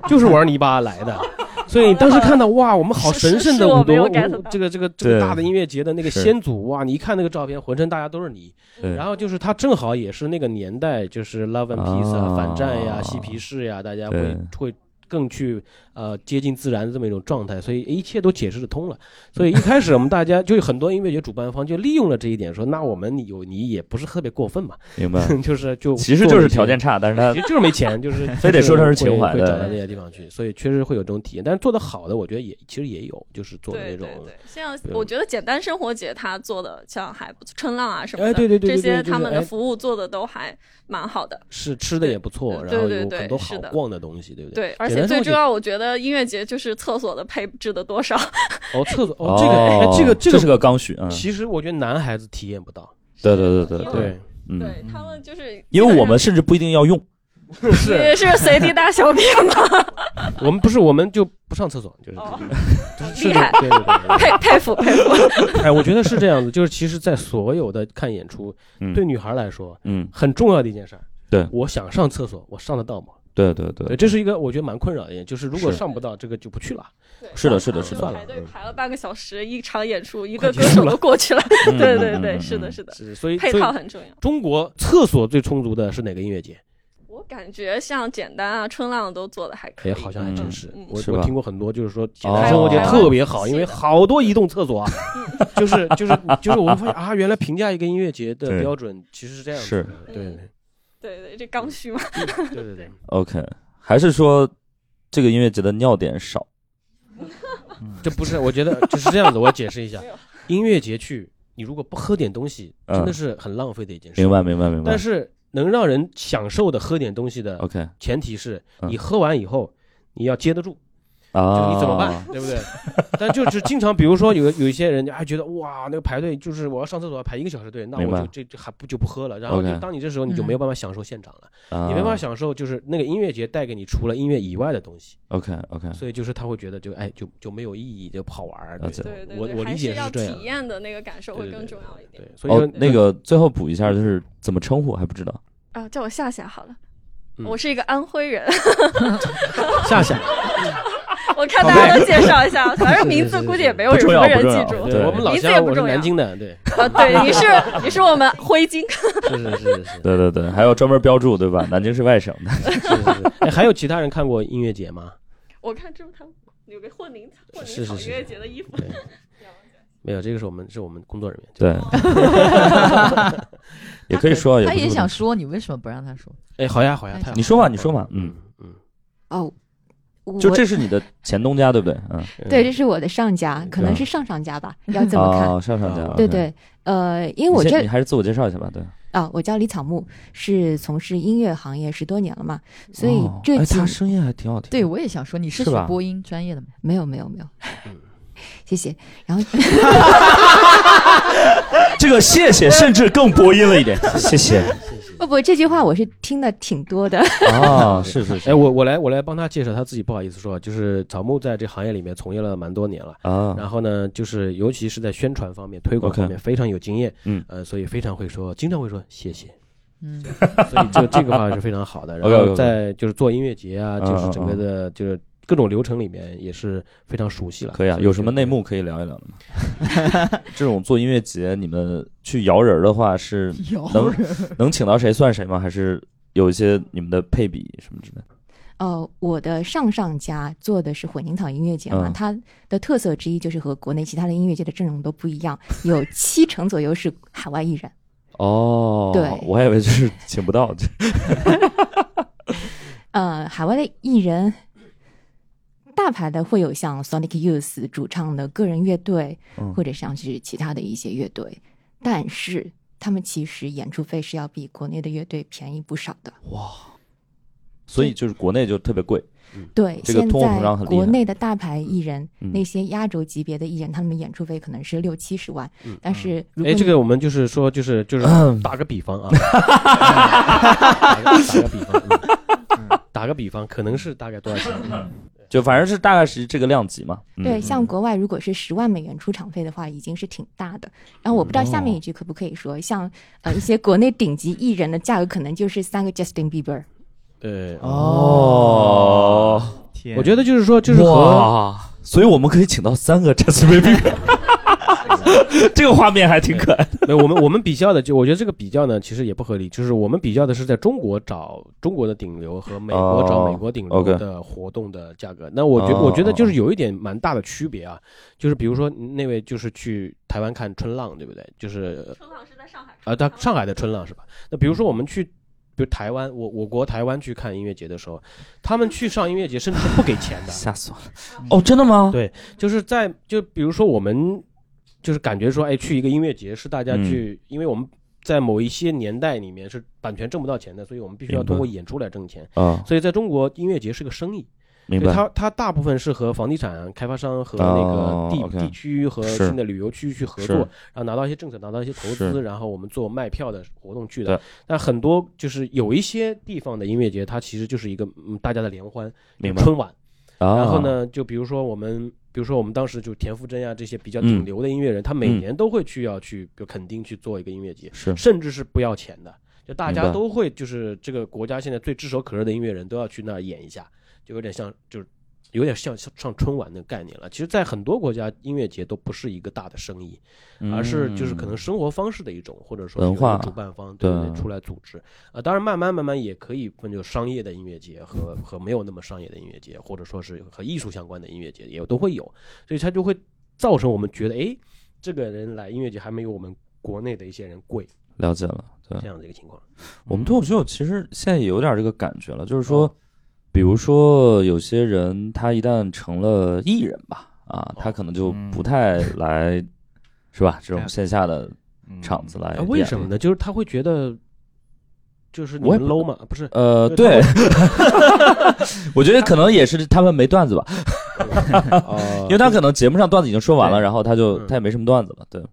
[SPEAKER 2] 就是玩泥巴来的。所以你当时看到哇，我们好神圣的
[SPEAKER 7] 是是是
[SPEAKER 2] 舞
[SPEAKER 7] 我没
[SPEAKER 2] 多，
[SPEAKER 7] 有
[SPEAKER 2] 我
[SPEAKER 7] get 到
[SPEAKER 2] 这个这个这
[SPEAKER 1] 对
[SPEAKER 2] 个大的音乐节的那个
[SPEAKER 1] 是
[SPEAKER 2] 先祖哇，你一看那个照片，浑身大家都是泥。
[SPEAKER 1] 对
[SPEAKER 2] 然后就是他正好也是那个年代，就是 Love and Peace 啊、
[SPEAKER 1] 啊
[SPEAKER 2] 反战呀、嬉皮士呀，大家会
[SPEAKER 1] 对
[SPEAKER 2] 会更去呃接近自然的这么一种状态，所以一切都解释得通了。所以一开始我们大家就有很多音乐节主办方就利用了这一点，说那我们有你也不是特别过分嘛，
[SPEAKER 1] 明
[SPEAKER 2] *laughs*
[SPEAKER 1] 白。 *laughs*
[SPEAKER 2] 就是就
[SPEAKER 1] 嗯其实就是条
[SPEAKER 2] 件。
[SPEAKER 1] 件差，但是
[SPEAKER 2] *laughs* 其
[SPEAKER 1] 他
[SPEAKER 2] 实就是没钱，
[SPEAKER 1] *laughs*
[SPEAKER 2] 就是
[SPEAKER 1] 非得说他是情怀
[SPEAKER 2] 会
[SPEAKER 1] 对
[SPEAKER 2] 会找到那些地方去，所以确实会有这种体验。但是做的好的，我觉得也其实也有，就是做的
[SPEAKER 7] 对
[SPEAKER 2] 那种
[SPEAKER 7] 对，对，像我觉得简单生活节他做的像还不错，冲浪啊什么的，
[SPEAKER 2] 哎对对对对对
[SPEAKER 7] 这些
[SPEAKER 2] 就是
[SPEAKER 7] 他们
[SPEAKER 2] 哎
[SPEAKER 7] 的服务做的都还蛮好的。
[SPEAKER 2] 是吃的也不错，
[SPEAKER 7] 对
[SPEAKER 2] 然后
[SPEAKER 7] 对
[SPEAKER 2] 有
[SPEAKER 7] 对
[SPEAKER 2] 很多
[SPEAKER 7] 是
[SPEAKER 2] 好
[SPEAKER 7] 的
[SPEAKER 2] 逛的东西，对不对？
[SPEAKER 7] 对，而
[SPEAKER 2] 简
[SPEAKER 7] 且
[SPEAKER 2] 单生活
[SPEAKER 7] 最重
[SPEAKER 2] 节
[SPEAKER 7] 要，我觉得音乐节就是厕所的配置的多少，
[SPEAKER 2] 哦，厕所哦，这个哎这个
[SPEAKER 1] 这
[SPEAKER 2] 个
[SPEAKER 1] 是个刚需，嗯，
[SPEAKER 2] 其实我觉得男孩子体验不到，
[SPEAKER 1] 对对对对
[SPEAKER 2] 对，
[SPEAKER 1] 嗯，
[SPEAKER 7] 对他们就是
[SPEAKER 1] 因为我们甚至不一定要用，
[SPEAKER 7] 是是随地大小便吗？ *laughs*
[SPEAKER 2] 我们不是我们就不上厕所，就是
[SPEAKER 7] 哦
[SPEAKER 2] 就是 *laughs* 是
[SPEAKER 7] 厉
[SPEAKER 2] 的
[SPEAKER 7] 害
[SPEAKER 2] 对对对对
[SPEAKER 7] *laughs* 佩佩服佩服，
[SPEAKER 2] 对，哎，我觉得是这样子，就是其实，在所有的看演出，
[SPEAKER 1] 嗯
[SPEAKER 2] 对女孩来说
[SPEAKER 1] 嗯，
[SPEAKER 2] 很重要的一件事儿。
[SPEAKER 1] 对
[SPEAKER 2] 我想上厕所，我上得到吗？
[SPEAKER 1] 对对
[SPEAKER 2] 对，
[SPEAKER 1] 对，
[SPEAKER 2] 这是一个我觉得蛮困扰的一点，就是如果
[SPEAKER 1] 是
[SPEAKER 2] 上不到，这个就不去了。
[SPEAKER 7] 对
[SPEAKER 1] 是的是的是的
[SPEAKER 7] 他们排队排了半个小时，一场演出，一
[SPEAKER 2] 嗯快
[SPEAKER 7] 个
[SPEAKER 2] 结
[SPEAKER 7] 歌
[SPEAKER 2] 束
[SPEAKER 7] 手
[SPEAKER 2] 了
[SPEAKER 7] 都过去了。
[SPEAKER 1] 嗯
[SPEAKER 7] 对对对，
[SPEAKER 1] 嗯
[SPEAKER 7] 是的
[SPEAKER 1] 嗯
[SPEAKER 7] 是的，
[SPEAKER 2] 是，所以
[SPEAKER 7] 配
[SPEAKER 2] 所以
[SPEAKER 7] 套很重要。
[SPEAKER 2] 中国厕所最充足的是哪个音乐节？
[SPEAKER 7] 我感觉像简单啊、春浪都做的还可
[SPEAKER 2] 哎，
[SPEAKER 7] 以，
[SPEAKER 2] 好像还真是
[SPEAKER 7] 嗯。
[SPEAKER 2] 我
[SPEAKER 1] 是
[SPEAKER 2] 我
[SPEAKER 1] 吧
[SPEAKER 2] 听过很多，就是说简
[SPEAKER 1] 哦
[SPEAKER 2] 单生活节特别好，
[SPEAKER 7] 还有嗯
[SPEAKER 2] 因为好多移动厕所啊， *laughs* 就是就是就是我们发现啊，原来评价一个音乐节的
[SPEAKER 1] 对
[SPEAKER 2] 标准其实是这样子
[SPEAKER 1] 是
[SPEAKER 2] 的，对
[SPEAKER 7] 嗯对对，这刚需嘛。
[SPEAKER 2] 对对对对，
[SPEAKER 1] 嗯 OK，还是说这个音乐节的尿点少？
[SPEAKER 2] 这不是，我觉得就是这样子，我解释一下
[SPEAKER 7] *laughs* 没有，
[SPEAKER 2] 音乐节去你如果不喝点东西，
[SPEAKER 1] 嗯
[SPEAKER 2] 真的是很浪费的一件事。
[SPEAKER 1] 明白明白明白
[SPEAKER 2] 但。是能让人享受的喝点东西的
[SPEAKER 1] OK
[SPEAKER 2] 前提是
[SPEAKER 1] 嗯
[SPEAKER 2] 你喝完以后你要接得住。就
[SPEAKER 1] 啊，
[SPEAKER 2] 你怎么
[SPEAKER 1] *laughs*
[SPEAKER 2] 办，？对不对？但就是经常，比如说有有一些人还觉得哇，那个排队就是我要上厕所要排一个小时队，那
[SPEAKER 1] 明
[SPEAKER 2] 我
[SPEAKER 1] 白
[SPEAKER 2] 就这这还不就不喝了。然后
[SPEAKER 1] OK
[SPEAKER 2] 就当你这时候你就没有办法享受现场了，
[SPEAKER 1] 啊、
[SPEAKER 2] 你没办法享受就是那个音乐节带给你除了音乐以外的东西，
[SPEAKER 1] OK OK，
[SPEAKER 2] 所以就是他会觉得就哎就就没有意义，就不好玩儿。
[SPEAKER 1] 嗯了解
[SPEAKER 7] 对对对，
[SPEAKER 2] 我我理
[SPEAKER 7] 还
[SPEAKER 2] 解
[SPEAKER 7] 是
[SPEAKER 2] 是
[SPEAKER 7] 要
[SPEAKER 2] 这样
[SPEAKER 7] 体验的那个感受
[SPEAKER 2] 对
[SPEAKER 7] 会
[SPEAKER 2] 对对
[SPEAKER 7] 更重要一点
[SPEAKER 2] 对，所以
[SPEAKER 1] 哦
[SPEAKER 2] 说，
[SPEAKER 1] 那个最后补一下，就是怎么称呼还不知道。
[SPEAKER 7] 啊。叫我夏夏好了。
[SPEAKER 2] 嗯
[SPEAKER 7] 我是一个安
[SPEAKER 2] *laughs*
[SPEAKER 7] 徽人，
[SPEAKER 2] 夏夏，
[SPEAKER 1] *laughs*
[SPEAKER 7] 我看大家都介绍一下，反正名字估计也没有什
[SPEAKER 1] 不重
[SPEAKER 7] 么
[SPEAKER 1] 要
[SPEAKER 7] 人
[SPEAKER 1] 不重
[SPEAKER 7] 记
[SPEAKER 1] 要
[SPEAKER 7] 住。
[SPEAKER 2] 对
[SPEAKER 1] 对
[SPEAKER 2] 我们老
[SPEAKER 7] 名字
[SPEAKER 2] 乡，
[SPEAKER 7] 也不
[SPEAKER 2] 我是
[SPEAKER 7] 重要
[SPEAKER 2] 南京的，
[SPEAKER 7] *laughs*
[SPEAKER 2] 对，
[SPEAKER 7] 啊，对，你是你是我们徽京，
[SPEAKER 2] 是是是是是
[SPEAKER 1] 对对对，还有专门标注对吧？南京是外省的，
[SPEAKER 2] 是是。哎，还有其他人看过音乐节吗？
[SPEAKER 7] 我看这他们有个混宁混
[SPEAKER 2] 是是
[SPEAKER 7] 宁草
[SPEAKER 2] 是
[SPEAKER 7] 音乐节的衣服， *laughs*
[SPEAKER 2] 对，没有，这个是我们是我们工作人员。
[SPEAKER 8] *laughs*
[SPEAKER 1] 对，也可以说，
[SPEAKER 3] 他
[SPEAKER 1] 也
[SPEAKER 3] 也
[SPEAKER 1] 不是
[SPEAKER 3] 想说，你为什么不让他说？
[SPEAKER 2] 哎，好呀好呀，太好了
[SPEAKER 1] 你说吧你说吧嗯
[SPEAKER 2] 嗯，
[SPEAKER 8] 哦，我
[SPEAKER 1] 就这是你的前东家对不对？嗯，啊
[SPEAKER 2] 嗯
[SPEAKER 8] 对，这是我的上家，可能是上上家吧，要这么看。
[SPEAKER 1] 哦，上上家
[SPEAKER 2] 啊，
[SPEAKER 1] OK
[SPEAKER 8] 对。对，呃，因为我
[SPEAKER 1] 你先
[SPEAKER 8] 这
[SPEAKER 1] 你还是自我介绍一下吧，对。
[SPEAKER 8] 啊，我叫李草木，是从事音乐行业十多年了嘛，所以
[SPEAKER 1] 哦
[SPEAKER 8] 这
[SPEAKER 1] 哎，
[SPEAKER 8] 几
[SPEAKER 1] 他声音还挺好听。
[SPEAKER 3] 对，我也想说，你是
[SPEAKER 1] 是
[SPEAKER 3] 学
[SPEAKER 1] 吧
[SPEAKER 3] 播音专业的吗？
[SPEAKER 8] 没有没有没有
[SPEAKER 2] 嗯，
[SPEAKER 8] *laughs* 谢谢。然后
[SPEAKER 1] 这个谢 *laughs* 谢，甚至更播音了一点。 *laughs* 谢谢。
[SPEAKER 8] 不不，这句话我是听的挺多的。
[SPEAKER 1] 啊，是是是
[SPEAKER 2] 哎，我我来我来帮他介绍，他自己不好意思说，啊就是草木在这行业里面从业了蛮多年了。
[SPEAKER 1] 啊，
[SPEAKER 2] 然后呢，就是尤其是在宣传方面、推广方面非常有经验，
[SPEAKER 1] 嗯
[SPEAKER 2] 呃，所以非常会说，经常会说谢谢，
[SPEAKER 1] *laughs*
[SPEAKER 3] 嗯，
[SPEAKER 2] 所以这这个话是非常好的。然
[SPEAKER 1] OK，OK，OK
[SPEAKER 2] 后在就是做音乐节啊，
[SPEAKER 1] 嗯
[SPEAKER 2] 就是整个的就是各种流程里面也是非常熟悉了。
[SPEAKER 1] 可以啊，
[SPEAKER 2] 所
[SPEAKER 1] 有什么
[SPEAKER 2] 就
[SPEAKER 1] 内幕可以聊一聊的吗？ *laughs* 这种做音乐节，你们去摇人儿的话是
[SPEAKER 3] 有
[SPEAKER 1] 能能请到谁算谁吗？还是有一些你们的配比什么之类的？
[SPEAKER 8] 呃，我的上上家做的是混凝土音乐节嘛，
[SPEAKER 1] 嗯
[SPEAKER 8] 它的特色之一就是和国内其他的音乐节的阵容都不一样，有七成左右是海外艺人。
[SPEAKER 1] 哦，
[SPEAKER 8] 对
[SPEAKER 1] 我还以为就是请不到，
[SPEAKER 8] *laughs* 呃，海外的艺人，大牌的会有像 Sonic Youth 主唱的个人乐队，
[SPEAKER 1] 嗯
[SPEAKER 8] 或者像是其他的一些乐队，但是他们其实演出费是要比国内的乐队便宜不少的。
[SPEAKER 1] *laughs* 所以就是国内就特别贵。
[SPEAKER 8] 对，
[SPEAKER 1] 这个
[SPEAKER 8] 现
[SPEAKER 1] 通货膨
[SPEAKER 8] 在
[SPEAKER 1] 胀很厉害
[SPEAKER 8] 国内的大牌艺人，
[SPEAKER 1] 嗯
[SPEAKER 8] 那些压轴级别的艺人，他们演出费可能是六七十万，
[SPEAKER 2] 嗯
[SPEAKER 8] 但是如果
[SPEAKER 2] 哎，
[SPEAKER 8] 你
[SPEAKER 2] 这个我们就是说，就是就是
[SPEAKER 1] 嗯
[SPEAKER 2] 打个比
[SPEAKER 1] *laughs*
[SPEAKER 2] 方啊，哎打个打个比方，嗯打个比方，可能是大概多少钱？
[SPEAKER 1] 就反正是大概是这个量级嘛。嗯
[SPEAKER 8] 对，像国外如果是十万美元出场费的话，已经是挺大的。然后我不知道下面
[SPEAKER 1] 哦
[SPEAKER 8] 一句可不可以说，像呃一些国内顶级艺人
[SPEAKER 4] 哦
[SPEAKER 8] 的价格可能就是三个 Justin Bieber。
[SPEAKER 2] 对，
[SPEAKER 1] 哦，
[SPEAKER 4] 天，
[SPEAKER 2] 我觉得就是说，就是和
[SPEAKER 1] 哇，所以我们可以请到三个 Chessbaby，这个画面还挺可爱的。
[SPEAKER 2] 没有我们我们比较的，就我觉得这个比较呢，其实也不合理。就是我们比较的是在中国找中国的顶流和美国找美国顶流
[SPEAKER 1] 哦，OK
[SPEAKER 2] 的活动的价格。那我觉
[SPEAKER 1] 哦
[SPEAKER 2] 我觉得就是有一点蛮大的区别啊，就是比如说那位就是去台湾看春浪，对不对？就是
[SPEAKER 7] 春浪是在上海
[SPEAKER 2] 啊，到上海的春浪是吧？那比如说我们去，比如台湾，我我国台湾去看音乐节的时候，他们去上音乐节甚至是不给钱的，
[SPEAKER 1] 吓死我了！哦，真的吗？
[SPEAKER 2] 对，就是在就比如说我们就是感觉说，哎，去一个音乐节是大家
[SPEAKER 1] 嗯
[SPEAKER 2] 去，因为我们在某一些年代里面是版权挣不到钱的，所以我们必须要
[SPEAKER 1] 明白
[SPEAKER 2] 通过演出来挣钱。
[SPEAKER 1] 啊，
[SPEAKER 2] 所以在中国，音乐节是个生意，
[SPEAKER 1] 明
[SPEAKER 2] 对
[SPEAKER 1] 白。
[SPEAKER 2] 它它大部分是和房地产开发商和那
[SPEAKER 1] 哦
[SPEAKER 2] 个地、
[SPEAKER 1] OK
[SPEAKER 2] 地区和
[SPEAKER 1] 是
[SPEAKER 2] 新的旅游区去合
[SPEAKER 1] 是
[SPEAKER 2] 作，然后拿到一些政策，拿到一些投
[SPEAKER 1] 是
[SPEAKER 2] 资，然后我们做卖票的活动去的
[SPEAKER 1] 对。
[SPEAKER 2] 但很多就是有一些地方的音乐节，它其实就是一个嗯大家的联欢，
[SPEAKER 1] 明白啊
[SPEAKER 2] 春晚。
[SPEAKER 1] 然
[SPEAKER 2] 然后？呢，就比如说我们，比如说我们当时就田馥甄啊呀这些比较顶
[SPEAKER 1] 嗯
[SPEAKER 2] 流的音乐人，他每
[SPEAKER 1] 嗯
[SPEAKER 2] 年都会去要去，比如垦丁去做一个音乐节，
[SPEAKER 1] 是
[SPEAKER 2] 甚至是不要钱的，就大
[SPEAKER 1] 明
[SPEAKER 2] 家
[SPEAKER 1] 白
[SPEAKER 2] 都会，就是这个国家现在最炙手可热的音乐人都要去那儿演一下，就有点像，就是有点像像上春晚那个概念了。其实，在很多国家，音乐节都不是一个大的生意，而啊是就是可能
[SPEAKER 1] 是
[SPEAKER 2] 生活方式的一种，或者说
[SPEAKER 1] 嗯文
[SPEAKER 2] 有一个
[SPEAKER 1] 化
[SPEAKER 2] 主办方对不对
[SPEAKER 1] 对
[SPEAKER 2] 出来组织啊。当然，慢慢慢慢也可以分就商业的音乐节和和没有那么商业的音乐节，或者说是和艺术相关的音乐节也都会有，所以它就会造成我们觉得，哎，这个人来音乐节还没有我们国内的一些人贵
[SPEAKER 1] 了解了。对
[SPEAKER 2] 这，样的一个情况。
[SPEAKER 1] 我们脱口秀其实现在也有点这个感觉了，就是说，比如说有些人他一旦成了艺人吧，啊，他可能就不太来，是吧？这种线下的
[SPEAKER 4] 嗯
[SPEAKER 1] 场子来
[SPEAKER 2] 啊，
[SPEAKER 1] 演。
[SPEAKER 2] 为什么呢？就是他会觉得，就是你
[SPEAKER 1] 我也
[SPEAKER 2] 们
[SPEAKER 1] 不
[SPEAKER 2] low 嘛，啊不是
[SPEAKER 1] 呃，对， *laughs* 我觉得可能也是他们没段子吧， *laughs*
[SPEAKER 2] 哦
[SPEAKER 1] 因为他可能节目上段子已经说完了，
[SPEAKER 4] 对
[SPEAKER 1] 然后他就
[SPEAKER 2] 嗯
[SPEAKER 1] 他也没什么段子了，对，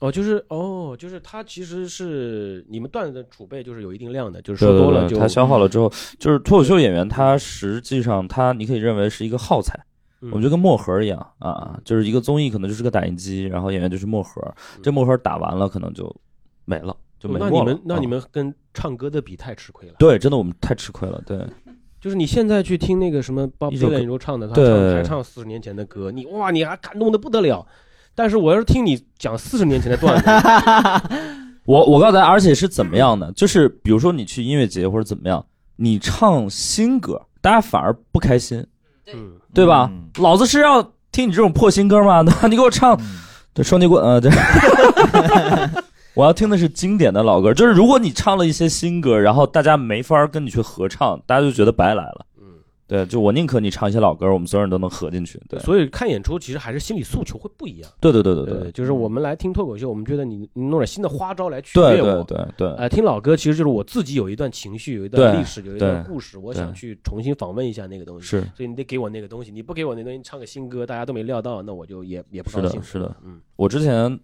[SPEAKER 2] 哦，就是哦，就是他其实是你们段子的储备就是有一定量的，就是
[SPEAKER 1] 对
[SPEAKER 2] 说
[SPEAKER 1] 对
[SPEAKER 2] 多了
[SPEAKER 1] 对，
[SPEAKER 2] 就
[SPEAKER 1] 他消耗了之后，就是脱口秀演员，他实际上他你可以认为是一个耗材，
[SPEAKER 2] 嗯
[SPEAKER 1] 我们就跟墨盒一样啊，就是一个综艺可能就是个打印机，然后演员就是墨盒，这墨盒打完了可能就没了，就没
[SPEAKER 2] 嗯哦
[SPEAKER 1] 墨
[SPEAKER 2] 那你
[SPEAKER 1] 了
[SPEAKER 2] 们那
[SPEAKER 1] 啊
[SPEAKER 2] 你们跟唱歌的比太吃亏了。
[SPEAKER 1] 对，真的我们太吃亏了，对，
[SPEAKER 2] 就是你现在去听那个什么 Bob
[SPEAKER 1] 一首歌
[SPEAKER 2] Dylan 演唱的，他
[SPEAKER 1] 对
[SPEAKER 2] 唱还唱四十年前的歌，你哇，你还感动的不得了。但是我要是听你讲四十年前的段子，
[SPEAKER 1] 我我告诉大家，而且是怎么样呢？就是比如说你去音乐节或者怎么样，你唱新歌，大家反而不开心，
[SPEAKER 2] 嗯，
[SPEAKER 1] 对吧？
[SPEAKER 4] 嗯
[SPEAKER 1] 老子是要听你这种破新歌吗？ *laughs* 那你给我唱
[SPEAKER 4] 嗯
[SPEAKER 1] 对，双截棍，呃，对。 *laughs* 我要听的是经典的老歌，就是如果你唱了一些新歌，然后大家没法儿跟你去合唱，大家就觉得白来了。
[SPEAKER 2] 嗯，
[SPEAKER 1] 对，就我宁可你唱一些老歌，我们所有人都能合进去。对，
[SPEAKER 2] 所以看演出其实还是心理诉求会不一样。
[SPEAKER 1] 对对对对对嗯
[SPEAKER 2] 对，就是我们来听脱口秀，我们觉得你你弄点新的花招来取
[SPEAKER 1] 对
[SPEAKER 2] 悦
[SPEAKER 1] 对
[SPEAKER 2] 我。
[SPEAKER 1] 对对，
[SPEAKER 2] 呃，听老歌其实就是我自己有一段情绪，有一段
[SPEAKER 1] 对
[SPEAKER 2] 历史，有一段
[SPEAKER 1] 对
[SPEAKER 2] 故事，我
[SPEAKER 1] 对
[SPEAKER 2] 想去重新访问一下那个东西。
[SPEAKER 1] 是
[SPEAKER 2] 所以你得给我那个东西，你不给我那东西，你唱个新歌，大家都没料到，那我就也也不
[SPEAKER 1] 是
[SPEAKER 2] 高
[SPEAKER 1] 的
[SPEAKER 2] 兴。
[SPEAKER 1] 是的，
[SPEAKER 2] 嗯，
[SPEAKER 1] 我之前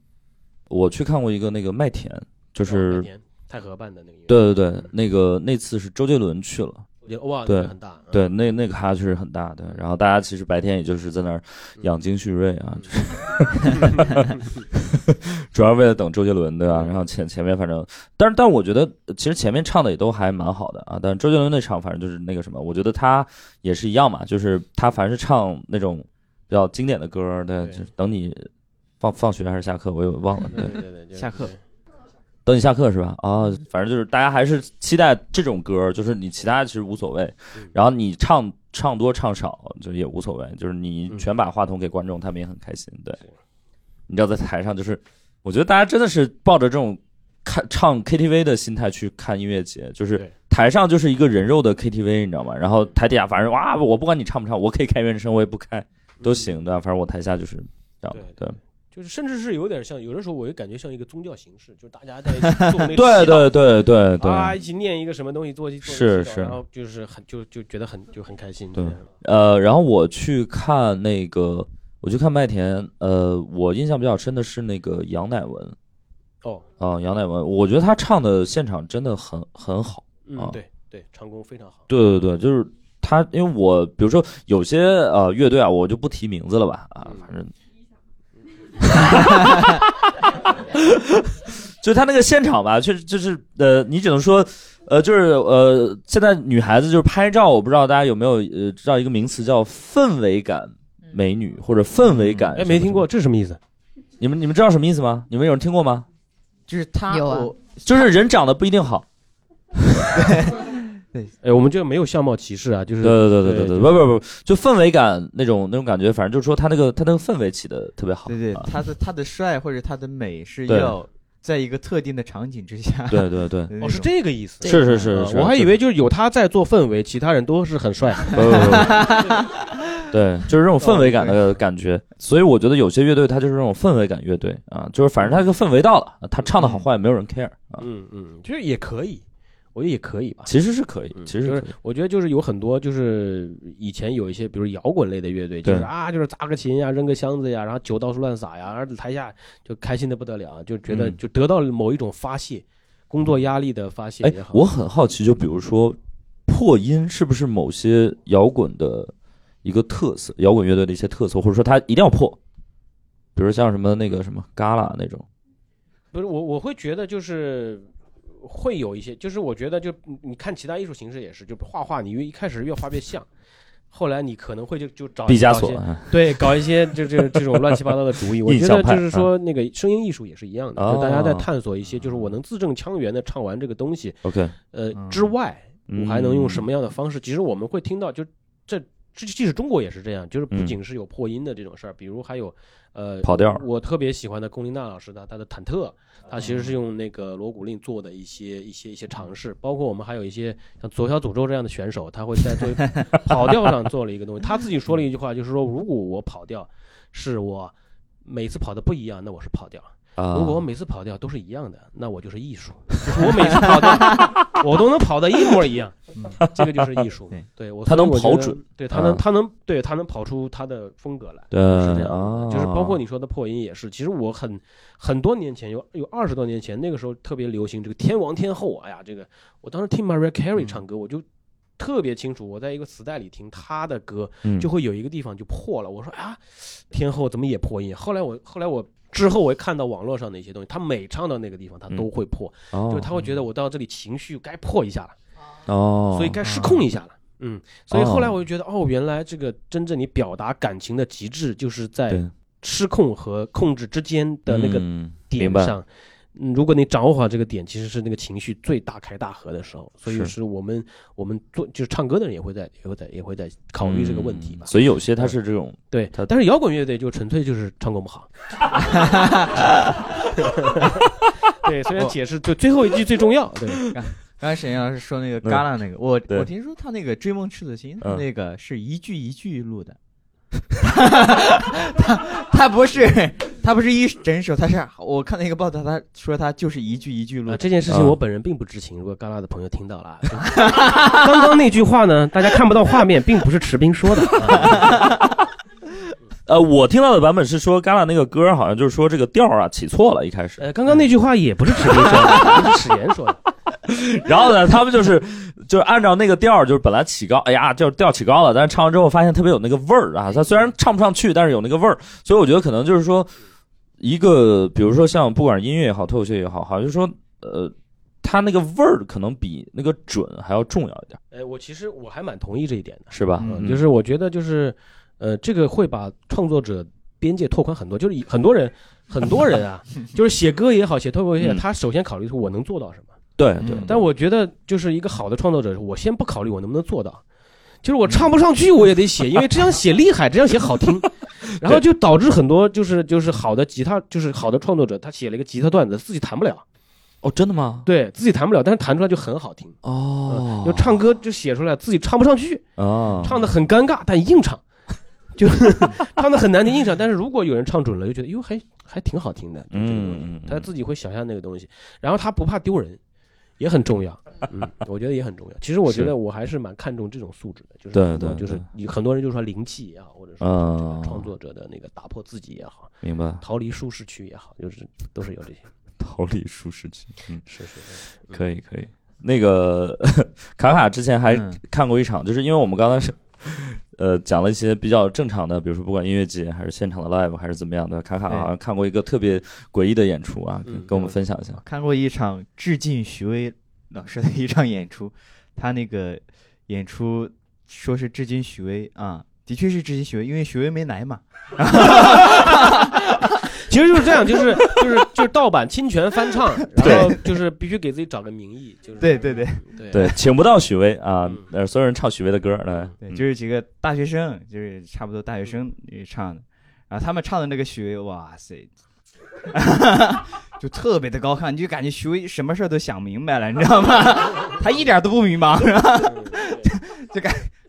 [SPEAKER 1] 我去看过一个那个哦麦田，就
[SPEAKER 2] 就是太和办的那个音乐会，
[SPEAKER 1] 对对对，那个那次是周杰伦去了，
[SPEAKER 2] 我觉得哇，
[SPEAKER 1] 对
[SPEAKER 2] 那个很大，嗯
[SPEAKER 1] 对，那那咖确实很大的。然后大家其实白天也就是在那儿
[SPEAKER 2] 嗯
[SPEAKER 1] 养精蓄锐啊，就是主要为了等周杰伦，对吧？然后前前面反正，但是但我觉得呃其实前面唱的也都还蛮好的啊。但周杰伦那场反正就是那个什么，我觉得他也是一样嘛，就是他凡是唱那种比较经典的歌儿，对，
[SPEAKER 2] 对
[SPEAKER 1] 就是等你放放学还是下课，我也忘了，对
[SPEAKER 2] 对，对
[SPEAKER 1] *laughs*
[SPEAKER 2] 对，对
[SPEAKER 4] 下课，
[SPEAKER 1] 等你下课是吧？啊，
[SPEAKER 2] 嗯
[SPEAKER 1] 反正就是大家还是期待这种歌，就是你其他其实无所谓，
[SPEAKER 2] 嗯
[SPEAKER 1] 然后你唱唱多唱少就也无所谓，就是你全把话筒给观众，他们也很开心。对
[SPEAKER 2] 嗯是，
[SPEAKER 1] 你知道在台上就是，我觉得大家真的是抱着这种看唱 KTV 的心态去看音乐节，就是
[SPEAKER 2] 对
[SPEAKER 1] 台上就是一个人肉的 KTV，你知道吗？然后台底下反正哇，我不管你唱不唱，我可以开原声，我也不开都行，对吧？反正我台下就是这样，
[SPEAKER 2] 嗯对
[SPEAKER 1] 对
[SPEAKER 2] 就是甚至是有点像，有的时候我就感觉像一个宗教形式，就是大家在一
[SPEAKER 1] *laughs*
[SPEAKER 2] 起做那
[SPEAKER 1] 对
[SPEAKER 2] 个祈祷
[SPEAKER 1] 对对对对。
[SPEAKER 2] 啊，一起念一个什么东西，做一做
[SPEAKER 1] 是
[SPEAKER 2] 一个祈祷
[SPEAKER 1] 是
[SPEAKER 2] 然后就是很就就觉得很就很开心，
[SPEAKER 1] 对
[SPEAKER 2] 这样
[SPEAKER 1] 呃，然后我去看那个，我去看麦田，呃，我印象比较深的是那个杨乃文
[SPEAKER 2] 哦，
[SPEAKER 1] 啊、杨乃文，我觉得他唱的现场真的很很好。啊
[SPEAKER 2] 嗯，对对，唱功非常好，
[SPEAKER 1] 对对对，就是他，因为我比如说有些呃乐队啊，我就不提名字
[SPEAKER 2] 嗯
[SPEAKER 1] 了吧，啊，反正。就他那个现场吧，确实就是呃，你只能说，呃，就是呃，现在女孩子就是拍照，我不知道大家有没有呃知道一个名词叫氛围感美女或者氛围感，
[SPEAKER 2] 哎，没听过，这是什么意思？
[SPEAKER 1] 你们你们知道什么意思吗？你们有人听过吗？
[SPEAKER 4] 就是他
[SPEAKER 3] 有啊
[SPEAKER 4] 我
[SPEAKER 1] 就是人长得不一定好。
[SPEAKER 2] 哎，我们就没有相貌歧视啊，就是
[SPEAKER 1] 对对对对对，
[SPEAKER 2] 对
[SPEAKER 1] 不不不，就氛围感那种那种感觉，反正就是说他那个他那个氛围起的特别好。
[SPEAKER 4] 对对，
[SPEAKER 1] 啊
[SPEAKER 4] 他的他的帅或者他的美是
[SPEAKER 1] 对
[SPEAKER 4] 要在一个特定的场景之下。
[SPEAKER 1] 对对
[SPEAKER 2] *laughs*
[SPEAKER 1] 对，
[SPEAKER 4] 的那
[SPEAKER 2] 哦，是
[SPEAKER 4] 种
[SPEAKER 2] 这个意思。
[SPEAKER 1] 是是是
[SPEAKER 2] 啊
[SPEAKER 1] 是，
[SPEAKER 2] 我还
[SPEAKER 1] 就
[SPEAKER 2] 以为就是有他在做氛围，其他人都是很 *laughs* 帅。
[SPEAKER 1] 不不不
[SPEAKER 2] *laughs*
[SPEAKER 1] 不对，就是这种氛围感
[SPEAKER 2] 哦
[SPEAKER 1] 的感觉，所以我觉得有些乐队它就是这种氛围感乐队啊，就是反正它这个氛围到了，他唱的好坏没有人 care 啊，
[SPEAKER 2] 嗯嗯，其实也可以，我觉得也可以吧。
[SPEAKER 1] 其实是可以
[SPEAKER 2] 嗯，
[SPEAKER 1] 其实
[SPEAKER 2] 就是是
[SPEAKER 1] 可以
[SPEAKER 2] 我觉得就是有很多就是以前有一些比如摇滚类的乐队，
[SPEAKER 1] 对
[SPEAKER 2] 就是啊就是砸个琴呀、扔个箱子呀，然后酒到处乱撒呀，然后台下就开心的不得了，就觉得
[SPEAKER 1] 嗯
[SPEAKER 2] 就得到了某一种发泄，工作压力的发泄
[SPEAKER 1] 哎
[SPEAKER 2] 也，好。
[SPEAKER 1] 我很好奇，就比如说破音是不是某些摇滚的一个特色，摇滚乐队的一些特色，或者说它一定要破，比如像什么那个什么旮旯那种，
[SPEAKER 2] 不是我，我会觉得就是会有一些，就是我觉得就你你看其他艺术形式也是，就画画，你越一开始越画越像，后来你可能会就就找
[SPEAKER 1] 毕加索
[SPEAKER 2] 搞一些
[SPEAKER 1] 啊
[SPEAKER 2] 对，搞一些就这这种乱七八糟的主
[SPEAKER 1] *laughs*
[SPEAKER 2] 意。我
[SPEAKER 1] 印
[SPEAKER 2] 觉
[SPEAKER 1] 象
[SPEAKER 2] 得
[SPEAKER 1] 派啊
[SPEAKER 2] 就是说那个声音艺术也是一样的，就大家在
[SPEAKER 1] 哦
[SPEAKER 2] 探索一些，就是我能字正腔圆的唱完这个东西，
[SPEAKER 1] ，OK，
[SPEAKER 2] 呃
[SPEAKER 4] 嗯
[SPEAKER 2] 之外，我还能用什
[SPEAKER 1] 么？
[SPEAKER 2] 么样的方式？其实我们会听到，就这这即使中国也是这样，就是不
[SPEAKER 1] 嗯
[SPEAKER 2] 仅是有破音的这种事儿，比如还有呃
[SPEAKER 1] 跑调儿
[SPEAKER 2] 我特别喜欢的龚琳娜老师的她的忐忑，她其
[SPEAKER 1] 嗯
[SPEAKER 2] 实是用那个锣鼓令做的一些一些一些尝试，包括我们还有一些像左小诅咒这样的选手，他会
[SPEAKER 1] *laughs*
[SPEAKER 2] 在做跑调上做了一个东西。他自己说了一句话，就是说如果我跑调，是我每次跑的不一样，那我是跑调。
[SPEAKER 1] 啊
[SPEAKER 2] 如果我每次跑调都是一样的，那我就是艺术。就是我每次跑调，我都能跑的一模一样，
[SPEAKER 4] 嗯
[SPEAKER 2] 这个就是
[SPEAKER 1] *laughs*
[SPEAKER 2] 艺术
[SPEAKER 4] 对。
[SPEAKER 2] 对我，
[SPEAKER 1] 他能
[SPEAKER 2] 所以我觉得
[SPEAKER 1] 跑准，
[SPEAKER 2] 对他能，
[SPEAKER 1] 啊
[SPEAKER 2] 他能，对他能跑出他的风格来。
[SPEAKER 1] 对
[SPEAKER 2] 是这样
[SPEAKER 1] 啊，
[SPEAKER 2] 就是包括你说的破音也是，其实我很很多年前，有有二十多年前，那个时候特别流行这个天王天后，哎呀，这个我当时听 Mariah
[SPEAKER 1] 嗯
[SPEAKER 2] Carey 唱歌，我就特别清楚，我在一个磁带里听她的歌，
[SPEAKER 1] 嗯
[SPEAKER 2] 就会有一个地方就破了。我说啊，天后怎么也破音？后来我后来我之后我也看到网络上的一些东西，他每唱到那个地方，他都会破，
[SPEAKER 1] 哦
[SPEAKER 2] 就是他会觉得我到这里情绪该破一下了，
[SPEAKER 1] 哦，
[SPEAKER 2] 所以该失控一下了。嗯，所以后来我就觉得，哦，原来这个真正你表达感情的极致，就是在
[SPEAKER 1] 对
[SPEAKER 2] 失控和控制之间的那个
[SPEAKER 1] 嗯
[SPEAKER 2] 点
[SPEAKER 1] 明白
[SPEAKER 2] 上。嗯，如果你掌握好这个点，其实是那个情绪最大开大合的时候，所以
[SPEAKER 1] 是
[SPEAKER 2] 是我们我们做就是唱歌的人也会在也会在也会在考虑这个问题吧
[SPEAKER 1] 嗯。所以有些它是这种
[SPEAKER 2] 对
[SPEAKER 1] 他，
[SPEAKER 2] 但是摇滚乐队就纯粹就是唱功不好。 *laughs* 对，虽然解释就最后一句最重要。对，
[SPEAKER 4] 刚才沈阳老师说那个
[SPEAKER 1] 嗯
[SPEAKER 4] 旮旯那个，我
[SPEAKER 1] 对
[SPEAKER 4] 我听说他那个《追梦赤子心》
[SPEAKER 1] 嗯
[SPEAKER 4] 那个是一句一句录的， *laughs* 他他不是他不是一整首，他是我看那个报道，他说他就是一句一句录
[SPEAKER 2] 啊，
[SPEAKER 4] 的。
[SPEAKER 2] 这件事情
[SPEAKER 1] 啊
[SPEAKER 2] 我本人并不知情，如果旮旯的朋友听到了啊， *laughs* 刚刚那句话呢，大家看不到画面，并不是池冰说的。啊
[SPEAKER 1] 呃，我听到的版本是说，戛纳那个歌好像就是说这个调儿啊起错了，一开始。
[SPEAKER 2] 呃，刚刚那句话也不是池冰说 *laughs* 的，是史岩说的。
[SPEAKER 1] *laughs* 然后呢，他们就是就是按照那个调儿，就是本来起高，哎呀，就是调起高了，但是唱完之后发现特别有那个味儿啊。他虽然唱不上去，但是有那个味儿，所以我觉得可能就是说，一个比如说像不管是音乐也好，脱口秀也好，好像就是说，呃，他那个味儿可能比那个准还要重要一点，
[SPEAKER 2] 哎，我其实我还蛮同意这一点的。
[SPEAKER 1] 是吧？
[SPEAKER 4] 嗯
[SPEAKER 1] 嗯
[SPEAKER 2] 就是我觉得就是，呃，这个会把创作者边界拓宽很多。就是以很多人，很多人啊，就是写歌也好，写脱口秀也好，
[SPEAKER 1] 嗯
[SPEAKER 2] 他首先考虑是我能做到什么。
[SPEAKER 1] 对对
[SPEAKER 4] 嗯。
[SPEAKER 2] 但我觉得就是一个好的创作者，我先不考虑我能不能做到，就是我唱不上去我也得写，因为这样写厉害，这样写好听， *laughs* 然后就导致很多就是就是好的吉他就是好的创作者，他写了一个吉他段子自己弹不了，
[SPEAKER 1] 哦，真的吗？
[SPEAKER 2] 对自己弹不了，但是弹出来就很好听，
[SPEAKER 1] 哦，
[SPEAKER 2] 就唱歌就写出来自己唱不上去，
[SPEAKER 1] *laughs* 啊，
[SPEAKER 2] 唱的很尴尬，但硬唱， *laughs* 就唱的很难听硬唱。但是如果有人唱准了，就觉得哟还还挺好听的，就这个东西
[SPEAKER 1] 嗯嗯嗯
[SPEAKER 2] 他自己会想象那个东西，然后他不怕丢人，也很重
[SPEAKER 1] *laughs*
[SPEAKER 2] 要。嗯，我觉得也很重要。其实我觉
[SPEAKER 1] 是
[SPEAKER 2] 得我还是蛮看重这种素质的，就是
[SPEAKER 1] 对
[SPEAKER 2] 很多
[SPEAKER 1] 对
[SPEAKER 2] 就是
[SPEAKER 1] 对
[SPEAKER 2] 你很多人就说灵气也好，或者说这个
[SPEAKER 1] 嗯，
[SPEAKER 2] 创作者的那个打破自己也好，
[SPEAKER 1] 明白，
[SPEAKER 2] 逃离舒适区也好，就是都是有这些。
[SPEAKER 1] 逃离舒适区，嗯，
[SPEAKER 2] 是是是，
[SPEAKER 1] 可以可以。那个 *laughs* 卡卡之前还
[SPEAKER 4] 嗯
[SPEAKER 1] 看过一场，就是因为我们刚才是 *laughs* 呃，讲了一些比较正常的，比如说不管音乐节还是现场的 live 还是怎么样的，卡卡好像看过一个特别诡异的演出啊，
[SPEAKER 2] 嗯
[SPEAKER 1] 跟我们分享一下。
[SPEAKER 4] 看过一场致敬徐巍老师的一场演出，他那个演出说是致敬许巍啊，的确是致敬许巍，因为许巍没来嘛。
[SPEAKER 2] 其实就是这样，就是 *laughs* 就是就是盗版侵权翻唱，然后就是必须给自己找个名义，就是
[SPEAKER 4] 对对对
[SPEAKER 2] 对 *laughs*
[SPEAKER 1] 对，请不到许巍啊
[SPEAKER 2] 嗯，
[SPEAKER 1] 呃，所有人唱许巍的歌，来，
[SPEAKER 4] 对，
[SPEAKER 1] 嗯
[SPEAKER 4] 就是几个大学生，就是差不多大学生也唱的，然后他们唱的那个许巍，
[SPEAKER 1] *laughs*
[SPEAKER 4] 哇塞，就特别的高亢，你就感觉许巍什么事儿都想明白了，你知道吗？ *laughs* 他一点儿都不迷茫，然 *laughs* 后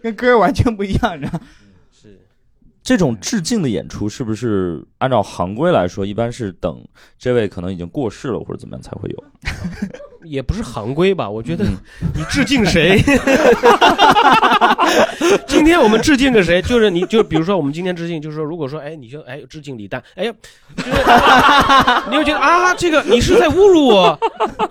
[SPEAKER 4] 跟歌儿完全不一样，你知道吗？
[SPEAKER 2] 是
[SPEAKER 1] 这种致敬的演出是不是按照行规来说，一般是等这位可能已经过世了或者怎么样才会有？
[SPEAKER 2] 也不是行规
[SPEAKER 1] 嗯
[SPEAKER 2] 吧？我觉得你致敬谁？ *laughs* 今天我们致敬个谁？就是你，就比如说我们今天致敬，就是说，如果说，哎，你就哎致敬李诞，哎呀， *laughs* 就是你会觉得啊，这个你是在侮辱我，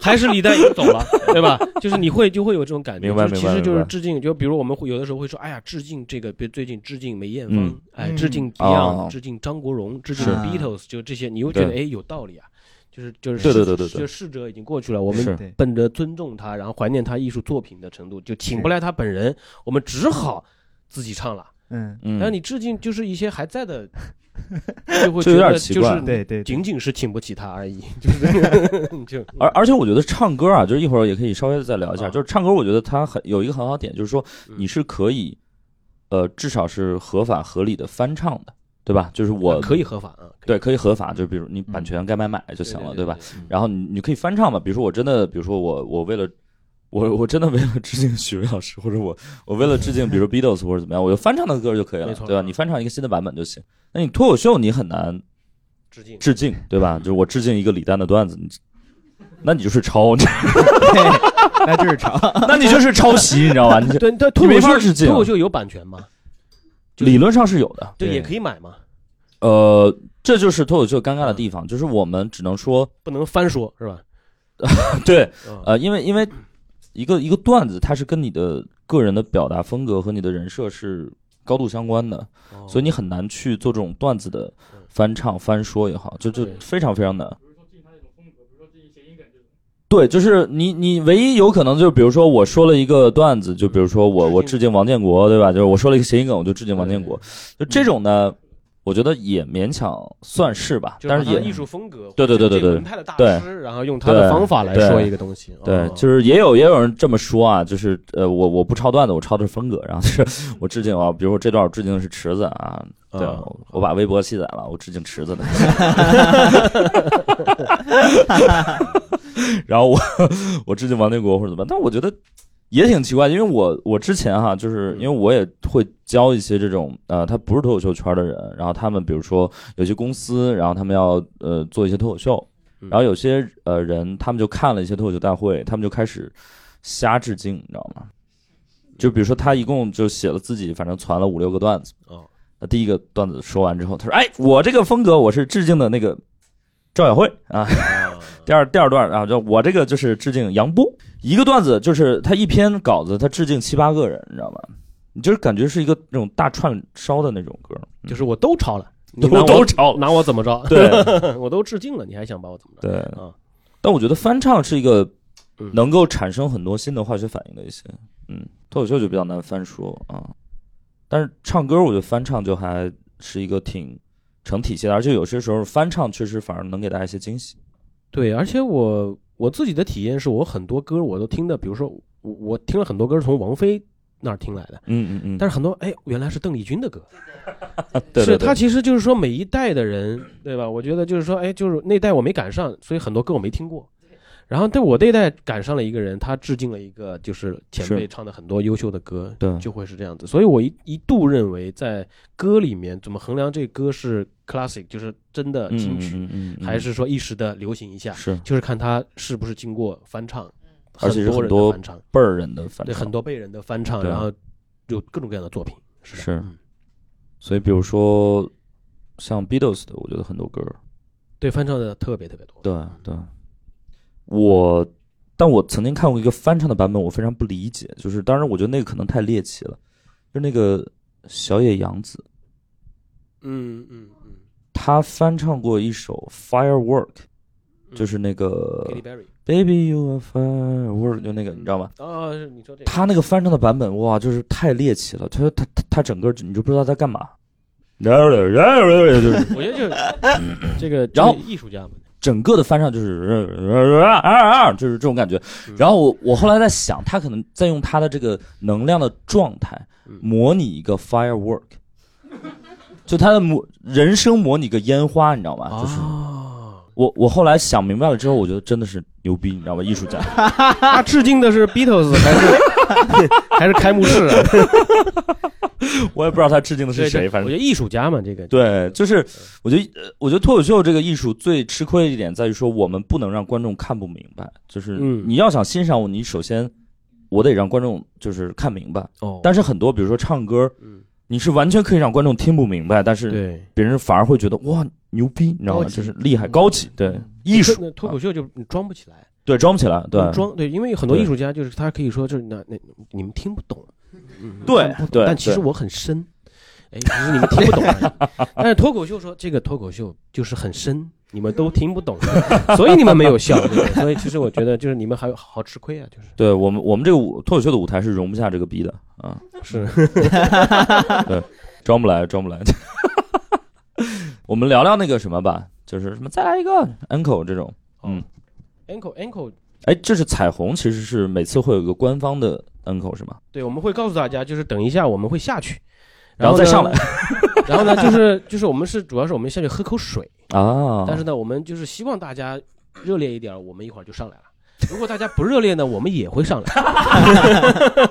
[SPEAKER 2] 还是李诞已经走了，对吧？就是你会就会有这种感觉，
[SPEAKER 1] 明白
[SPEAKER 2] 就是
[SPEAKER 1] 明白
[SPEAKER 2] 其实就
[SPEAKER 1] 明
[SPEAKER 2] 是
[SPEAKER 1] 白
[SPEAKER 2] 致敬，就比如我们会有的时候会说，哎呀，致敬这个，比如最近致敬梅艳芳
[SPEAKER 1] 嗯，
[SPEAKER 2] 哎，
[SPEAKER 4] 嗯
[SPEAKER 2] 致敬
[SPEAKER 1] 哦
[SPEAKER 2] Beyond，致敬张国荣，致敬
[SPEAKER 4] 是
[SPEAKER 2] Beatles，就这些，你又觉得哎
[SPEAKER 1] 对
[SPEAKER 2] 有道理啊。就是就是
[SPEAKER 1] 对对
[SPEAKER 2] 逝
[SPEAKER 1] 对对对
[SPEAKER 2] 就逝者已经过去了，我们
[SPEAKER 1] 是
[SPEAKER 4] 对
[SPEAKER 2] 奔着尊重他，然后怀念他艺术作品的程度，就请不来他本人，我们只好自己唱了。
[SPEAKER 4] 嗯，
[SPEAKER 1] 嗯
[SPEAKER 2] 然后你致敬就是一些还
[SPEAKER 1] *laughs*
[SPEAKER 2] 在的，就会
[SPEAKER 1] 这
[SPEAKER 2] 觉
[SPEAKER 1] 有点
[SPEAKER 2] 得
[SPEAKER 1] 奇
[SPEAKER 2] 就
[SPEAKER 1] 怪
[SPEAKER 2] 是
[SPEAKER 4] 对对对
[SPEAKER 2] 仅仅是请不起他而已， *laughs* 就是 *laughs* 就
[SPEAKER 1] 而而且我觉得唱歌啊，就是一会儿也可以稍微再聊一下。
[SPEAKER 2] 嗯啊
[SPEAKER 1] 就是唱歌，我觉得它很有一个很好的点，就是说
[SPEAKER 2] 嗯
[SPEAKER 1] 你是可以，呃，至少是合法合理的翻唱的，对吧？就是我
[SPEAKER 2] 可以合法啊，可以
[SPEAKER 1] 对可以合法，就比如你版权该买买就行了，对吧？？
[SPEAKER 2] 然
[SPEAKER 1] 然后你你可以翻唱嘛，比如说我真的，比如说我我为了我我真的为了致敬许巍老师，或者我我为了致敬比如 Beatles 或者怎么样，我就翻唱他的歌就可以了
[SPEAKER 2] 没，错嗯
[SPEAKER 1] 对吧？你翻唱一个新的版本就行。那你脱口秀你很难
[SPEAKER 2] 致敬
[SPEAKER 1] 致敬，对吧？就是我致敬一个李诞的段子，你那你就是抄，你
[SPEAKER 4] 对， *laughs* 那就是长，
[SPEAKER 1] 那你就是抄 *laughs* 袭，你知道吧？你就
[SPEAKER 2] 对，但脱
[SPEAKER 1] 没
[SPEAKER 2] 口
[SPEAKER 1] 法致
[SPEAKER 2] 秀
[SPEAKER 1] 敬
[SPEAKER 2] 脱口秀有版权吗？
[SPEAKER 1] 理论上是有的，
[SPEAKER 2] 对，
[SPEAKER 4] 对
[SPEAKER 2] 也可以买嘛，
[SPEAKER 1] 呃，这就是脱口秀尴尬的地方，就是我们只能 *laughs* 说
[SPEAKER 2] 不能翻说是吧？
[SPEAKER 1] 对，
[SPEAKER 2] 嗯
[SPEAKER 1] 呃，因为因为一个一个段子，它是跟你的个人的表达风格和你的人设是高度相关的，
[SPEAKER 2] 哦
[SPEAKER 1] 所以你很难去做这种段子的
[SPEAKER 2] 嗯
[SPEAKER 1] 翻唱、翻说也好，就就
[SPEAKER 2] 对
[SPEAKER 1] 非常非常难。对，就是你，你唯一有可能就是，比如说我说了一个段子，就比如说我我致敬王建国，对吧？就是我说了一个谐音梗，我就致敬王建国。就这种呢，我觉得也勉强算是吧，
[SPEAKER 2] 哦就是
[SPEAKER 1] 但是
[SPEAKER 2] 把他的
[SPEAKER 1] 也
[SPEAKER 2] 艺术风格，
[SPEAKER 1] 对对对对
[SPEAKER 2] 这个
[SPEAKER 1] 对
[SPEAKER 2] 门派的大
[SPEAKER 1] 对
[SPEAKER 2] 师，然后用他的
[SPEAKER 1] 对
[SPEAKER 2] 方法来
[SPEAKER 1] 对
[SPEAKER 2] 说一个东西，
[SPEAKER 1] 对，
[SPEAKER 2] 哦
[SPEAKER 1] 就是也有也有人这么说啊，就是呃，我我不抄段子，我抄的是风格，然后就是
[SPEAKER 2] 嗯
[SPEAKER 1] 我致敬啊，比如我这段我致敬的是池子啊，对，
[SPEAKER 2] 啊
[SPEAKER 1] 我我把微博卸载了，我致敬池子的。然后我我致敬王建国或者怎么，样，但我觉得也挺奇怪，因为我我之前哈，就是因为我也会教一些这种呃，他不是脱口秀圈的人，然后他们比如说有些公司，然后他们要呃做一些脱口秀，
[SPEAKER 2] 嗯
[SPEAKER 1] 然后有些呃人他们就看了一些脱口秀大会，他们就开始瞎致敬，你知道吗？就比如说他一共就写了自己反正传了五六个段子，
[SPEAKER 2] 哦，
[SPEAKER 1] 那第一个段子说完之后，他说：“哎，我这个风格我是致敬的那个赵晓慧啊。” *laughs*
[SPEAKER 2] 啊
[SPEAKER 1] 第二第二段啊，就我这个就是致敬杨波，一个段子就是他一篇稿子，他致敬七八个人，你知道吗？你就是感觉是一个那种大串烧的那种歌，
[SPEAKER 2] 就是我都抄了，嗯你
[SPEAKER 1] 都
[SPEAKER 2] 拿我
[SPEAKER 1] 都抄
[SPEAKER 2] *laughs* 拿我怎么着？
[SPEAKER 1] 对
[SPEAKER 2] 我都致敬了，你还想把我怎么着？
[SPEAKER 1] 对
[SPEAKER 2] 啊。
[SPEAKER 1] 但我觉得翻唱是一个
[SPEAKER 2] 嗯
[SPEAKER 1] 能够产生很多新的化学反应的一些，嗯，脱口秀就比较难翻说啊，但是唱歌我觉得翻唱就还是一个挺成体系的，而且有些时候翻唱确实反而能给大家一些惊喜。
[SPEAKER 2] 对，而且我我自己的体验是我很多歌我都听的，比如说我我听了很多歌是从王菲那儿听来的，
[SPEAKER 1] 嗯嗯嗯，
[SPEAKER 2] 但是很多哎原来是邓丽君的歌，
[SPEAKER 1] 对对
[SPEAKER 2] 是
[SPEAKER 1] 对
[SPEAKER 2] 她其实就是说每一代的人，对吧？我觉得就是说哎，就是那代我没赶上，所以很多歌我没听过。然后对我那代赶上了一个人，他致敬了一个就是前
[SPEAKER 1] 是
[SPEAKER 2] 辈唱的很多优秀的歌，
[SPEAKER 1] 对
[SPEAKER 2] 就会是这样子。所以我一一度认为，在歌里面怎么衡量这歌是 classic，就是真的金曲，
[SPEAKER 1] 嗯嗯嗯嗯
[SPEAKER 2] 还是说一时的流行一下，
[SPEAKER 1] 是
[SPEAKER 2] 就是看它是不是经过翻唱，
[SPEAKER 1] 而且是
[SPEAKER 2] 很
[SPEAKER 1] 很多
[SPEAKER 2] 人的翻唱，
[SPEAKER 1] 辈儿人的翻
[SPEAKER 2] 对
[SPEAKER 1] 唱，
[SPEAKER 2] 很多辈人的翻唱，
[SPEAKER 1] 对啊
[SPEAKER 2] 然后有各种各样的作品，是的
[SPEAKER 1] 是
[SPEAKER 2] 嗯
[SPEAKER 1] 所以比如说像 Beatles 的，我觉得很多歌儿，
[SPEAKER 2] 对翻唱的特别特别多。
[SPEAKER 1] 对啊对，我但我曾经看过一个翻唱的版本，我非常不理解，就是当然我觉得那个可能太猎奇了，就那个小野洋子，
[SPEAKER 2] 嗯嗯嗯
[SPEAKER 1] 她翻唱过一首《Firework》，
[SPEAKER 2] 嗯，
[SPEAKER 1] 就是那个
[SPEAKER 2] Katy Perry
[SPEAKER 1] Baby You Are Firework，就那个你知道吗？
[SPEAKER 2] 哦，是你说这个，
[SPEAKER 1] 她那个翻唱的版本哇，就是太猎奇了，她她她她整个你就不知道在干嘛，然后就是
[SPEAKER 2] 我觉得就是
[SPEAKER 1] *laughs*
[SPEAKER 2] 这个，
[SPEAKER 1] 然后
[SPEAKER 2] 这个艺术家嘛，
[SPEAKER 1] 整个的翻唱就是啊啊啊，就是这种感觉。然后我我后来在想，他可能在用他的这个能量的状态
[SPEAKER 2] 嗯
[SPEAKER 1] 模拟一个 firework，就他的模人生模拟个烟花，你知道吗？就是
[SPEAKER 2] 啊，
[SPEAKER 1] 我我后来想明白了之后，我觉得真的是牛逼，你知道吗？艺术家。
[SPEAKER 2] *laughs* 他致敬的是 Beatles 还是 *laughs* 还是开幕式啊？
[SPEAKER 1] 我也不知道他致敬的是谁，
[SPEAKER 2] 对
[SPEAKER 1] 反
[SPEAKER 2] 我
[SPEAKER 1] 正
[SPEAKER 2] 觉得艺术家嘛，这个
[SPEAKER 1] 对，就是我觉得呃我觉得脱口秀这个艺术最吃亏的一点在于说，我们不能让观众看不明白，就是
[SPEAKER 2] 嗯
[SPEAKER 1] 你要想欣赏我，你首先我得让观众就是看明白。
[SPEAKER 2] 哦，
[SPEAKER 1] 但是很多，比如说唱歌，
[SPEAKER 2] 嗯
[SPEAKER 1] 你是完全可以让观众听不明白，但是
[SPEAKER 2] 对。
[SPEAKER 1] 别人反而会觉得哇牛逼，你知道吗？
[SPEAKER 3] 高级
[SPEAKER 1] 就是厉
[SPEAKER 2] 嗯
[SPEAKER 1] 害、高级，对艺术，
[SPEAKER 2] 那脱口秀就你装不起来，
[SPEAKER 1] 对装不起来，对
[SPEAKER 2] 装对，因为很多
[SPEAKER 1] 对
[SPEAKER 2] 艺术家就是他可以说就是那那你们听不懂，嗯
[SPEAKER 1] 对对，
[SPEAKER 2] 但其实
[SPEAKER 1] 对
[SPEAKER 2] 我很深，哎，只是你们听不懂而 *laughs* 已。但是脱口秀说这个脱口秀就是很深，你们都听不懂，所以你们没有笑。对不对所以其实我觉得就是你们还有好吃亏啊，就是
[SPEAKER 1] 对我们我们这个舞脱口秀的舞台是容不下这个逼的啊，
[SPEAKER 2] 是
[SPEAKER 1] 装不来，装不来。 *laughs* 我们聊聊那个什么吧，就是什么再来一个 uncle 这种，
[SPEAKER 2] 哦嗯 ankle ankle。
[SPEAKER 1] 哎，这是彩虹，其实是每次会有一个官方的 uncle 是吗？
[SPEAKER 2] 对，我们会告诉大家，就是等一下我们会下去，
[SPEAKER 1] 然后再
[SPEAKER 2] 呢
[SPEAKER 1] 上来。
[SPEAKER 2] *laughs* 然后呢，就是就是我们是主要是我们下去喝口水，
[SPEAKER 1] 啊，
[SPEAKER 2] 但是呢，我们就是希望大家热烈一点儿，我们一会儿就上来了。如果大家不热烈呢，我们也会上来。 *laughs*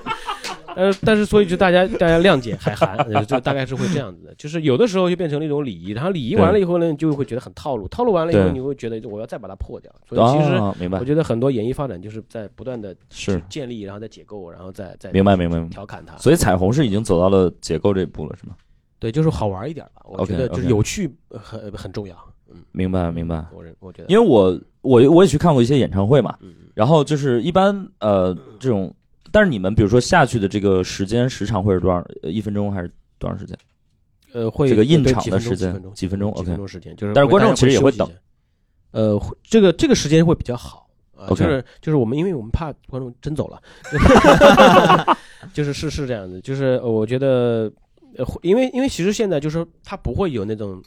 [SPEAKER 2] 呃，但是所以就大家大家谅解海涵，呃就大概是会这样子的。就是有的时候就变成了一种礼仪，然后礼仪完了以后呢，你就会觉得很套路，套路完了以后
[SPEAKER 1] 对
[SPEAKER 2] 你会觉得我要再把它破掉。所以其实
[SPEAKER 1] 啊、明白
[SPEAKER 2] 我觉得很多演艺发展就是在不断的
[SPEAKER 1] 是
[SPEAKER 2] 建立，然后再解构，然后再再
[SPEAKER 1] 明白明白明白。
[SPEAKER 2] 调侃它。
[SPEAKER 1] 所以彩虹是已经走到了解构这一步了，是吗？
[SPEAKER 2] 对，就是好玩一点吧。我觉
[SPEAKER 1] OK，
[SPEAKER 2] 得就是
[SPEAKER 1] OK
[SPEAKER 2] 有趣呃很很重要。嗯，
[SPEAKER 1] 明白明白。
[SPEAKER 2] 我认我觉得，
[SPEAKER 1] 因为我我我也去看过一些演唱会嘛，
[SPEAKER 2] 嗯嗯
[SPEAKER 1] 然后就是一般呃这种，但是你们比如说下去的这个时间时长会是多少？呃一分钟还是多长时间？
[SPEAKER 2] 呃，会
[SPEAKER 1] 这个印
[SPEAKER 2] 对
[SPEAKER 1] 场
[SPEAKER 2] 几
[SPEAKER 1] 的
[SPEAKER 2] 分钟
[SPEAKER 1] 时间
[SPEAKER 2] 几分钟，
[SPEAKER 1] 几分钟
[SPEAKER 2] 几
[SPEAKER 1] OK
[SPEAKER 2] 分钟时间，就是
[SPEAKER 1] 但是
[SPEAKER 2] 会
[SPEAKER 1] 观
[SPEAKER 2] 大
[SPEAKER 1] 众
[SPEAKER 2] 家
[SPEAKER 1] 其实也
[SPEAKER 2] 休
[SPEAKER 1] 会
[SPEAKER 2] 息一
[SPEAKER 1] 等
[SPEAKER 2] 下，呃，会这个这个时间会比较好。啊
[SPEAKER 1] OK
[SPEAKER 2] 就是就是我们，因为我们怕观众真
[SPEAKER 1] *laughs*
[SPEAKER 2] 走了，就是是是这样的，就是呃我觉得，呃，会因为因为其实现在就是它不会有那种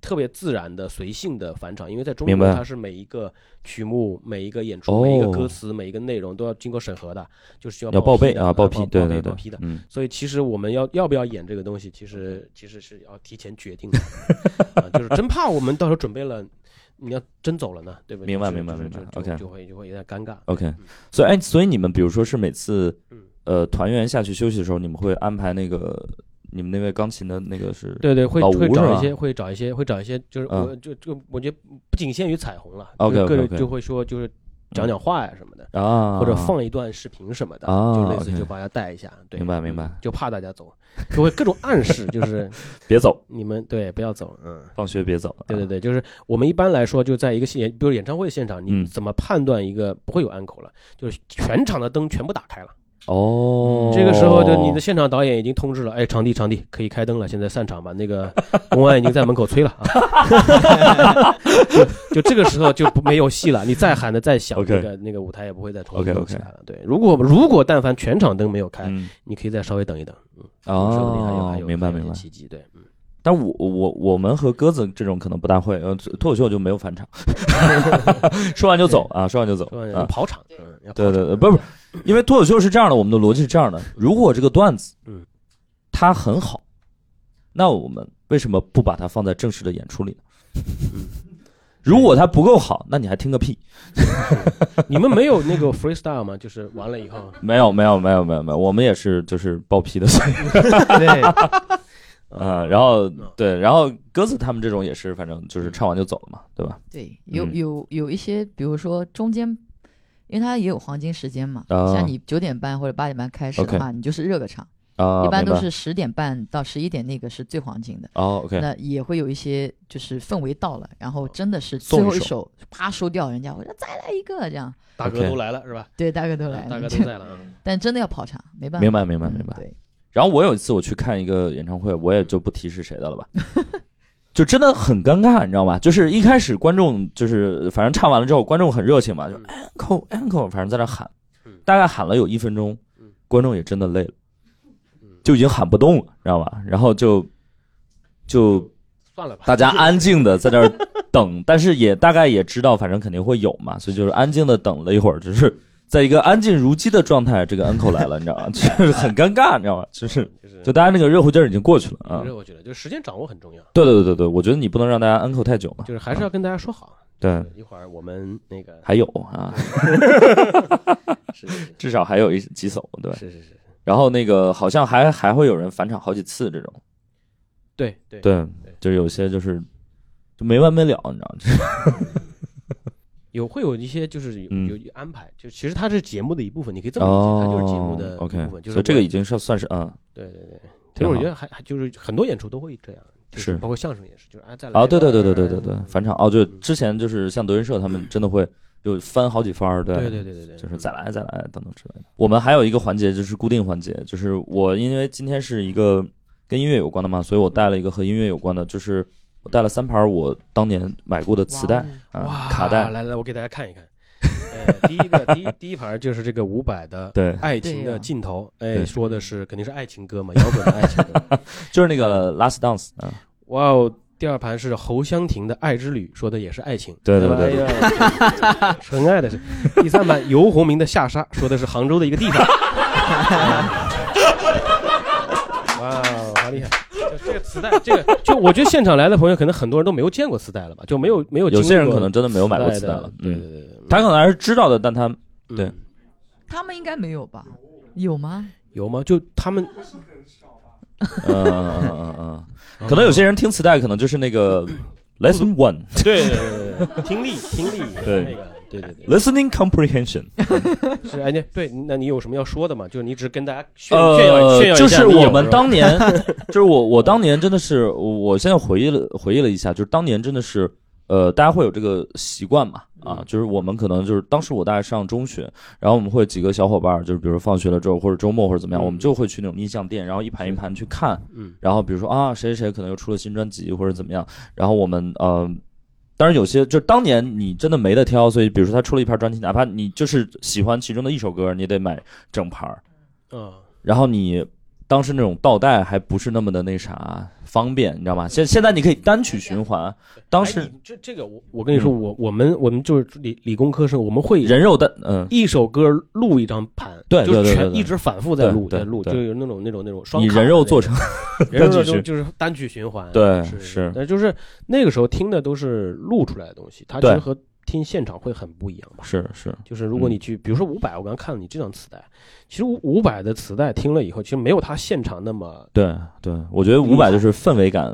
[SPEAKER 2] 特别自然的随性的返场，因为在中
[SPEAKER 1] 明
[SPEAKER 2] 国
[SPEAKER 1] 白
[SPEAKER 2] 它是每一个曲目、每一个演
[SPEAKER 1] 哦
[SPEAKER 2] 出、每一个歌词、每一个内容都要经过审核的，就是需要
[SPEAKER 1] 要报备
[SPEAKER 2] 批的呃
[SPEAKER 1] 啊，
[SPEAKER 2] 报
[SPEAKER 1] 报批，对
[SPEAKER 2] 报
[SPEAKER 1] 对
[SPEAKER 2] 备
[SPEAKER 1] 对
[SPEAKER 2] 报批的，，
[SPEAKER 1] 嗯，
[SPEAKER 2] 所以其实我们要要不要演这个东西，其实其实是要提前决定的，啊，就是真怕我们到时候准备了，你要真走了呢，对不对？
[SPEAKER 1] 明白
[SPEAKER 2] 就是
[SPEAKER 1] 明白
[SPEAKER 2] 就是
[SPEAKER 1] 明白
[SPEAKER 2] 就就
[SPEAKER 1] OK
[SPEAKER 2] 就会就会有点尴尬。
[SPEAKER 1] OK，所以哎，所以你们比如说是每次
[SPEAKER 2] 嗯，
[SPEAKER 1] 呃，团员下去休息的时候，你们会安排那个你们那位钢琴的那个是
[SPEAKER 2] 对对，会
[SPEAKER 1] 老吴
[SPEAKER 2] 会
[SPEAKER 1] 是
[SPEAKER 2] 找
[SPEAKER 1] 吧
[SPEAKER 2] 一些，会找一些，会找一些，就是
[SPEAKER 1] 嗯
[SPEAKER 2] 我就这个，我觉得不仅限于彩虹了
[SPEAKER 1] OK，OK，
[SPEAKER 2] 就是
[SPEAKER 1] OK
[SPEAKER 2] 各就会说就是讲讲话呀什么的，
[SPEAKER 1] 啊，
[SPEAKER 2] 或者放一段视频什么的，
[SPEAKER 1] 啊
[SPEAKER 2] 就类似
[SPEAKER 1] OK
[SPEAKER 2] 就把它带一下。对，
[SPEAKER 1] 明白
[SPEAKER 2] 嗯
[SPEAKER 1] 明白
[SPEAKER 2] 就怕大家走，就会各种暗示，就是
[SPEAKER 1] 别走，
[SPEAKER 2] 你们对不要走，嗯。
[SPEAKER 1] 放学别走，
[SPEAKER 2] 对对对，就是我们一般来说就在一个现，比如演唱会现场，你
[SPEAKER 1] 嗯
[SPEAKER 2] 怎么判断一个不会有安口了？就是全场的灯全部打开了，
[SPEAKER 1] 哦，
[SPEAKER 2] 嗯这个时候就你的现场导演已经通知了，哎，场地场地可以开灯了，现在散场吧。
[SPEAKER 1] *laughs*
[SPEAKER 2] 那个公安已经在门口催了啊， *laughs* 就就这个时候就不没有戏了，你再喊的再响，
[SPEAKER 1] OK
[SPEAKER 2] 那个那个舞台也不会再重新
[SPEAKER 1] OK，OK
[SPEAKER 2] 动起来了。对，如果如果但凡全场灯没有开，
[SPEAKER 1] 嗯
[SPEAKER 2] 你可以再稍微等一等，说不定还有
[SPEAKER 1] 哦，
[SPEAKER 2] 还有
[SPEAKER 1] 明白
[SPEAKER 2] 还有一
[SPEAKER 1] 明
[SPEAKER 2] 些
[SPEAKER 1] 白。
[SPEAKER 2] 奇迹对。嗯
[SPEAKER 1] 但我我我们和鸽子这种可能不大会，呃，脱口秀就没有返 *laughs* 场，说完就走啊，说完就走
[SPEAKER 2] 说完要
[SPEAKER 1] 啊。
[SPEAKER 2] 跑场，嗯，要跑
[SPEAKER 1] 对对呃对，
[SPEAKER 2] 场
[SPEAKER 1] 不是不是，因为脱口秀是这样的，我们的逻辑是这样的：如果这个段子，
[SPEAKER 2] 嗯，
[SPEAKER 1] 它很好，那我们为什么不把它放在正式的演出里呢？嗯如果它不够好，那你还听个屁？
[SPEAKER 2] 你们没有那个 freestyle 吗？就是完了以后，
[SPEAKER 1] 嗯没有没有没有没有没有，我们也是就是报批 *laughs* 的，所以
[SPEAKER 4] 对，
[SPEAKER 1] 啊、然后对，然后鸽子他们这种也是，反正就是唱完就走了嘛，对吧？
[SPEAKER 3] 对，有
[SPEAKER 1] 嗯
[SPEAKER 3] 有有一些，比如说中间，因为它也有黄金时间嘛，
[SPEAKER 1] 啊
[SPEAKER 3] 像你九点半或者八点半开始的话，你就是热个场，
[SPEAKER 1] 啊、
[SPEAKER 3] 一般
[SPEAKER 1] 明
[SPEAKER 3] 都
[SPEAKER 1] 白
[SPEAKER 3] 是十点半到十一点那个是最黄金的。
[SPEAKER 1] 哦，OK，
[SPEAKER 3] 那也会有一些就是氛围到了，然后真的是最
[SPEAKER 1] 送一
[SPEAKER 3] 后一
[SPEAKER 1] 首
[SPEAKER 3] 首啪收掉，人家我说再来一个这样，
[SPEAKER 2] 大哥
[SPEAKER 1] OK
[SPEAKER 2] 都来了是吧？
[SPEAKER 3] *laughs* 对，大概都来
[SPEAKER 1] *laughs*
[SPEAKER 3] 了，
[SPEAKER 2] 大哥都在了。嗯
[SPEAKER 3] 但真的要跑场，没办法，嗯
[SPEAKER 1] 明白明白明白。
[SPEAKER 3] 对，
[SPEAKER 1] 然后我有一次我去看一个演唱会，我也就不提是谁的了吧， *laughs* 就真的很尴尬，你知道吗？就是一开始观众就是反正唱完了之后，观众很热情嘛，
[SPEAKER 2] 嗯
[SPEAKER 1] 就 uncle uncle，反正在那喊，大概喊了有一分钟，观众也真的累了，就已经喊不动了，知道吧？然后就就
[SPEAKER 2] 嗯算了吧，
[SPEAKER 1] 大家安静的在那儿等，但是也大概也知道，反正肯定会有嘛，所以就是安静的等了一会儿，就是在一个安静如鸡的状态，这个 uncle 来了，你知道吗？ *laughs* 就是很尴尬，你知道吗？就是
[SPEAKER 2] 就是
[SPEAKER 1] 就大家那个热乎劲儿已经过去了啊。
[SPEAKER 2] 这我觉得就是时间掌握很重要，
[SPEAKER 1] 对对对对对，我觉得你不能让大家 uncle 太久嘛。
[SPEAKER 2] 就是还是要跟大家说好，
[SPEAKER 1] 对，
[SPEAKER 2] 一会儿我们那个
[SPEAKER 1] 嗯
[SPEAKER 2] *laughs*
[SPEAKER 1] 还有啊，*laughs*
[SPEAKER 2] 是是
[SPEAKER 1] 至少还有一几首对。
[SPEAKER 2] 是是是，
[SPEAKER 1] 然后那个好像还还会有人返场好几次这种，
[SPEAKER 2] 对对
[SPEAKER 1] 对，就是有些就是就没完没了，你知道吗？
[SPEAKER 2] 有会有一些就是有
[SPEAKER 1] 嗯
[SPEAKER 2] 有有安排，就其实它是节目的一部分，你可以这么
[SPEAKER 1] 哦
[SPEAKER 2] 理解，它就是节目的一
[SPEAKER 1] OK，
[SPEAKER 2] 部分，就是
[SPEAKER 1] 所以这个
[SPEAKER 2] 我
[SPEAKER 1] 已经是算是嗯，
[SPEAKER 2] 对对对，其
[SPEAKER 1] 挺
[SPEAKER 2] 实
[SPEAKER 1] 好
[SPEAKER 2] 我觉得还还就是很多演出都会这样，就是包括相声也是，就是啊再来
[SPEAKER 1] 啊，对对
[SPEAKER 2] 一段
[SPEAKER 1] 对对对对对，返场哦，就
[SPEAKER 2] 嗯
[SPEAKER 1] 之前就是像德云社他们真的会就翻好几番儿，
[SPEAKER 2] 对对对对嗯对，
[SPEAKER 1] 就是再来再来等等之类的。我们还有一个环节就是固定环节，就是我因为今天是一个跟音乐有关的嘛，所以我带了一个和音乐有关的，就是我带了三盘我当年买过的磁带啊
[SPEAKER 2] 哇
[SPEAKER 1] 卡带，
[SPEAKER 2] 来来，我给大家看一看。呃，第一个第一第一盘就是这个伍佰的
[SPEAKER 1] 对
[SPEAKER 2] 《爱情
[SPEAKER 3] 对呀
[SPEAKER 2] 的尽头》，
[SPEAKER 1] 对
[SPEAKER 2] 哎，说的是肯定是爱情
[SPEAKER 1] *laughs*
[SPEAKER 2] 歌嘛，摇滚的爱情歌。
[SPEAKER 1] 就是那个 Last Dance 啊，
[SPEAKER 2] 哇哦，第二盘是侯湘婷的《爱之旅》，说的也是爱情，
[SPEAKER 1] 对对
[SPEAKER 2] 吧
[SPEAKER 1] 对对
[SPEAKER 2] 哎呀纯爱的是。第三盘游鸿明的《下沙》，说的是杭州的一个地方。 *laughs* 哇哦，好厉害！就这个磁带，这个就我觉得现场来的朋友，可能很多人都没有见过磁带了吧，就没有没有
[SPEAKER 1] 有
[SPEAKER 2] 经历过
[SPEAKER 1] 些人可能真的没有买过磁带了
[SPEAKER 2] 的，
[SPEAKER 1] 嗯，
[SPEAKER 2] 对对对对，
[SPEAKER 1] 他可能还是知道的，但
[SPEAKER 2] *laughs*
[SPEAKER 1] 他
[SPEAKER 2] 嗯
[SPEAKER 1] 对
[SPEAKER 3] 他们应该没有吧？有吗？
[SPEAKER 2] 有吗？就他们
[SPEAKER 1] 嗯嗯嗯嗯，
[SPEAKER 2] 哦
[SPEAKER 1] 嗯可能有些人听磁带可能就是那个
[SPEAKER 2] *laughs*
[SPEAKER 1] Lesson One
[SPEAKER 2] 对对
[SPEAKER 1] *laughs*
[SPEAKER 2] 对对对，听力听力
[SPEAKER 1] 对
[SPEAKER 2] 那个对对对
[SPEAKER 1] Listening Comprehension。
[SPEAKER 2] 是哎那对，那你有什么要说的吗？就是你只跟大家炫炫耀
[SPEAKER 1] 呃，
[SPEAKER 2] 炫耀一下
[SPEAKER 1] 就是
[SPEAKER 2] 你有
[SPEAKER 1] 我们
[SPEAKER 2] 是吧
[SPEAKER 1] 当年， *laughs* 就是我我当年真的是，我现在回忆了回忆了一下，就是当年真的是，呃，大家会有这个习惯嘛，啊
[SPEAKER 2] 嗯，
[SPEAKER 1] 就是我们可能就是当时我大概上中学，然后我们会几个小伙伴儿，就是比如放学了之后或者周末或者怎么样，
[SPEAKER 2] 嗯
[SPEAKER 1] 我们就会去那种音像店，然后一盘一盘去看，
[SPEAKER 2] 嗯
[SPEAKER 1] 然后比如说啊谁谁谁可能又出了新专辑或者怎么样，然后我们呃。当然，有些就是当年你真的没得挑，所以比如说他出了一盘专辑，哪怕你就是喜欢其中的一首歌，你也得买整盘儿。
[SPEAKER 2] 嗯
[SPEAKER 1] 然后你当时那种倒带还不是那么的那啥方便，你知道吗？现现在你可以单曲循环，当
[SPEAKER 2] 哎
[SPEAKER 1] 时嗯
[SPEAKER 2] 你这这个我我跟你说，我我们我们就是理理工科生，我们会
[SPEAKER 1] 人肉单，嗯，
[SPEAKER 2] 一首歌录一张盘，
[SPEAKER 1] 对
[SPEAKER 2] 就
[SPEAKER 1] 对对
[SPEAKER 2] 是
[SPEAKER 1] 对
[SPEAKER 2] 全
[SPEAKER 1] 对
[SPEAKER 2] 一直反复在录
[SPEAKER 1] 对
[SPEAKER 2] 在录，
[SPEAKER 1] 对
[SPEAKER 2] 就
[SPEAKER 1] 对
[SPEAKER 2] 有那种那种那种双
[SPEAKER 1] 你
[SPEAKER 2] 卡的
[SPEAKER 1] 人肉做
[SPEAKER 2] *laughs*
[SPEAKER 1] 成，
[SPEAKER 2] 人
[SPEAKER 1] 单
[SPEAKER 2] 肉
[SPEAKER 1] 曲
[SPEAKER 2] 做
[SPEAKER 1] 循
[SPEAKER 2] 成就是单曲循环，啊
[SPEAKER 1] 对
[SPEAKER 2] 是
[SPEAKER 1] 是
[SPEAKER 2] 但就是那个时候听的都是录出来的东西，它其
[SPEAKER 1] 对
[SPEAKER 2] 实和听现场会很不一样吧？
[SPEAKER 1] 是是，
[SPEAKER 2] 就是
[SPEAKER 1] 嗯
[SPEAKER 2] 如果你去，比如说伍佰，我刚看了你这张磁带，其实伍伍佰的磁带听了以后，其实没有他现场那
[SPEAKER 1] *laughs*
[SPEAKER 2] 么，
[SPEAKER 1] 对对，我觉得伍佰就是氛围感，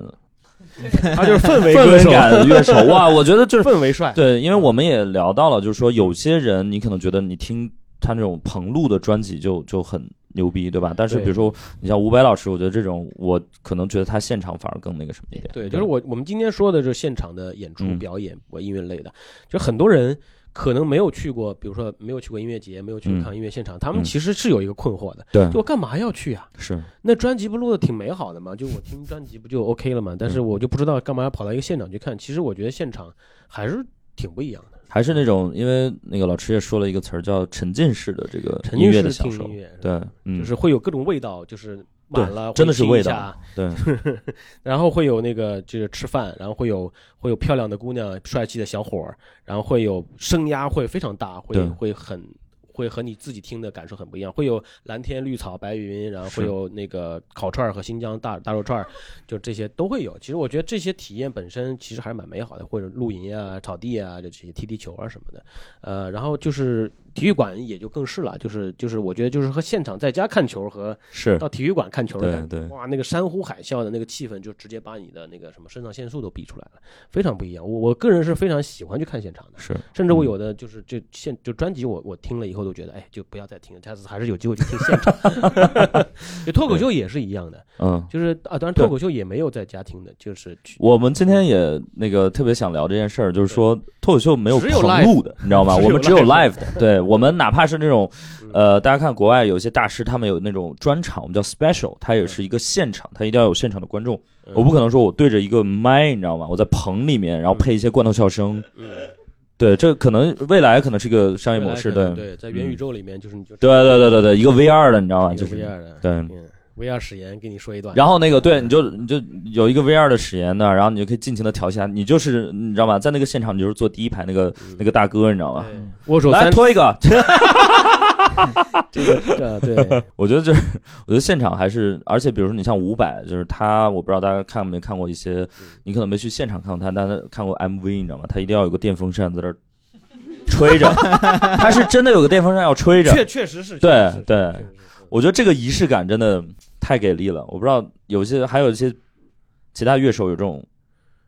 [SPEAKER 2] 他就是氛
[SPEAKER 1] *laughs*
[SPEAKER 2] 围
[SPEAKER 1] 氛
[SPEAKER 2] 歌
[SPEAKER 1] 围
[SPEAKER 2] 手，
[SPEAKER 1] 感乐手哇，我觉得就是
[SPEAKER 2] *laughs* 氛围帅，
[SPEAKER 1] *laughs* 对，因为我们也聊到了，就是说有些人你可能觉得你听他那种棚录的专辑就就很牛逼，对吧？但是
[SPEAKER 2] 对
[SPEAKER 1] 比如说你像伍佰老师，我觉得这种我可能觉得他现场反而更那个什么一点，
[SPEAKER 2] 对，就是我我们今天说的就是现场的演出
[SPEAKER 1] 嗯
[SPEAKER 2] 表演和音乐类的，就很多人可能没有去过，比如说没有去过音乐节，没有去
[SPEAKER 1] 嗯
[SPEAKER 2] 看音乐现场，他们
[SPEAKER 1] 嗯
[SPEAKER 2] 其实是有一个困惑的，
[SPEAKER 1] 对
[SPEAKER 2] 就我干嘛要去啊？
[SPEAKER 1] 是
[SPEAKER 2] 那专辑不录的挺美好的嘛，就我听专辑不就 OK 了嘛？但是
[SPEAKER 1] 嗯
[SPEAKER 2] 我就不知道干嘛要跑到一个现场去看，其实我觉得现场还是挺不一样的，
[SPEAKER 1] 还是那种，因为那个老师也说了一个词儿叫沉浸式的这个
[SPEAKER 2] 沉
[SPEAKER 1] 音乐
[SPEAKER 2] 浸式
[SPEAKER 1] 的
[SPEAKER 2] 听
[SPEAKER 1] 享受
[SPEAKER 2] 音，乐，
[SPEAKER 1] 对，嗯，
[SPEAKER 2] 就是会有各种味道，就是
[SPEAKER 1] 对
[SPEAKER 2] 满了会
[SPEAKER 1] 真的是
[SPEAKER 2] 亲一
[SPEAKER 1] 味道
[SPEAKER 2] 下 *laughs*
[SPEAKER 1] 对，
[SPEAKER 2] 然后会有那个就是吃饭，然后会有会有漂亮的姑娘、帅气的小伙儿，然后会有声压会非常大，会
[SPEAKER 1] 对
[SPEAKER 2] 会很会和你自己听的感受很不一样，会有蓝天绿草白云，然后
[SPEAKER 1] 是
[SPEAKER 2] 会有那个烤串儿和新疆大大肉串儿，就这些都会有。其实我觉得这些体验本身其实还是蛮美好的，或者露营啊、草地啊，就这些踢踢球啊什么的。呃，然后就是体育馆也就更是了，就是就是我觉得就是和现场在家看球和
[SPEAKER 1] 是
[SPEAKER 2] 到体育馆看球的
[SPEAKER 1] 对
[SPEAKER 2] 感觉，
[SPEAKER 1] 对
[SPEAKER 2] 哇，那个山呼海啸的那个气氛，就直接把你的那个什么肾上腺素都逼出来了，非常不一样。我我个人是非常喜欢去看现场的，
[SPEAKER 1] 是，嗯
[SPEAKER 2] 甚至我有的就是就现就专辑我我听了以后都觉得，哎，就不要再听了，下次还是有机会去听现
[SPEAKER 1] *laughs*
[SPEAKER 2] 场。 *laughs* 就脱口秀也是一样的，
[SPEAKER 1] 嗯。
[SPEAKER 2] 就是啊，当然
[SPEAKER 1] 对
[SPEAKER 2] 脱口秀也没有在家听的，就是去
[SPEAKER 1] 我们今天也那个特别想聊这件事儿，就是说脱口秀没有
[SPEAKER 2] 只有
[SPEAKER 1] 棚录的，你知道吗？
[SPEAKER 2] *laughs* 只有
[SPEAKER 1] 我们只有
[SPEAKER 2] live
[SPEAKER 1] live
[SPEAKER 2] 嗯
[SPEAKER 1] 的，对我们哪怕是那种，呃，大家看国外有一些大师，他们有那种专场，我们叫 special，它
[SPEAKER 2] 嗯
[SPEAKER 1] 也是一个现场，它一定要有现场的观众。我不可能说我对着一个麦，你知道吗？我在棚里面，然后配一些罐头笑声。
[SPEAKER 2] 嗯
[SPEAKER 1] 对，这可能未来可能是一个商业模式，
[SPEAKER 2] 对
[SPEAKER 1] 对
[SPEAKER 2] 对，在元宇宙里面就是你就
[SPEAKER 1] 对对对对对，一个 VR 的，你知道吗？
[SPEAKER 2] 一
[SPEAKER 1] 就
[SPEAKER 2] 个
[SPEAKER 1] 是
[SPEAKER 2] VR 的嗯
[SPEAKER 1] 对。
[SPEAKER 2] VR 实验给你说一段，
[SPEAKER 1] 然后那个对，你就你就有一个 VR 的实验呢，然后你就可以尽情的调戏他，你就是你知道吗？在那个现场，你就是坐第一排那个那个大哥，你知道吗？
[SPEAKER 2] 嗯握手
[SPEAKER 1] 来
[SPEAKER 2] 三
[SPEAKER 1] 拖一个，
[SPEAKER 2] 这个对，
[SPEAKER 1] 我觉得就是，我觉得现场还是，而且比如说你像伍佰，就是他，我不知道大家看没看过一些，你可能没去现场看过他，但是看过 MV，你知道吗？他一定要有个电风扇在那儿吹着， *laughs* 他是真的有个电风扇要吹着，
[SPEAKER 2] 确确实是，确
[SPEAKER 1] 对
[SPEAKER 2] 实是
[SPEAKER 1] 对，我觉得这个仪式感真的太给力了。我不知道有些还有一些其他乐手有这种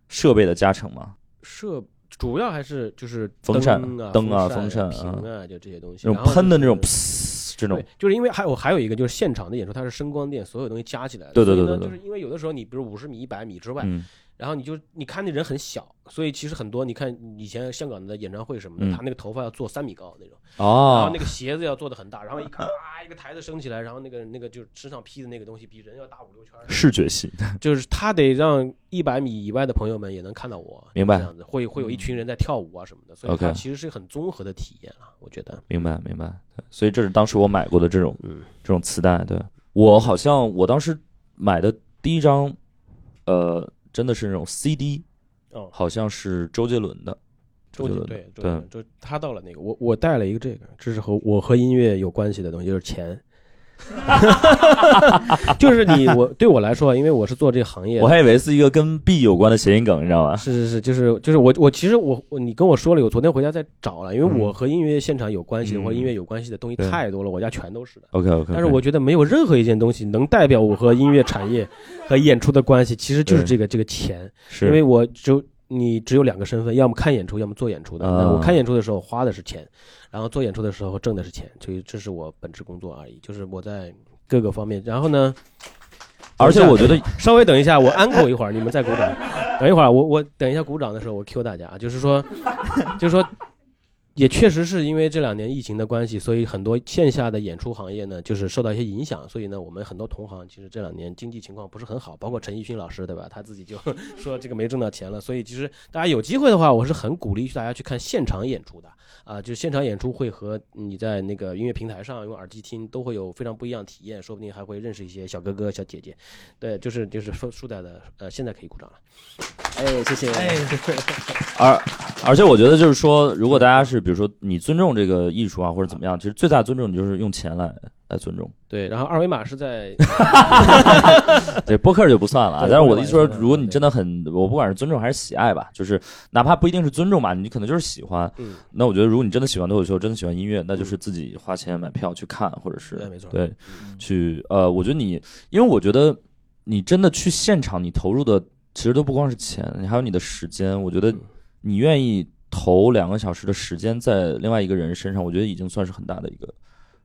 [SPEAKER 1] 设备的加成吗？
[SPEAKER 2] 设主要还是就是
[SPEAKER 1] 风扇
[SPEAKER 2] 啊、
[SPEAKER 1] 灯啊风
[SPEAKER 2] 风
[SPEAKER 1] 扇
[SPEAKER 2] 屏
[SPEAKER 1] 啊
[SPEAKER 2] 啊，就这些东西，
[SPEAKER 1] 那
[SPEAKER 2] 然
[SPEAKER 1] 种
[SPEAKER 2] 后
[SPEAKER 1] 喷的
[SPEAKER 2] 就
[SPEAKER 1] 那种，
[SPEAKER 2] 是
[SPEAKER 1] 噗这种
[SPEAKER 2] 对，就是因为还有还有一个就是现场的演出，它是声光电所有东西加起来的。
[SPEAKER 1] 对对
[SPEAKER 2] 所以
[SPEAKER 1] 对
[SPEAKER 2] 呢
[SPEAKER 1] 对
[SPEAKER 2] 就是因为有的时候你比如五十米、一百米之外，
[SPEAKER 1] 嗯
[SPEAKER 2] 然后你就你看那人很小，所以其实很多你看以前香港的演唱会什么
[SPEAKER 1] 嗯
[SPEAKER 2] 的，他那个头发要做三米高那种，然后
[SPEAKER 1] *laughs* 哦
[SPEAKER 2] 那个鞋子要做的很大，然后一看啊一个台子升起来，然后那个那个就是身上披的那个东西比人要大五六圈儿，
[SPEAKER 1] 视觉系，
[SPEAKER 2] 就是他得让一百米以外的朋友们也能看到我，
[SPEAKER 1] 明白嗯
[SPEAKER 2] 这样子会会有一群人在跳舞啊什么的，所以
[SPEAKER 1] OK
[SPEAKER 2] 它其实是很综合的体验啊，我觉得。
[SPEAKER 1] *laughs* 明白明白。所以这是当时我买过的这种
[SPEAKER 2] 嗯
[SPEAKER 1] 这种磁带，对我好像我当时买的第一张，呃，真的是那种 CD，
[SPEAKER 2] 哦，
[SPEAKER 1] 好像是周杰伦的，
[SPEAKER 2] 周杰
[SPEAKER 1] 伦
[SPEAKER 2] 对周杰
[SPEAKER 1] 对
[SPEAKER 2] 伦，就他到了那个，我我带了一个这个，这是和我和音乐有关系的东西，就是钱。 *laughs* 就是你我对我来说啊，因为我是做这个行业的，
[SPEAKER 1] 我还以为是一个跟 B 有关的谐音梗，你知道吗？
[SPEAKER 2] 是是是，就是就是我我其实我我你跟我说了，我昨天回家在找了，因为我和音乐现场有关系的
[SPEAKER 1] 嗯
[SPEAKER 2] 或者音乐有关系的东西
[SPEAKER 1] 对
[SPEAKER 2] 太多了，我家全都是的。
[SPEAKER 1] OK OK，
[SPEAKER 2] 但是我觉得没有任何一件东西能代表我和音乐产业和演出的关系，其实就是
[SPEAKER 1] 对
[SPEAKER 2] 这个这个钱，
[SPEAKER 1] 是
[SPEAKER 2] 因为我只有你只有两个身份，要么看演出，要么做演出的。那
[SPEAKER 1] 啊
[SPEAKER 2] 我看演出的时候花的是钱，然后做演出的时候挣的是钱，所以这是我本职工作而已，就是我在各个方面。然后呢，
[SPEAKER 1] 而且我觉得
[SPEAKER 2] 稍微等一下，我安口一会儿，你们再鼓掌。等一会儿，我我等一下鼓掌的时候，我 Q 大家，啊，就是说， *laughs* 就是说，也确实是因为这两年疫情的关系，所以很多线下的演出行业呢，就是受到一些影响。所以呢，我们很多同行其实这两年经济情况不是很好，包括陈奕迅老师，对吧？他自己 *laughs* 就说这个没挣到钱了。所以其实大家有机会的话，我是很鼓励大家去看现场演出的。啊，就是现场演出会和你在那个音乐平台上用耳机听都会有非常不一样的体验，说不定还会认识一些小哥哥、小姐姐。对，就是就是说树袋的，呃，现在可以鼓掌了。哎，谢谢。哎，
[SPEAKER 1] 而而且我觉得就是说，如果大家是比如说你尊重这个艺术啊，或者怎么样，其实最大的尊重你就是用钱来来尊重。
[SPEAKER 2] 对，然后二维码是在，
[SPEAKER 1] 对，播客就不算了啊。
[SPEAKER 2] 对
[SPEAKER 1] 但是我的意思说
[SPEAKER 2] 播客，也不算
[SPEAKER 1] 如果你真的很，我不管是尊重还是喜爱吧，就是哪怕不一定是尊重吧，你可能就是喜欢。
[SPEAKER 2] 嗯，
[SPEAKER 1] 那我觉得，如果你真的喜欢脱口秀，真的喜欢音乐，那就是自己花钱买票去看，或者是
[SPEAKER 2] 对没错
[SPEAKER 1] 对，
[SPEAKER 2] 嗯
[SPEAKER 1] 去呃，我觉得你，因为我觉得你真的去现场，你投入的其实都不光是钱，你还有你的时间。我觉得
[SPEAKER 2] 嗯
[SPEAKER 1] 你愿意投两个小时的时间在另外一个人身上，我觉得已经算是很大的一个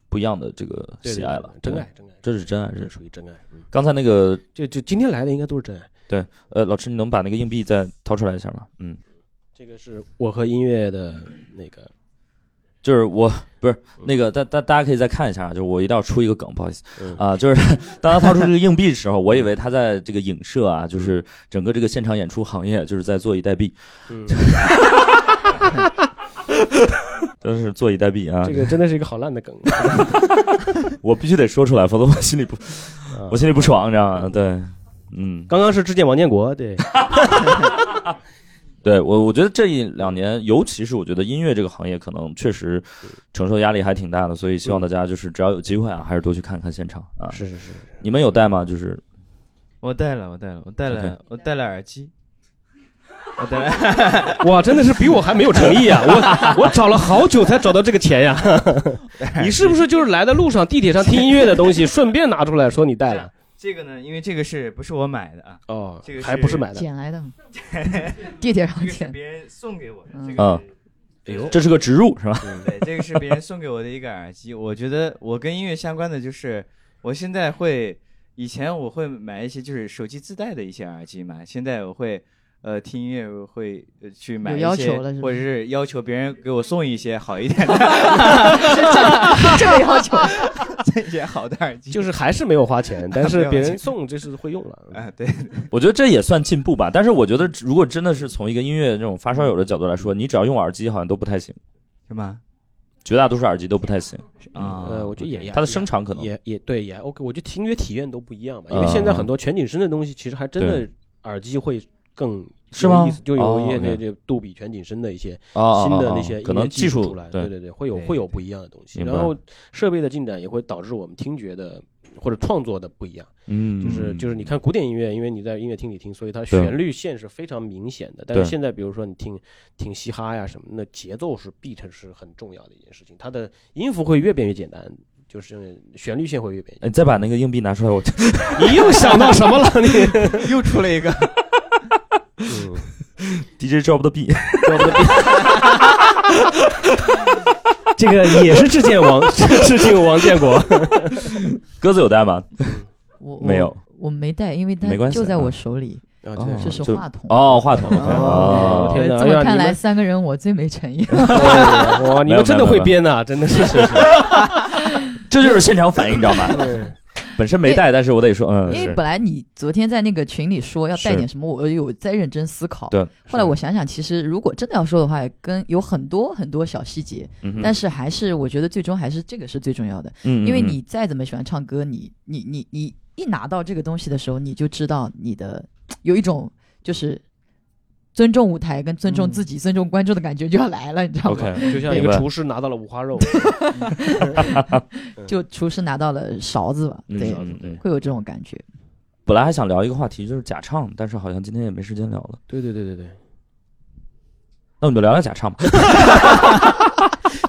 [SPEAKER 1] 不一样的这个
[SPEAKER 2] 对
[SPEAKER 1] 喜爱了。
[SPEAKER 2] 真
[SPEAKER 1] 对
[SPEAKER 2] 爱，，真爱，
[SPEAKER 1] 这是真爱，这
[SPEAKER 2] 这
[SPEAKER 1] 是
[SPEAKER 2] 属于真爱。嗯，
[SPEAKER 1] 刚才那个
[SPEAKER 2] 就就今天来的应该都是真爱。
[SPEAKER 1] 呃，老师，你能把那个硬币再掏出来一下吗？嗯，
[SPEAKER 2] 这个是我和音乐的那个，
[SPEAKER 1] 就是我不是那个，大大大家可以再看一下啊，就是我一定要出一个梗，不好意思
[SPEAKER 2] 嗯
[SPEAKER 1] 啊、就是当他掏出这个硬币的时候，我以为他在这个影射啊，就是整个这个现场演出行业就是在坐以待毙，
[SPEAKER 2] *laughs* 嗯，
[SPEAKER 1] 真是坐以待毙啊！
[SPEAKER 2] 这个真的是一个好烂的梗。
[SPEAKER 1] 我必须得说出来，否则我心里不
[SPEAKER 2] 啊 *laughs*
[SPEAKER 1] 我心里不爽，你知道吗？对，嗯，
[SPEAKER 2] 刚刚是致敬王建国，对，
[SPEAKER 1] 对我，我觉得这一两年，尤其是我觉得音乐这个行业，可能确实承受压力还挺大的，所以希望大家就是只要有机会啊，还是多去看看现场啊。
[SPEAKER 2] 是是是，
[SPEAKER 1] 你们有带吗？就是
[SPEAKER 4] 我带了，我带了，我带了
[SPEAKER 1] OK
[SPEAKER 4] 我带了耳机，我带了。 *laughs*
[SPEAKER 2] 哇，真的是比我还没有诚意 *laughs* 啊！我我找了好久才找到这个钱 *laughs* 呀、你是不是就是来的路上、地铁上听音乐的东西，顺便拿出来说你带了？
[SPEAKER 4] 这个呢，因为这个是不是我买的啊？
[SPEAKER 2] 哦
[SPEAKER 4] 这个，是
[SPEAKER 2] 还不是买的？
[SPEAKER 3] 捡来的，
[SPEAKER 1] *laughs*
[SPEAKER 3] 地铁上
[SPEAKER 4] 这个是
[SPEAKER 3] 捡。 *laughs*
[SPEAKER 4] 别人送给我的。
[SPEAKER 3] 嗯
[SPEAKER 4] 这
[SPEAKER 1] 啊
[SPEAKER 4] 个是
[SPEAKER 2] 哎呦，
[SPEAKER 1] 这是个植入是吧？
[SPEAKER 4] 对，这个是别人送给我的一个耳机。我觉得我跟音乐相关的就是，我现在会，以前我会买一些就是手机自带的一些耳机嘛，现在我会呃听音乐会呃去买
[SPEAKER 3] 有
[SPEAKER 4] 一
[SPEAKER 3] 要
[SPEAKER 4] 些
[SPEAKER 3] 求了是不
[SPEAKER 4] 或者
[SPEAKER 3] 是
[SPEAKER 4] 是要求别人给我送一些好一点的
[SPEAKER 3] 这个要求，
[SPEAKER 4] 这些好的耳
[SPEAKER 3] *laughs*
[SPEAKER 4] 机，
[SPEAKER 2] 就是还是没有花 *laughs* 钱，但
[SPEAKER 4] 没
[SPEAKER 2] 是
[SPEAKER 4] 有
[SPEAKER 2] 别
[SPEAKER 4] 钱
[SPEAKER 2] 人送这是会用了。
[SPEAKER 4] 啊对，
[SPEAKER 1] 我觉得这也算进步吧。但是我觉得，如果真的是从一个音乐这种发烧友的角度来说，你只要用耳机，好像都不太行，
[SPEAKER 4] 是吗？
[SPEAKER 1] 绝大多数耳机都不太行。
[SPEAKER 3] 嗯
[SPEAKER 1] 嗯
[SPEAKER 4] 啊、
[SPEAKER 2] 呃，我觉得也也
[SPEAKER 1] 它的声场可能
[SPEAKER 2] 也也对也 OK，我觉得听觉体验都不一样吧，
[SPEAKER 1] 嗯
[SPEAKER 2] 因为现在很多全景声的东西，其实还真的耳机会更
[SPEAKER 1] 是吗
[SPEAKER 2] 有意思就有一些
[SPEAKER 1] 哦
[SPEAKER 2] 那
[SPEAKER 1] ，OK
[SPEAKER 2] 这杜比全景声的一些
[SPEAKER 1] 哦哦
[SPEAKER 2] 新的
[SPEAKER 1] 哦
[SPEAKER 2] 那些
[SPEAKER 1] 可
[SPEAKER 2] 音乐
[SPEAKER 1] 能
[SPEAKER 2] 技
[SPEAKER 1] 技
[SPEAKER 2] 出
[SPEAKER 1] 术
[SPEAKER 2] 来，对对对，会有
[SPEAKER 4] 对
[SPEAKER 2] 会有不一样的东西。
[SPEAKER 1] 明白
[SPEAKER 2] 然后设备的进展也会导致我们听觉的或者创作的不一样，
[SPEAKER 1] 嗯，
[SPEAKER 2] 就是就是你看古典音乐，因为你在音乐厅里听，所以它
[SPEAKER 1] 对
[SPEAKER 2] 旋律线是非常明显的。但是
[SPEAKER 1] 对
[SPEAKER 2] 现在比如说你听听嘻哈呀什么，那节奏是必成是很重要的一件事情，它的音符会越变越简单。就是旋律线会越变越简
[SPEAKER 1] 哎，
[SPEAKER 2] 单
[SPEAKER 1] 你再把那个硬币拿出来， *laughs* 我
[SPEAKER 2] *laughs* 你又想到什么了？你
[SPEAKER 4] 啊又出了一个
[SPEAKER 1] DJ drop 的币。
[SPEAKER 2] *laughs* 这个也是致敬 *laughs* 王，致敬王建国。
[SPEAKER 1] 鸽子有带吗？
[SPEAKER 3] 我我
[SPEAKER 1] 没有，
[SPEAKER 3] 我没带，因为它
[SPEAKER 1] 没关系
[SPEAKER 3] 就在
[SPEAKER 1] 啊
[SPEAKER 3] 我手里，
[SPEAKER 1] 哦
[SPEAKER 3] 这是
[SPEAKER 1] 就
[SPEAKER 3] 话筒
[SPEAKER 1] 哦，话筒。
[SPEAKER 2] 哦
[SPEAKER 1] 哦
[SPEAKER 2] 天哪
[SPEAKER 3] 这
[SPEAKER 2] 哎呀
[SPEAKER 3] 么看
[SPEAKER 2] 你
[SPEAKER 3] 来，
[SPEAKER 2] 们
[SPEAKER 3] 三个人我最没诚意。
[SPEAKER 2] *laughs* 哇，你们真的会编呐、真的是是是。
[SPEAKER 1] 这就是现场反应，你知道吗？本身没带，但是我得说，嗯，
[SPEAKER 3] 因为
[SPEAKER 1] 是
[SPEAKER 3] 本来你昨天在那个群里说要带
[SPEAKER 1] 是
[SPEAKER 3] 点什么，我有在认真思考。
[SPEAKER 1] 对。
[SPEAKER 3] 后来我想想，其实如果真的要说的话，跟有很多很多小细节，
[SPEAKER 1] 嗯哼
[SPEAKER 3] 但是还是我觉得最终还是这个是最重要的，
[SPEAKER 1] 嗯嗯
[SPEAKER 3] 因为
[SPEAKER 1] 嗯
[SPEAKER 3] 你再怎么喜欢唱歌，你你你你一拿到这个东西的时候，你就知道你的有一种就是尊重舞台跟尊
[SPEAKER 1] 嗯
[SPEAKER 3] 重自己、尊重观众的感觉就要来了，你知道吗？
[SPEAKER 1] OK，
[SPEAKER 2] 就像一
[SPEAKER 1] 明
[SPEAKER 2] 个
[SPEAKER 1] 白
[SPEAKER 2] 厨师拿到了五花肉，
[SPEAKER 3] 就厨师拿到了勺子吧，
[SPEAKER 1] 嗯
[SPEAKER 3] 对，
[SPEAKER 1] 嗯嗯
[SPEAKER 3] 会有这种感觉。
[SPEAKER 1] 本来还想聊一个话题，就是假唱，但是好像今天也没时间聊了。
[SPEAKER 2] 对对对对对，
[SPEAKER 1] 那我们就聊聊假唱吧。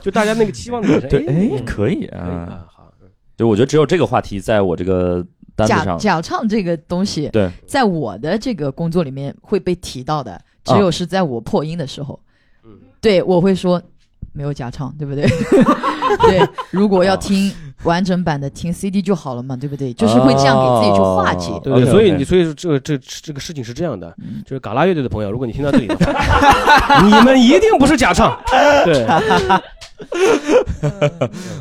[SPEAKER 2] 就大家那个期望值。
[SPEAKER 1] 对，哎，
[SPEAKER 2] 可
[SPEAKER 1] 可以
[SPEAKER 2] 以
[SPEAKER 1] 啊。
[SPEAKER 2] 啊，嗯好，
[SPEAKER 1] 对，我觉得只有这个话题在我这个单子
[SPEAKER 3] 假
[SPEAKER 1] 上，
[SPEAKER 3] 假唱这个东西，
[SPEAKER 1] 对，
[SPEAKER 3] 在我的这个工作里面会被提到的，只
[SPEAKER 1] 啊
[SPEAKER 3] 有是在我破音的时候，
[SPEAKER 2] 嗯
[SPEAKER 3] 对我会说没有假唱，对不对？对，如果要听完整版的，听 CD 就好了嘛，对不对？就是会这样给自己去化解。
[SPEAKER 1] 哦
[SPEAKER 2] 对对，
[SPEAKER 1] OK，OK 嗯
[SPEAKER 2] 所以你所以这个这个这个事情是这样的，就是嘎啦乐队的朋友，如果你听到这里的话， *laughs* 你们一定不是假
[SPEAKER 1] *laughs*
[SPEAKER 2] 唱，对，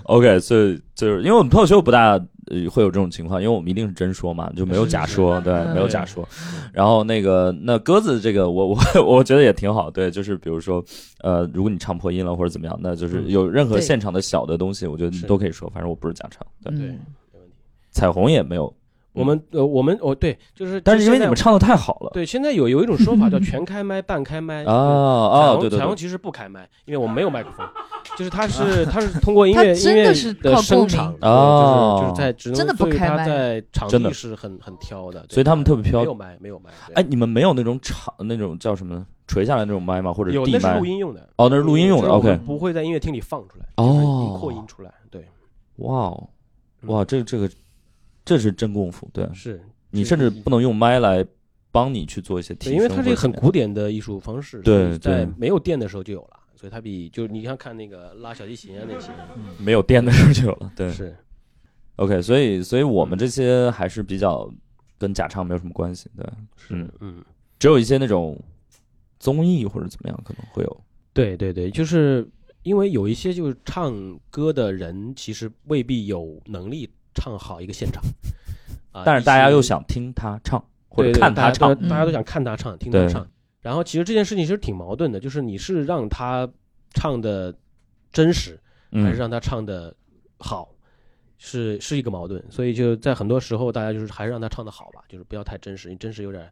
[SPEAKER 1] OK，所以就是因为我们脱口秀不大呃会有这种情况，因为我们一定是真说嘛，就没有假说，对，
[SPEAKER 3] 嗯
[SPEAKER 1] 没有假说。然后那个那鸽子这个，我 *laughs* 我我觉得也挺好，对，就是比如说呃，如果你唱破音了或者怎么样，那就是有任何
[SPEAKER 3] 对
[SPEAKER 1] 现场的小的东西，我觉得你
[SPEAKER 2] 嗯是
[SPEAKER 1] 都可以说，反正我不是假唱。对，
[SPEAKER 3] 嗯
[SPEAKER 2] 对
[SPEAKER 1] 彩虹也没有，
[SPEAKER 2] *laughs* 我们呃我们哦对，就是
[SPEAKER 1] 但是因为
[SPEAKER 2] 现
[SPEAKER 1] 你
[SPEAKER 2] 在
[SPEAKER 1] 们嗯唱的太好了
[SPEAKER 2] 对现在有有一种说法叫全开麦、半开
[SPEAKER 1] 啊
[SPEAKER 2] 麦就是
[SPEAKER 1] 啊，
[SPEAKER 2] 彩
[SPEAKER 1] 对
[SPEAKER 2] 虹
[SPEAKER 1] 对
[SPEAKER 2] 彩虹
[SPEAKER 1] 对，
[SPEAKER 2] 其实不开麦，因为我们没有麦克风，就是
[SPEAKER 1] *laughs*
[SPEAKER 2] 它是它是通过音
[SPEAKER 3] 它
[SPEAKER 2] 乐音
[SPEAKER 3] 真
[SPEAKER 2] 乐
[SPEAKER 3] 的是
[SPEAKER 2] 的
[SPEAKER 3] 靠
[SPEAKER 2] 声
[SPEAKER 3] 共
[SPEAKER 2] 场
[SPEAKER 3] 鸣
[SPEAKER 1] 对哦
[SPEAKER 2] 对就是就是在只能
[SPEAKER 3] 真的不
[SPEAKER 2] 所以
[SPEAKER 3] 开
[SPEAKER 2] 它
[SPEAKER 3] 麦
[SPEAKER 2] 在场
[SPEAKER 1] 真的
[SPEAKER 2] 地是很很挑的，对
[SPEAKER 1] 所以他们特别挑
[SPEAKER 2] 没有麦没有麦，对
[SPEAKER 1] 哎，你们没有那种场那种叫什么垂下来那种麦吗？或者
[SPEAKER 2] 有
[SPEAKER 1] 地
[SPEAKER 2] 那是
[SPEAKER 1] 麦
[SPEAKER 2] 录？音用的
[SPEAKER 1] 哦那是录音用的
[SPEAKER 2] 就是我们
[SPEAKER 1] OK
[SPEAKER 2] 不会在音乐厅里放出来，就是
[SPEAKER 1] 哦
[SPEAKER 2] 一扩音出来，对，
[SPEAKER 1] 哇哦，哇，这个这个这是真功夫，对。
[SPEAKER 2] 是
[SPEAKER 1] 嗯你甚至不能用麦来帮你去做一些提
[SPEAKER 2] 对，
[SPEAKER 1] 升，
[SPEAKER 2] 因为它是一个很
[SPEAKER 1] 或者
[SPEAKER 2] 古典的艺术方式，
[SPEAKER 1] 对
[SPEAKER 2] 所以在
[SPEAKER 1] 对
[SPEAKER 2] 没有电的时候就有了，所以它比就是你像看那个拉小提琴啊那些，
[SPEAKER 1] 怎么 *laughs* 样没有电的时候就有了。对嗯
[SPEAKER 2] 是
[SPEAKER 1] ，OK，所以所以我们这些还是比较跟假唱没有什么关系，对，
[SPEAKER 2] 是
[SPEAKER 1] 嗯
[SPEAKER 2] 嗯。
[SPEAKER 1] 只有一些那种综艺或者怎么样可能会有，
[SPEAKER 2] 对对对，就是因为有一些就是唱歌的人，其实未必有能力唱好一个现场，啊、
[SPEAKER 1] 但是
[SPEAKER 2] 一
[SPEAKER 1] 大家
[SPEAKER 2] 些
[SPEAKER 1] 又想听他唱或
[SPEAKER 2] 对
[SPEAKER 1] 者
[SPEAKER 2] 对
[SPEAKER 1] 看
[SPEAKER 2] 大
[SPEAKER 1] 他
[SPEAKER 2] 家
[SPEAKER 1] 唱
[SPEAKER 2] 都，大家都
[SPEAKER 3] 嗯
[SPEAKER 2] 想看他唱，听他
[SPEAKER 1] 对
[SPEAKER 2] 唱。然后其实这件事情其实挺矛盾的，就是你是让他唱的真实，还是
[SPEAKER 1] 嗯，，
[SPEAKER 2] 让他唱的好，是是一个矛盾。所以就在很多时候，大家就是还是让他唱的好吧，就是不要太真实，因为真实有点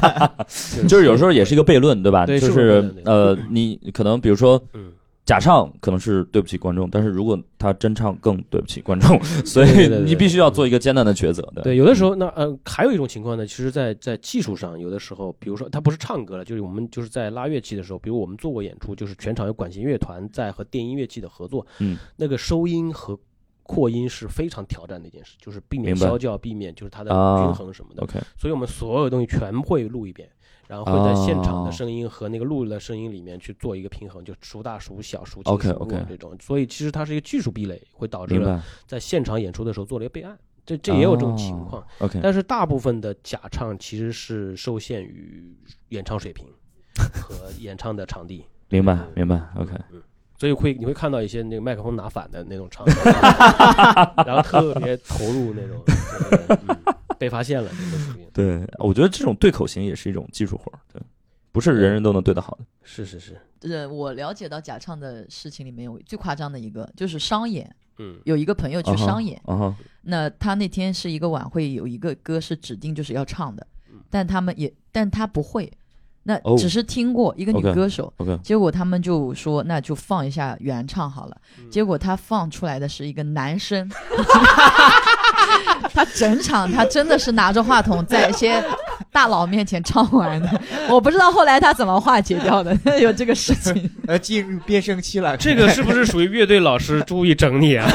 [SPEAKER 2] *laughs*
[SPEAKER 1] *laughs* 就是有时候也是一个悖论，对吧？
[SPEAKER 2] 对
[SPEAKER 1] 就是
[SPEAKER 2] 个悖论对
[SPEAKER 1] 呃，你可能比如说
[SPEAKER 2] 嗯。
[SPEAKER 1] 假唱可能是对不起观众，但是如果他真唱更对不起观众，
[SPEAKER 2] *laughs*
[SPEAKER 1] 所
[SPEAKER 2] 对对
[SPEAKER 1] 以
[SPEAKER 2] 对对
[SPEAKER 1] 你必须要做一个艰难的抉择。
[SPEAKER 2] 对，有的
[SPEAKER 1] 嗯
[SPEAKER 2] 时候那呃，还有一种情况呢，其实在，在技术上，有的时候，比如说他不是唱歌了，就是我们就是在拉乐器的时候，比如我们做过演出，就是全场有管弦乐团在和电音乐器的合作，
[SPEAKER 1] 嗯，
[SPEAKER 2] 那个收音和扩音是非常挑战的一件事，就是避免
[SPEAKER 1] 明白
[SPEAKER 2] 消教，避免就是它的
[SPEAKER 1] 啊
[SPEAKER 2] 均衡什么的，
[SPEAKER 1] ，OK，
[SPEAKER 2] 所以我们所有东西全会录一遍，然后会在现场
[SPEAKER 1] 哦
[SPEAKER 2] 的声音和那个录的声音里面去做一个平衡，就孰大孰小、孰轻孰
[SPEAKER 1] OK，
[SPEAKER 2] 弱
[SPEAKER 1] OK
[SPEAKER 2] 这种，所以其实它是一个技术壁垒，会导致
[SPEAKER 1] 明
[SPEAKER 2] 了
[SPEAKER 1] 白。
[SPEAKER 2] 在现场演出的时候做了一个备案，这这也有这种情况。
[SPEAKER 1] 哦 OK，
[SPEAKER 2] 但是大部分的假唱其实是受限于演唱
[SPEAKER 1] *laughs*
[SPEAKER 2] 水平和演唱的场地，
[SPEAKER 1] 明白明白。OK，
[SPEAKER 2] 所以会你会看到一些那个麦克风拿反的那种
[SPEAKER 1] *laughs*
[SPEAKER 2] 唱，然后特别投入那种，对嗯被发现了，这个属于
[SPEAKER 1] 对，我觉得这种对口型也是一种技术活儿，对，不是人人都能对得好的。
[SPEAKER 2] 是是是，
[SPEAKER 3] 呃，我了解到假唱的事情里面有最夸张的一个，就是商演，
[SPEAKER 2] 嗯
[SPEAKER 3] 有一个朋友去商演，
[SPEAKER 1] 啊哈，
[SPEAKER 3] 那他那天是一个晚会，有一个歌是指定就是要唱的
[SPEAKER 2] 嗯，
[SPEAKER 3] 但他们也，但他不会，那
[SPEAKER 1] 哦
[SPEAKER 3] 只是听过一个女
[SPEAKER 1] OK
[SPEAKER 3] 歌手。
[SPEAKER 1] OK，
[SPEAKER 3] 结果他们就说，那就放一下原唱好了。
[SPEAKER 2] 嗯
[SPEAKER 3] 结果他放出来的是一个
[SPEAKER 2] *laughs*
[SPEAKER 3] 男声，他整场他真的是拿着话筒在一些大佬面前唱完的。我不知道后来他怎么化解掉的，有这个
[SPEAKER 2] *laughs*
[SPEAKER 3] 事情。
[SPEAKER 4] 呃，进入变声期了。
[SPEAKER 2] 这个是不是属于乐队老师注意
[SPEAKER 1] *laughs*
[SPEAKER 2] 整理啊？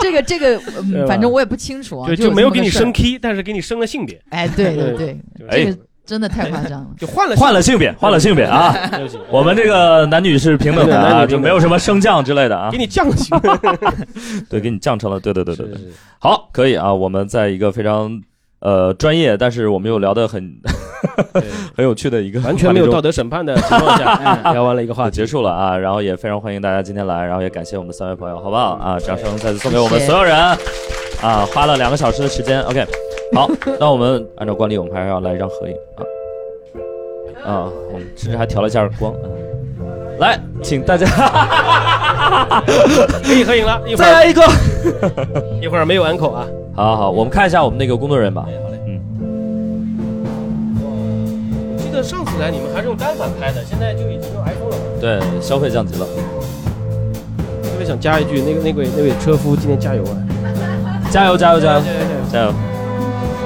[SPEAKER 3] 这个这个，
[SPEAKER 2] 对
[SPEAKER 3] 嗯、
[SPEAKER 2] 吧
[SPEAKER 3] 反正我也不清楚啊。
[SPEAKER 2] 就
[SPEAKER 3] 就有
[SPEAKER 2] 就没有
[SPEAKER 3] 这
[SPEAKER 2] 给
[SPEAKER 3] 么
[SPEAKER 2] 你
[SPEAKER 3] 个事儿
[SPEAKER 2] 升 key，但是给你升了性别，
[SPEAKER 3] 哎，对对对，
[SPEAKER 1] 哎
[SPEAKER 3] 这个真的太夸张了。
[SPEAKER 2] 就换了
[SPEAKER 1] 换了性别，换了性别啊！
[SPEAKER 2] 性别就行
[SPEAKER 1] 我们这个男女是平等的
[SPEAKER 2] 男女
[SPEAKER 1] 啊，
[SPEAKER 2] 平等
[SPEAKER 1] 就没有什么升降之类的啊
[SPEAKER 2] 给。你降了性别，
[SPEAKER 1] 对，给你降成了， *laughs* 对对对对对。
[SPEAKER 2] 是是
[SPEAKER 1] 好，可以啊，我们在一个非常呃专业，但是我们又聊得很 *laughs*
[SPEAKER 2] 对
[SPEAKER 1] 很有趣的一个
[SPEAKER 2] 完全没有
[SPEAKER 1] 话
[SPEAKER 2] 道
[SPEAKER 1] 题
[SPEAKER 2] 德审判的情况
[SPEAKER 1] *laughs*
[SPEAKER 2] 下，聊完了一个
[SPEAKER 1] 中
[SPEAKER 2] 话
[SPEAKER 1] 就
[SPEAKER 2] 题，
[SPEAKER 1] 哎结束了啊，然后也非常欢迎大家今天来，然后也感谢我们三位朋友，好不好啊？掌声再次送给我们
[SPEAKER 3] 谢谢
[SPEAKER 1] 所有人啊，花了两个小时的时间，OK，好，那我们按照惯例，我们还是要来一张合影啊啊，我们甚至还调了一下光啊，来，请大家 *laughs*
[SPEAKER 2] 可以合影了，一会
[SPEAKER 1] 再
[SPEAKER 2] 儿
[SPEAKER 1] 来一个，
[SPEAKER 2] 一会儿没有安口啊，
[SPEAKER 1] 好好好，我们看一下我们那个工作人员吧，
[SPEAKER 2] 记得上次来你们还是用单反拍的，现在就已经用 iPhone 了。
[SPEAKER 1] 对，消费降级了，
[SPEAKER 2] 特别想加一句，那个那位那位车夫今天加油啊！
[SPEAKER 1] 加油加油加油！
[SPEAKER 2] 加油！
[SPEAKER 1] 加油！